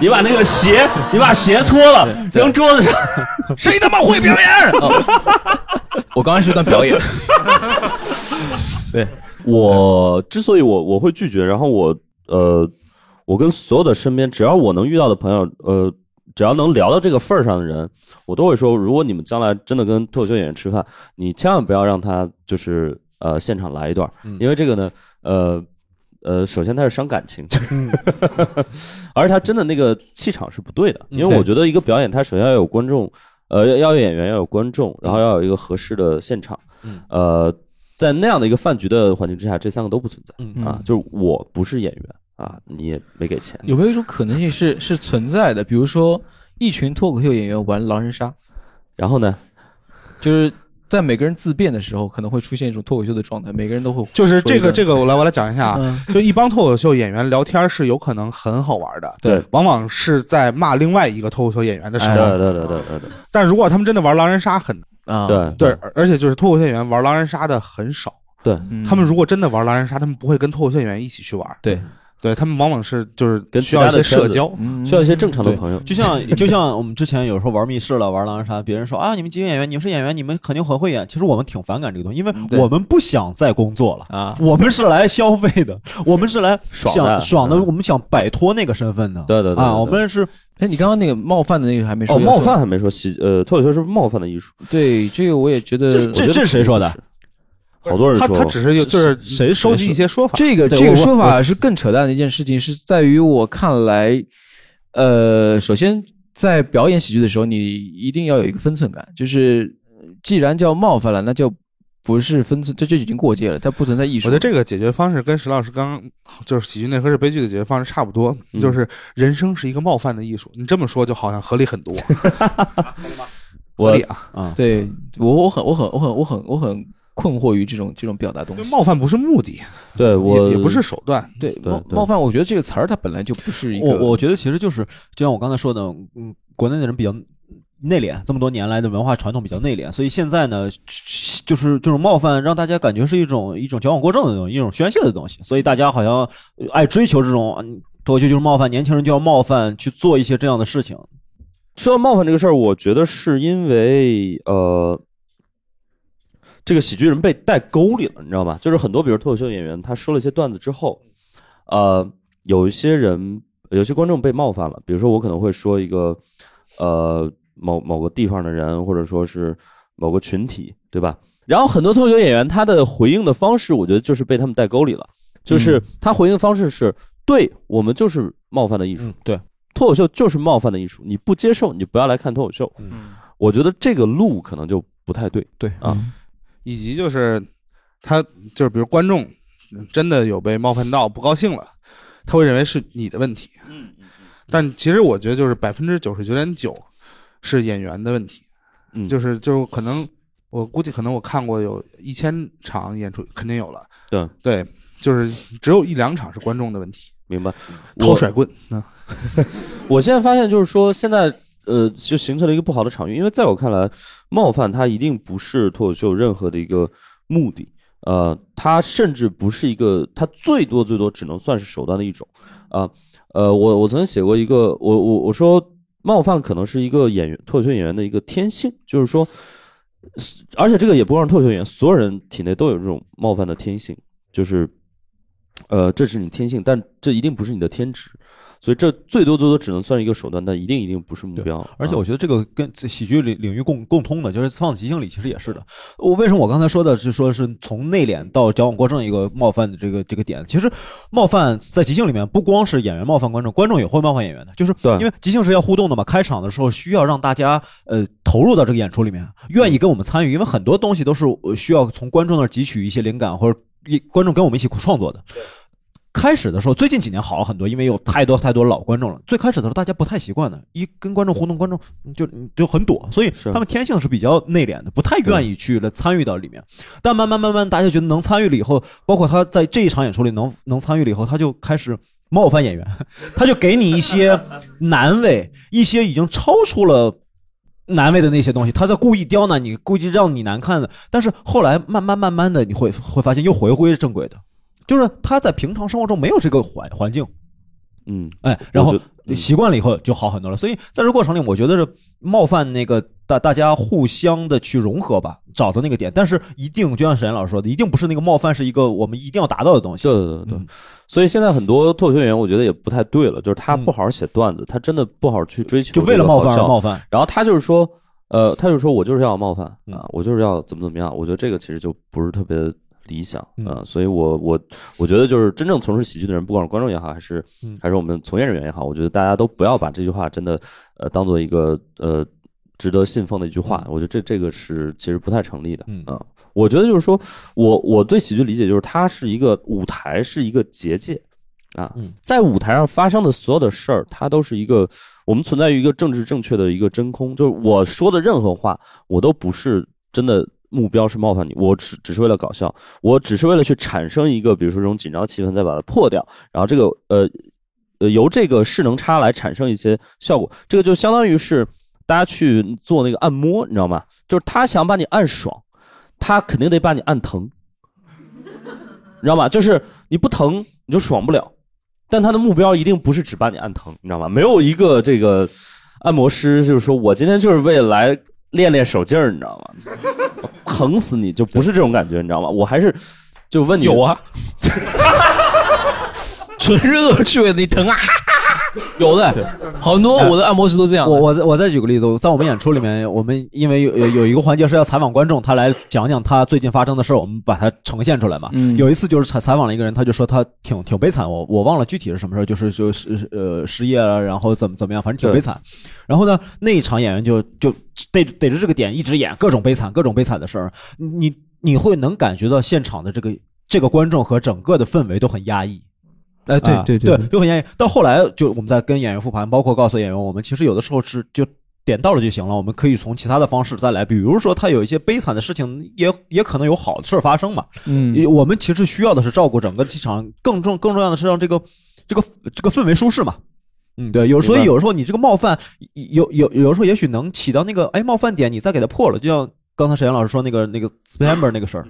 Speaker 1: 你把那个鞋，你把鞋脱了，扔桌子上。谁他妈会表演？
Speaker 8: 我刚刚是段表演。对，
Speaker 1: 我之所以我我会拒绝，然后我呃，我跟所有的身边只要我能遇到的朋友，呃，只要能聊到这个份儿上的人，我都会说，如果你们将来真的跟脱口秀演员吃饭，你千万不要让他就是呃现场来一段，因为这个呢，呃。呃，首先他是伤感情， 而他真的那个气场是不对的，因为我觉得一个表演，它首先要有观众，呃，要要有演员，要有观众，然后要有一个合适的现场，呃，在那样的一个饭局的环境之下，这三个都不存在、
Speaker 3: 嗯
Speaker 5: 嗯
Speaker 1: 啊。就是我不是演员啊，你也没给钱，
Speaker 2: 有没有一种可能性 是是存在的？比如说，一群脱口秀演员玩狼人杀，
Speaker 1: 然后呢，
Speaker 2: 就是在每个人自辩的时候，可能会出现一种脱口秀的状态，每个人 都会
Speaker 5: 就是
Speaker 2: 说一
Speaker 5: 这个
Speaker 2: 段
Speaker 5: 这个，我来我来讲一下啊，
Speaker 2: 嗯
Speaker 5: 就一帮脱口秀演员聊天是有可能很好玩的，
Speaker 1: 对，
Speaker 5: 往往是在骂另外一个脱口秀演员的时
Speaker 1: 对
Speaker 5: 候，
Speaker 1: 哎对对对对对
Speaker 5: 但如果他们真的玩狼人杀很，
Speaker 2: 啊，
Speaker 1: 对
Speaker 5: 对，而而且就是脱口秀演员玩狼人杀的很少，
Speaker 1: 对，
Speaker 2: 嗯
Speaker 5: 他们如果真的玩狼人杀，他们不会跟脱口秀演员一起去玩，
Speaker 2: 对
Speaker 5: 对他们往往是就是
Speaker 1: 跟其
Speaker 5: 需要
Speaker 1: 他
Speaker 5: 一
Speaker 1: 的
Speaker 5: 些社
Speaker 1: 圈子
Speaker 5: 交，
Speaker 2: 嗯
Speaker 1: 需要一些正常的朋友，
Speaker 3: 就像 就像我们之前有时候玩密室了，玩狼人杀，别人说啊，你们几个演员，你们是演员，你们肯定很会演。其实我们挺反感这个东西，因为
Speaker 2: 对
Speaker 3: 我们不想再工作了。
Speaker 2: 啊，
Speaker 3: 我们是来消费的，我们是来
Speaker 1: 爽
Speaker 3: 想
Speaker 1: 的
Speaker 3: 爽的，
Speaker 1: 嗯
Speaker 3: 我们想摆脱那个身份的。
Speaker 1: 对对对对
Speaker 3: 啊，
Speaker 1: 对
Speaker 3: 我们是
Speaker 2: 哎，你刚刚那个冒犯的那个还没说，
Speaker 1: 哦，
Speaker 2: 要
Speaker 1: 冒
Speaker 2: 说
Speaker 1: 犯还没说，喜呃，脱口秀是冒犯的艺术，
Speaker 2: 对这个我也觉得
Speaker 1: 我觉
Speaker 3: 这
Speaker 1: 得
Speaker 3: 是谁说的
Speaker 1: 是？好多人
Speaker 5: 他
Speaker 1: 说
Speaker 5: 他只是有就是
Speaker 3: 谁
Speaker 5: 收集一些说法，
Speaker 2: 这个
Speaker 3: 对
Speaker 2: 这
Speaker 3: 我
Speaker 2: 个说法是更扯淡的一件事情，是在于我看来，呃，首先在表演喜剧的时候，你一定要有一个分寸感，就是既然叫冒犯了，那就不是分寸，这就已经过界了，它不存在艺术。
Speaker 5: 我觉得这个解决方式跟石老师刚刚就是喜剧内核是悲剧的解决方式差不多，
Speaker 1: 嗯
Speaker 5: 就是人生是一个冒犯的艺术。你这么说就好像合理很多，合
Speaker 1: 我
Speaker 5: 理啊！
Speaker 3: 啊，
Speaker 2: 对我我很我很我很我很我很困惑于这种这种表达东
Speaker 5: 因为
Speaker 2: 西。
Speaker 5: 冒犯不是目的，
Speaker 1: 对我
Speaker 5: 也也不是手段。
Speaker 2: 对
Speaker 1: 对
Speaker 2: 冒
Speaker 1: 对
Speaker 2: 冒犯，我觉得这个词儿它本来就不是一个
Speaker 3: 我我觉得其实就是就像我刚才说的，嗯，国内的人比较内敛，这么多年来的文化传统比较内敛，所以现在呢，就是这种冒犯让大家感觉是一种一种矫枉过正的东西，一种宣泄的东西，所以大家好像呃爱追求这种。嗯脱口秀就是冒犯，年轻人就要冒犯去做一些这样的事情。
Speaker 1: 说到冒犯这个事儿，我觉得是因为呃，这个喜剧人被带沟里了，你知道吗？就是很多，比如脱口秀演员，他说了一些段子之后，呃，有一些人，有些观众被冒犯了。比如说，我可能会说一个呃某某个地方的人，或者说是某个群体，对吧？然后很多脱口秀演员他的回应的方式，我觉得就是被他们带沟里了，就是他回应的方式是、对我们就是冒犯的艺术。
Speaker 3: 嗯，对，
Speaker 1: 脱口秀就是冒犯的艺术，你不接受，你就不要来看脱口秀。
Speaker 3: 嗯
Speaker 1: 我觉得这个路可能就不太对。
Speaker 3: 对
Speaker 1: 啊，
Speaker 5: 以及就是他就是比如观众真的有被冒犯到不高兴了，他会认为是你的问题。
Speaker 1: 嗯，
Speaker 5: 但其实我觉得就是百分之九十九点九是演员的问题，
Speaker 1: 嗯
Speaker 5: 就是就是可能我估计可能我看过有一千场演出，肯定有了。
Speaker 1: 对
Speaker 5: 对，就是只有一两场是观众的问题，
Speaker 1: 明白。
Speaker 5: 掏甩棍。嗯，
Speaker 1: 我我现在发现就是说，现在呃，就形成了一个不好的场域，因为在我看来，冒犯它一定不是脱口秀任何的一个目的。呃，它甚至不是一个，它最多最多只能算是手段的一种。啊、呃，我我曾经写过一个，我我我说冒犯可能是一个演员脱口秀演员的一个天性，就是说，而且这个也不光是脱口秀演员，所有人体内都有这种冒犯的天性，就是，呃，这是你天性，但这一定不是你的天职，所以这最多最多只能算是一个手段，但一定一定不是目标。
Speaker 3: 而且
Speaker 1: 啊
Speaker 3: 我觉得这个跟喜剧领领域共共通的，就是放即兴里其实也是的。我为什么我刚才说的是说是从内敛到矫枉过正一个冒犯的这个这个点？其实冒犯在即兴里面不光是演员冒犯观众，观众也会冒犯演员的，就是
Speaker 1: 对
Speaker 3: 因为即兴是要互动的嘛。开场的时候需要让大家呃投入到这个演出里面，愿意
Speaker 1: 嗯
Speaker 3: 跟我们参与，因为很多东西都是呃需要从观众那儿汲取一些灵感或者一观众跟我们一起创作的。开始的时候，最近几年好了很多，因为有太多太多老观众了。最开始的时候，大家不太习惯的，一跟观众互动，观众就就很躲，所以
Speaker 1: 是
Speaker 3: 他们天性是比较内敛的，不太愿意去了参与到里面。但慢慢慢慢，大家觉得能参与了以后，包括他在这一场演出里能能参与了以后，他就开始冒犯演员， 他就给你一些难为，一些已经超出了。难为的那些东西，他在故意刁难你，故意让你难看的。但是后来慢慢慢慢的，你会会发现又回归正轨的，就是他在平常生活中没有这个环环境，
Speaker 1: 嗯，
Speaker 3: 哎，然
Speaker 1: 我
Speaker 3: 后
Speaker 1: 觉嗯
Speaker 3: 习惯了以后就好很多了。所以在这过程里，我觉得是冒犯那个大大家互相的去融合吧，找到那个点。但是一定就像沈岩老师说的，一定不是那个冒犯是一个我们一定要达到的东西。
Speaker 1: 对对对对，
Speaker 3: 嗯
Speaker 1: 所以现在很多脱口秀演员，我觉得也不太对了，就是他不好好写段子，他真的不好好去追求，
Speaker 3: 嗯就为了冒犯而冒。犯。
Speaker 1: 然后他就是说，呃，他就是说我就是要冒犯
Speaker 3: 嗯
Speaker 1: 啊，我就是要怎么怎么样。我觉得这个其实就不是特别理想
Speaker 3: 嗯
Speaker 1: 啊，所以我我我觉得就是真正从事喜剧的人，不管是观众也好，还是
Speaker 3: 嗯
Speaker 1: 还是我们从业人员也好，我觉得大家都不要把这句话真的呃当做一个呃值得信奉的一句话。我觉得这这个是其实不太成立的
Speaker 3: 嗯
Speaker 1: 啊。我觉得就是说我我对喜剧理解就是它是一个舞台是一个结界啊
Speaker 3: 嗯，
Speaker 1: 在舞台上发生的所有的事儿，它都是一个。我们存在于一个政治正确的一个真空，就是我说的任何话，我都不是真的目标是冒犯你，我只只是为了搞笑，我只是为了去产生一个，比如说这种紧张的气氛，再把它破掉，然后这个呃呃由这个势能差来产生一些效果，这个就相当于是大家去做那个按摩，你知道吗？就是他想把你按爽，他肯定得把你按疼，你知道吗？就是你不疼你就爽不了，但他的目标一定不是只把你按疼，你知道吗？没有一个这个按摩师就是说我今天就是为了来练练手劲儿，你知道吗？ 我疼死你就不是这种感觉，你知道吗？我还是就问你
Speaker 3: 有啊，
Speaker 2: 纯是恶趣味的，你疼啊！ 有的，很多我的按摩师都这样。
Speaker 3: 我我再我再举个例子，在我们演出 里面，我们因为有有有一个环节是要采访观众，他来讲讲他最近发生的事儿，我们把它呈现出来嘛。
Speaker 2: 嗯
Speaker 3: 有一次就是采采访了一个人，他就说他挺挺悲惨，我我忘了具体是什么事儿，就是就是呃失业了，然后怎么怎么样，反正挺悲惨。然后呢，那一场演员就就逮逮着这个点一直演各种悲惨各种悲惨的事儿，你你会能感觉到现场的这个这个观众和整个的氛围都很压抑。
Speaker 2: 哎，
Speaker 3: 啊
Speaker 2: 对
Speaker 3: 对
Speaker 2: 对，
Speaker 3: 就很压抑。到后来就我们在跟演员复盘，包括告诉演员，我们其实有的时候是就点到了就行了，我们可以从其他的方式再来，比如说他有一些悲惨的事情，也也可能有好的事儿发生嘛。
Speaker 2: 嗯，
Speaker 3: 我们其实需要的是照顾整个气场，更重更重要的是让这个这个这个氛围舒适嘛。嗯，对，有时候
Speaker 1: 明白
Speaker 3: 有时候你这个冒犯，有有有时候也许能起到那个哎冒犯点，你再给它破了，就像刚才沈阳老师说那个那个 September 那个事儿，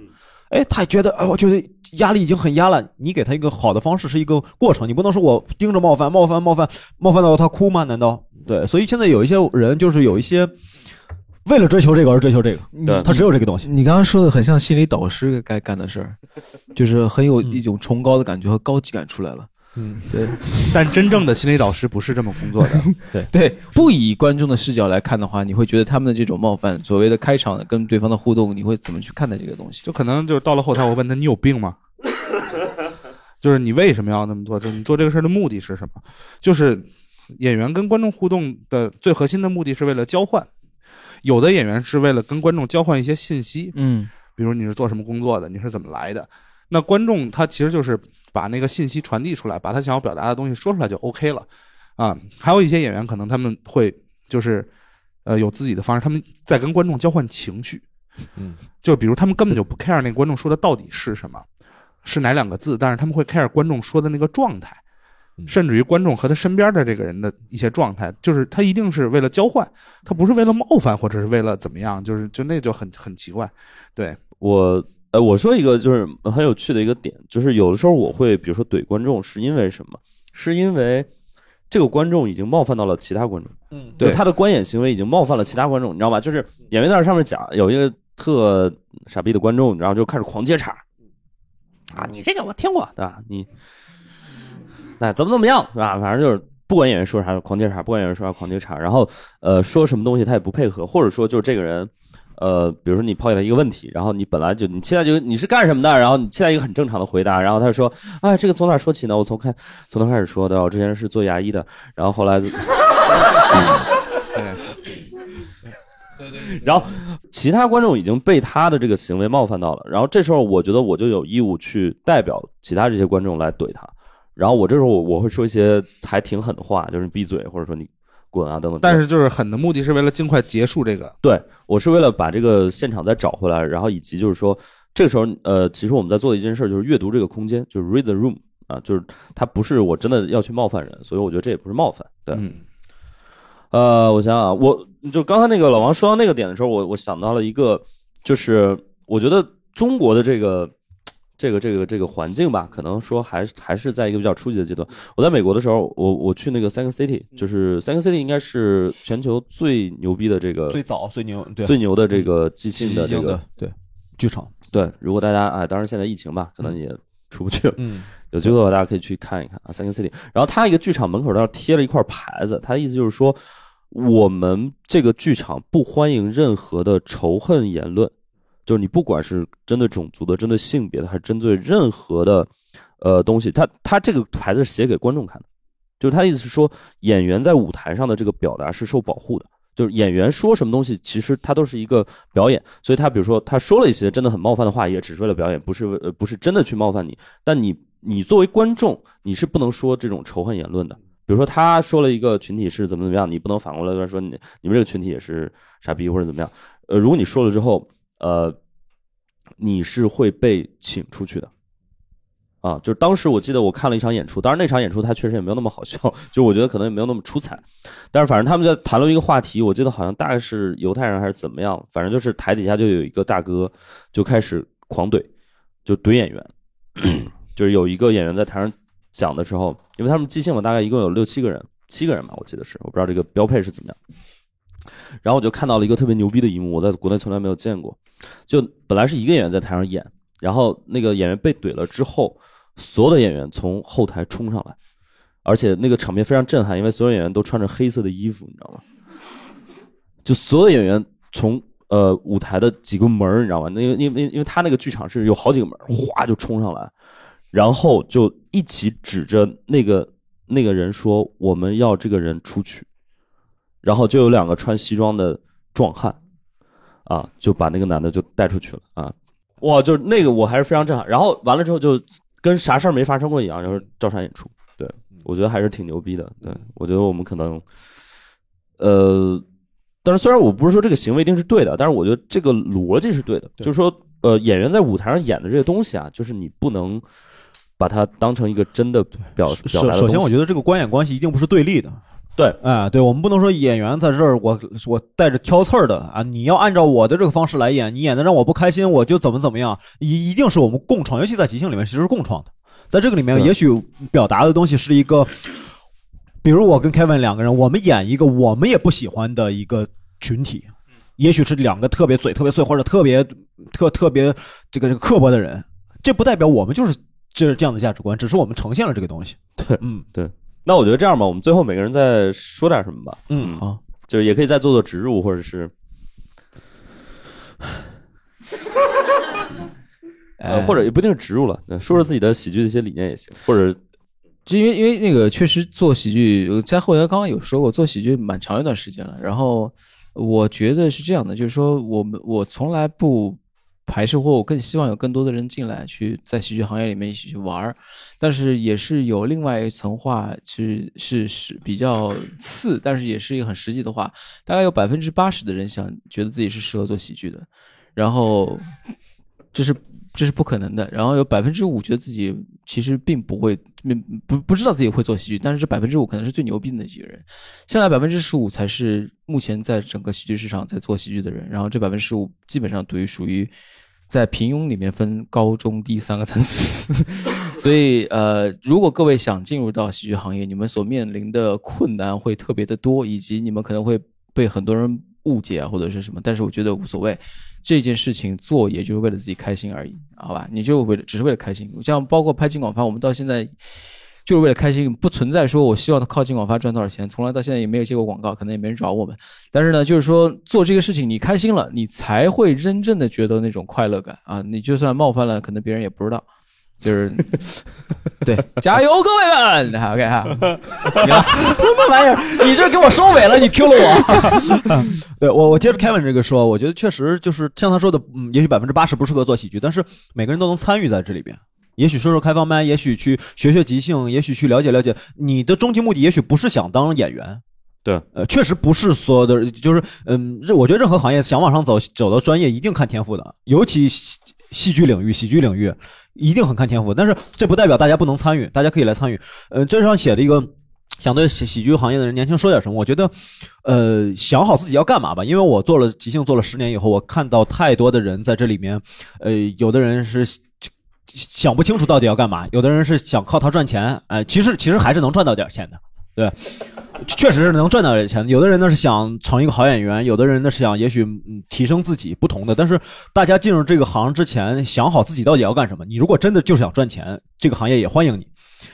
Speaker 3: 哎，他觉得哎，我觉得压力已经很压了，你给他一个好的方式是一个过程，你不能说我盯着冒犯冒犯冒犯冒犯到他哭吗？难道对？所以现在有一些人就是有一些为了追求这个而追求这个，
Speaker 1: 对
Speaker 3: 他只有这个东西。
Speaker 2: 你刚刚说的很像心理导师该干的事儿，就是很有一种崇高的感觉和高级感出来了。
Speaker 3: 嗯，
Speaker 2: 对
Speaker 5: 但真正的心理导师不是这么工作的，
Speaker 2: 对，不以观众的视角来看的话，你会觉得他们的这种冒犯，所谓的开场跟对方的互动，你会怎么去看待这个东西？
Speaker 5: 就可能就是到了后台，我问他你有病吗？就是你为什么要那么做？就是你做这个事儿的目的是什么？就是演员跟观众互动的最核心的目的是为了交换，有的演员是为了跟观众交换一些信息，
Speaker 2: 嗯
Speaker 5: 比如你是做什么工作的，你是怎么来的。那观众他其实就是把那个信息传递出来，把他想要表达的东西说出来就 OK 了啊。还有一些演员可能他们会就是呃有自己的方式，他们在跟观众交换情绪，
Speaker 3: 嗯，
Speaker 5: 就比如他们根本就不 care 那观众说的到底是什么，是哪两个字，但是他们会 care 观众说的那个状态。
Speaker 3: 嗯
Speaker 5: 甚至于观众和他身边的这个人的一些状态，就是他一定是为了交换，他不是为了冒犯或者是为了怎么样，就是就那就很很奇怪。
Speaker 1: 我呃，我说一个就是很有趣的一个点，就是有的时候我会比如说怼观众，是因为什么？是因为这个观众已经冒犯到了其他观众，
Speaker 3: 嗯，
Speaker 1: 就
Speaker 5: 对
Speaker 1: 他的观演行为已经冒犯了其他观众，你知道吗？就是演员在那上面讲，有一个特傻逼的观众，然后就开始狂接茬儿，嗯啊，你这个我听过，对吧？你，哎，怎么怎么样，对吧？反正就是不管演员说啥就狂接茬，不管演员说啥狂接茬，然后呃说什么东西他也不配合，或者说就是这个人。呃，比如说你抛给他一个问题，然后你本来就你期待就你是干什么的，然后你期待一个很正常的回答，然后他就说，哎，这个从哪儿说起呢？我从开从头开始说的，我之前是做牙医的，然后后来然后其他哎观众已经被他的这个行为冒犯到了，然后这时候我觉得我就有义务去代表其他这些观众来怼他，然后我这时候我我会说一些还挺狠的话，就是你闭嘴或者说你滚啊等等。
Speaker 5: 但是就是狠的目的是为了尽快结束这个，
Speaker 1: 对我是为了把这个现场再找回来，然后以及就是说这个时候呃，其实我们在做的一件事就是阅读这个空间，就是 read the room 啊，就是它不是我真的要去冒犯人，所以我觉得这也不是冒犯，对。
Speaker 5: 嗯，
Speaker 1: 呃，我想想啊，我就刚才那个老王说到那个点的时候，我我想到了一个，就是我觉得中国的这个这个这个这个环境吧，可能说还是还是在一个比较初级的阶段。我在美国的时候，我我去那个 Second City，就是 Second City 应该是全球最牛逼的这个
Speaker 3: 最早最牛对
Speaker 1: 最牛的这个即兴的
Speaker 3: 即兴
Speaker 1: 这个
Speaker 3: 的对剧场。
Speaker 1: 对，如果大家啊，当然现在疫情吧，可能也出不去了。
Speaker 3: 嗯，
Speaker 1: 有机会的话大家可以去看一看啊，Second City。然后它一个剧场门口那儿贴了一块牌子，它的意思就是说，我们这个剧场不欢迎任何的仇恨言论，就是你不管是针对种族的、针对性别的，还是针对任何的呃东西，它它这个牌子是写给观众看的，就是它的意思是说，演员在舞台上的这个表达是受保护的。就是演员说什么东西，其实他都是一个表演，所以他比如说他说了一些真的很冒犯的话，也只是为了表演，不是为呃不是真的去冒犯你。但你你作为观众，你是不能说这种仇恨言论的。比如说他说了一个群体是怎么怎么样，你不能反过来说你你们这个群体也是傻逼或者怎么样。呃，如果你说了之后，呃，你是会被请出去的。啊，就是当时我记得我看了一场演出，当然那场演出它确实也没有那么好笑，就是我觉得可能也没有那么出彩，但是反正他们在谈论一个话题，我记得好像大概是犹太人还是怎么样，反正就是台底下就有一个大哥就开始狂怼，就怼演员，就是有一个演员在台上讲的时候，因为他们即兴嘛，大概一共有六七个人，七个人吧，我记得是，我不知道这个标配是怎么样。然后我就看到了一个特别牛逼的一幕，我在国内从来没有见过，就本来是一个演员在台上演，然后那个演员被怼了之后，所有的演员从后台冲上来，而且那个场面非常震撼，因为所有演员都穿着黑色的衣服，你知道吗？就所有的演员从呃舞台的几个门儿，你知道吗？那因为因为因为他那个剧场是有好几个门儿，哗就冲上来，然后就一起指着那个那个人说：“我们要这个人出去。”然后就有两个穿西装的壮汉，啊，就把那个男的就带出去了啊。哇，就是那个我还是非常震撼。然后完了之后就跟啥事儿没发生过一样，就是照常演出。对，
Speaker 3: 嗯
Speaker 1: 我觉得还是挺牛逼的。对，我觉得我们可能，呃，但是虽然我不是说这个行为一定是对的，但是我觉得这个逻辑是对的，就是说，呃，演员在舞台上演的这些东西啊，就是你不能把它当成一个真的表表
Speaker 3: 首
Speaker 1: 达的
Speaker 3: 首先，我觉
Speaker 1: 得
Speaker 3: 得这个观演关系一定不是对立的。
Speaker 1: 对，
Speaker 3: 哎，对我们不能说演员在这儿，我我带着挑刺儿的啊，你要按照我的这个方式来演，你演的让我不开心，我就怎么怎么样，一一定是我们共创，尤其在即兴里面，其实是共创的。在这个里面，
Speaker 1: 对
Speaker 3: 也许表达的东西是一个，比如我跟 Kevin 两个人，我们演一个我们也不喜欢的一个群体，也许是两个特别嘴特别碎或者特别特特别这个这个刻薄的人，这不代表我们就是这这样的价值观，只是我们呈现了这个东西。
Speaker 1: 对，
Speaker 3: 嗯
Speaker 1: 对。那我觉得这样吧，我们最后每个人再说点什么吧，
Speaker 3: 嗯，
Speaker 2: 好，
Speaker 1: 就是也可以再做做植入，或者是呃，
Speaker 2: 哎
Speaker 1: 或者也不一定是植入了，对说说自己的喜剧的一些理念也行，或者
Speaker 2: 就因为因为那个确实做喜剧，呃在后台刚刚有说过，做喜剧蛮长一段时间了。然后我觉得是这样的，就是说我们我从来不排斥或我更希望有更多的人进来去在喜剧行业里面一起去玩儿，但是也是有另外一层话，其实是是比较次，但是也是一个很实际的话，大概有百分之八十的人想觉得自己是适合做喜剧的，然后这是这是不可能的。然后有百分之五觉得自己其实并不会，并嗯不不知道自己会做喜剧，但是这百分之五可能是最牛逼的那几个人。剩下百分之十五才是目前在整个喜剧市场在做喜剧的人。然后这百分之十五基本上属于属于在平庸里面分高中低三个层次。 所以呃，如果各位想进入到喜剧行业，你们所面临的困难会特别的多，以及你们可能会被很多人误解啊，或者是什么，但是我觉得无所谓。这件事情做，也就是为了自己开心而已，好吧？你就为了只是为了开心，像包括拍进广发，我们到现在就是为了开心，不存在说我希望靠进广发赚多少钱，从来到现在也没有接过广告，可能也没人找我们。但是呢，就是说做这个事情你开心了，你才会真正的觉得那种快乐感啊！你就算冒犯了，可能别人也不知道。就是， 对，加油，各位们！OK 哈，
Speaker 3: 什么玩意儿？你这给我收尾了，你 Q 了我。 对我，我接着 Kevin 这个说，我觉得确实就是像他说的，嗯，也许百分之八十不适合做喜剧，但是每个人都能参与在这里边。也许说说开放麦，也许去学学即兴，也许去了解了解。你的终极目的也许不是想当演员，
Speaker 1: 对，
Speaker 3: 呃，确实不是所有的人，就是嗯，任我觉得任何行业想往上走，走到专业一定看天赋的，尤其戏戏剧领域、喜剧领域一定很看天赋。但是这不代表大家不能参与，大家可以来参与。呃，这上写了一个。想对喜喜剧行业的人年轻说点什么？我觉得，呃，想好自己要干嘛吧。因为我做了即兴做了十年以后，我看到太多的人在这里面，呃，有的人是想不清楚到底要干嘛，有的人是想靠它赚钱，哎，其实其实还是能赚到点钱的，对，确实是能赚到点钱。有的人呢是想成一个好演员，有的人呢是想也许嗯提升自己不同的。但是大家进入这个行之前，想好自己到底要干什么。你如果真的就是想赚钱，这个行业也欢迎你，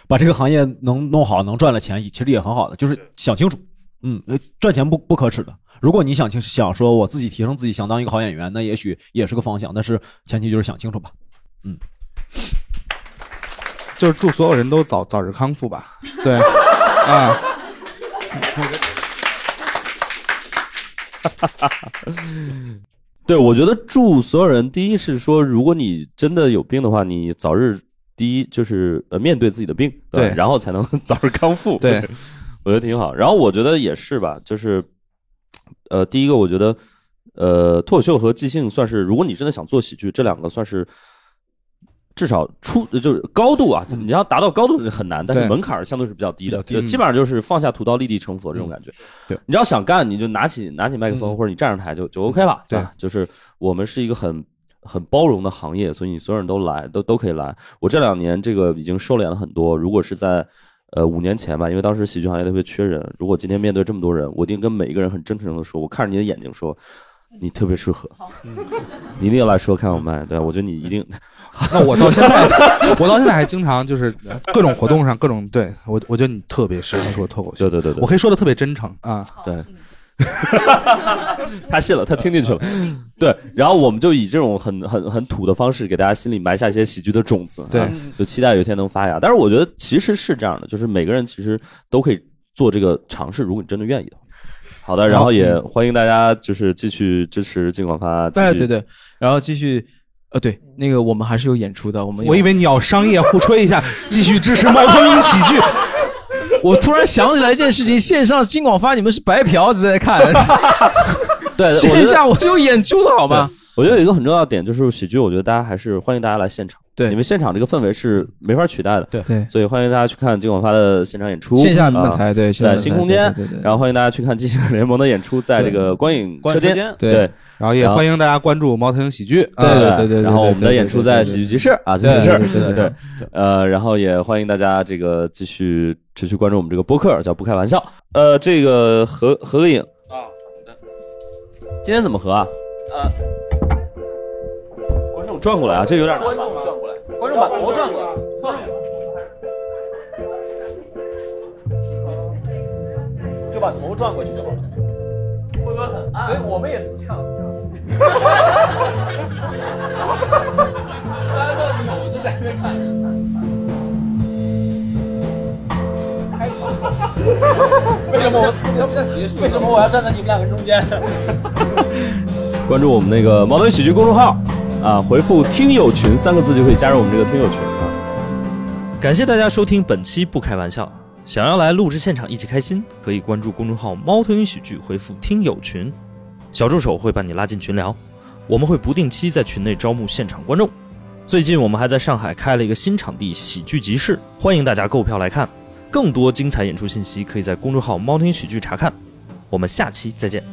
Speaker 3: 把这个行业能弄好，能赚了钱，其实也很好的，就是想清楚。嗯，呃赚钱不不可耻的。如果你想清想说我自己提升自己，想当一个好演员，那也许也是个方向，但是前提就是想清楚吧。
Speaker 5: 就是祝所有人都早早日康复吧。对，啊，
Speaker 1: 对，我觉得祝所有人，第一是说，如果你真的有病的话，你早日第一就是呃面对自己的病，吧
Speaker 5: 对
Speaker 1: 然后才能 早日康复。
Speaker 5: 对，
Speaker 1: 我觉得挺好。然后我觉得也是吧，就是呃，第一个我觉得呃，脱口秀和即兴算是，如果你真的想做喜剧，这两个算是。至少出就是高度啊，你要达到高度是很难，但是
Speaker 5: 对
Speaker 1: 门槛儿相对是比较低的，
Speaker 3: 嗯比
Speaker 1: 就
Speaker 3: 较低嗯
Speaker 1: 基本上就是放下屠刀立地成佛这种感觉。
Speaker 3: 对
Speaker 1: 你只要想干，你就拿起拿起麦克风、或者你站上台就就 OK 了。
Speaker 5: 嗯对
Speaker 1: 吧就是我们是一个很很包容的行业，所以你所有人都来，都都可以来。我这两年这个已经收敛了很多。如果是在呃五年前吧，因为当时喜剧行业特别缺人，如果今天面对这么多人，我一定跟每一个人很真诚的说，我看着你的眼睛说。你特别适合，
Speaker 5: 嗯
Speaker 1: 你一定要来说开我麦，对吧我觉得你一定
Speaker 5: 那我到现在，我到现在还经常就是各种活动上各种，对我我觉得你特别适合说脱口秀
Speaker 1: 对，对对对
Speaker 5: 我，可以说的特别真诚啊。
Speaker 1: 对，他信了，他听进去了，
Speaker 5: 嗯
Speaker 1: 对。然后我们就以这种很很很土的方式，给大家心里埋下一些喜剧的种子，
Speaker 5: 对
Speaker 1: 啊就期待有一天能发芽。但是我觉得其实是这样的，就是每个人其实都可以做这个尝试，如果你真的愿意的话。好的，然后也欢迎大家就是继续支持金广发，继续
Speaker 8: 哎，嗯对对，然后继续，呃，对，那个我们还是有演出的，我们有
Speaker 5: 我以为你要商业互吹一下，继续支持猫头鹰喜剧。
Speaker 8: 我突然想起来一件事 情，线上金广发你们是白嫖只在看，
Speaker 1: 对，我觉
Speaker 8: 线
Speaker 1: 得
Speaker 8: 下我是有演出的好吗？
Speaker 1: 我觉得有一个很重要的点就是喜剧，我觉得大家还是欢迎大家来现场，
Speaker 8: 对
Speaker 1: 因为现场这个氛围是没法取代的，
Speaker 3: 对
Speaker 8: 对
Speaker 1: 所以欢迎大家去看金广发的现场演出，
Speaker 8: 线下漫
Speaker 1: 啊
Speaker 8: 才对，线
Speaker 1: 在
Speaker 8: 下
Speaker 1: 新
Speaker 8: 漫才
Speaker 1: 空间
Speaker 8: 对对对对
Speaker 1: 然后欢迎大家去看《激情联盟》的演出，在这个观影
Speaker 3: 关
Speaker 1: 车
Speaker 3: 于车
Speaker 1: 间。
Speaker 3: 间，
Speaker 8: 对
Speaker 1: 对
Speaker 5: 然后也欢迎大家关注猫头鹰喜剧。啊
Speaker 8: 对对对对
Speaker 1: 呃然后我们的演出在
Speaker 8: 对对对对对
Speaker 1: 喜剧集市啊，喜
Speaker 8: 对
Speaker 1: 剧集市，
Speaker 8: 对对对
Speaker 1: 对，呃，然后也欢迎大家这个继续持续关注我们这个播客，叫不开玩笑，呃，这个合合个影啊，今天怎么合啊？呃，观众转过来啊，这有点观众转过来，观众把头转过来，侧脸，就把头转过去就好了。
Speaker 8: 所以我们也是这样。大家都扭着在那看。为什么我要结束？为什么我要站在你们两个中间？
Speaker 1: 关注我们那个矛盾喜剧公众号啊，回复“听友群”三个字就可以加入我们这个听友群啊。感谢大家收听本期不开玩笑。想要来录制现场一起开心，可以关注公众号“猫头鹰喜剧”，回复“听友群”，小助手会把你拉进群聊。我们会不定期在群内招募现场观众。最近我们还在上海开了一个新场地——喜剧集市，欢迎大家购票来看。更多精彩演出信息可以在公众号“猫头鹰喜剧”查看。我们下期再见。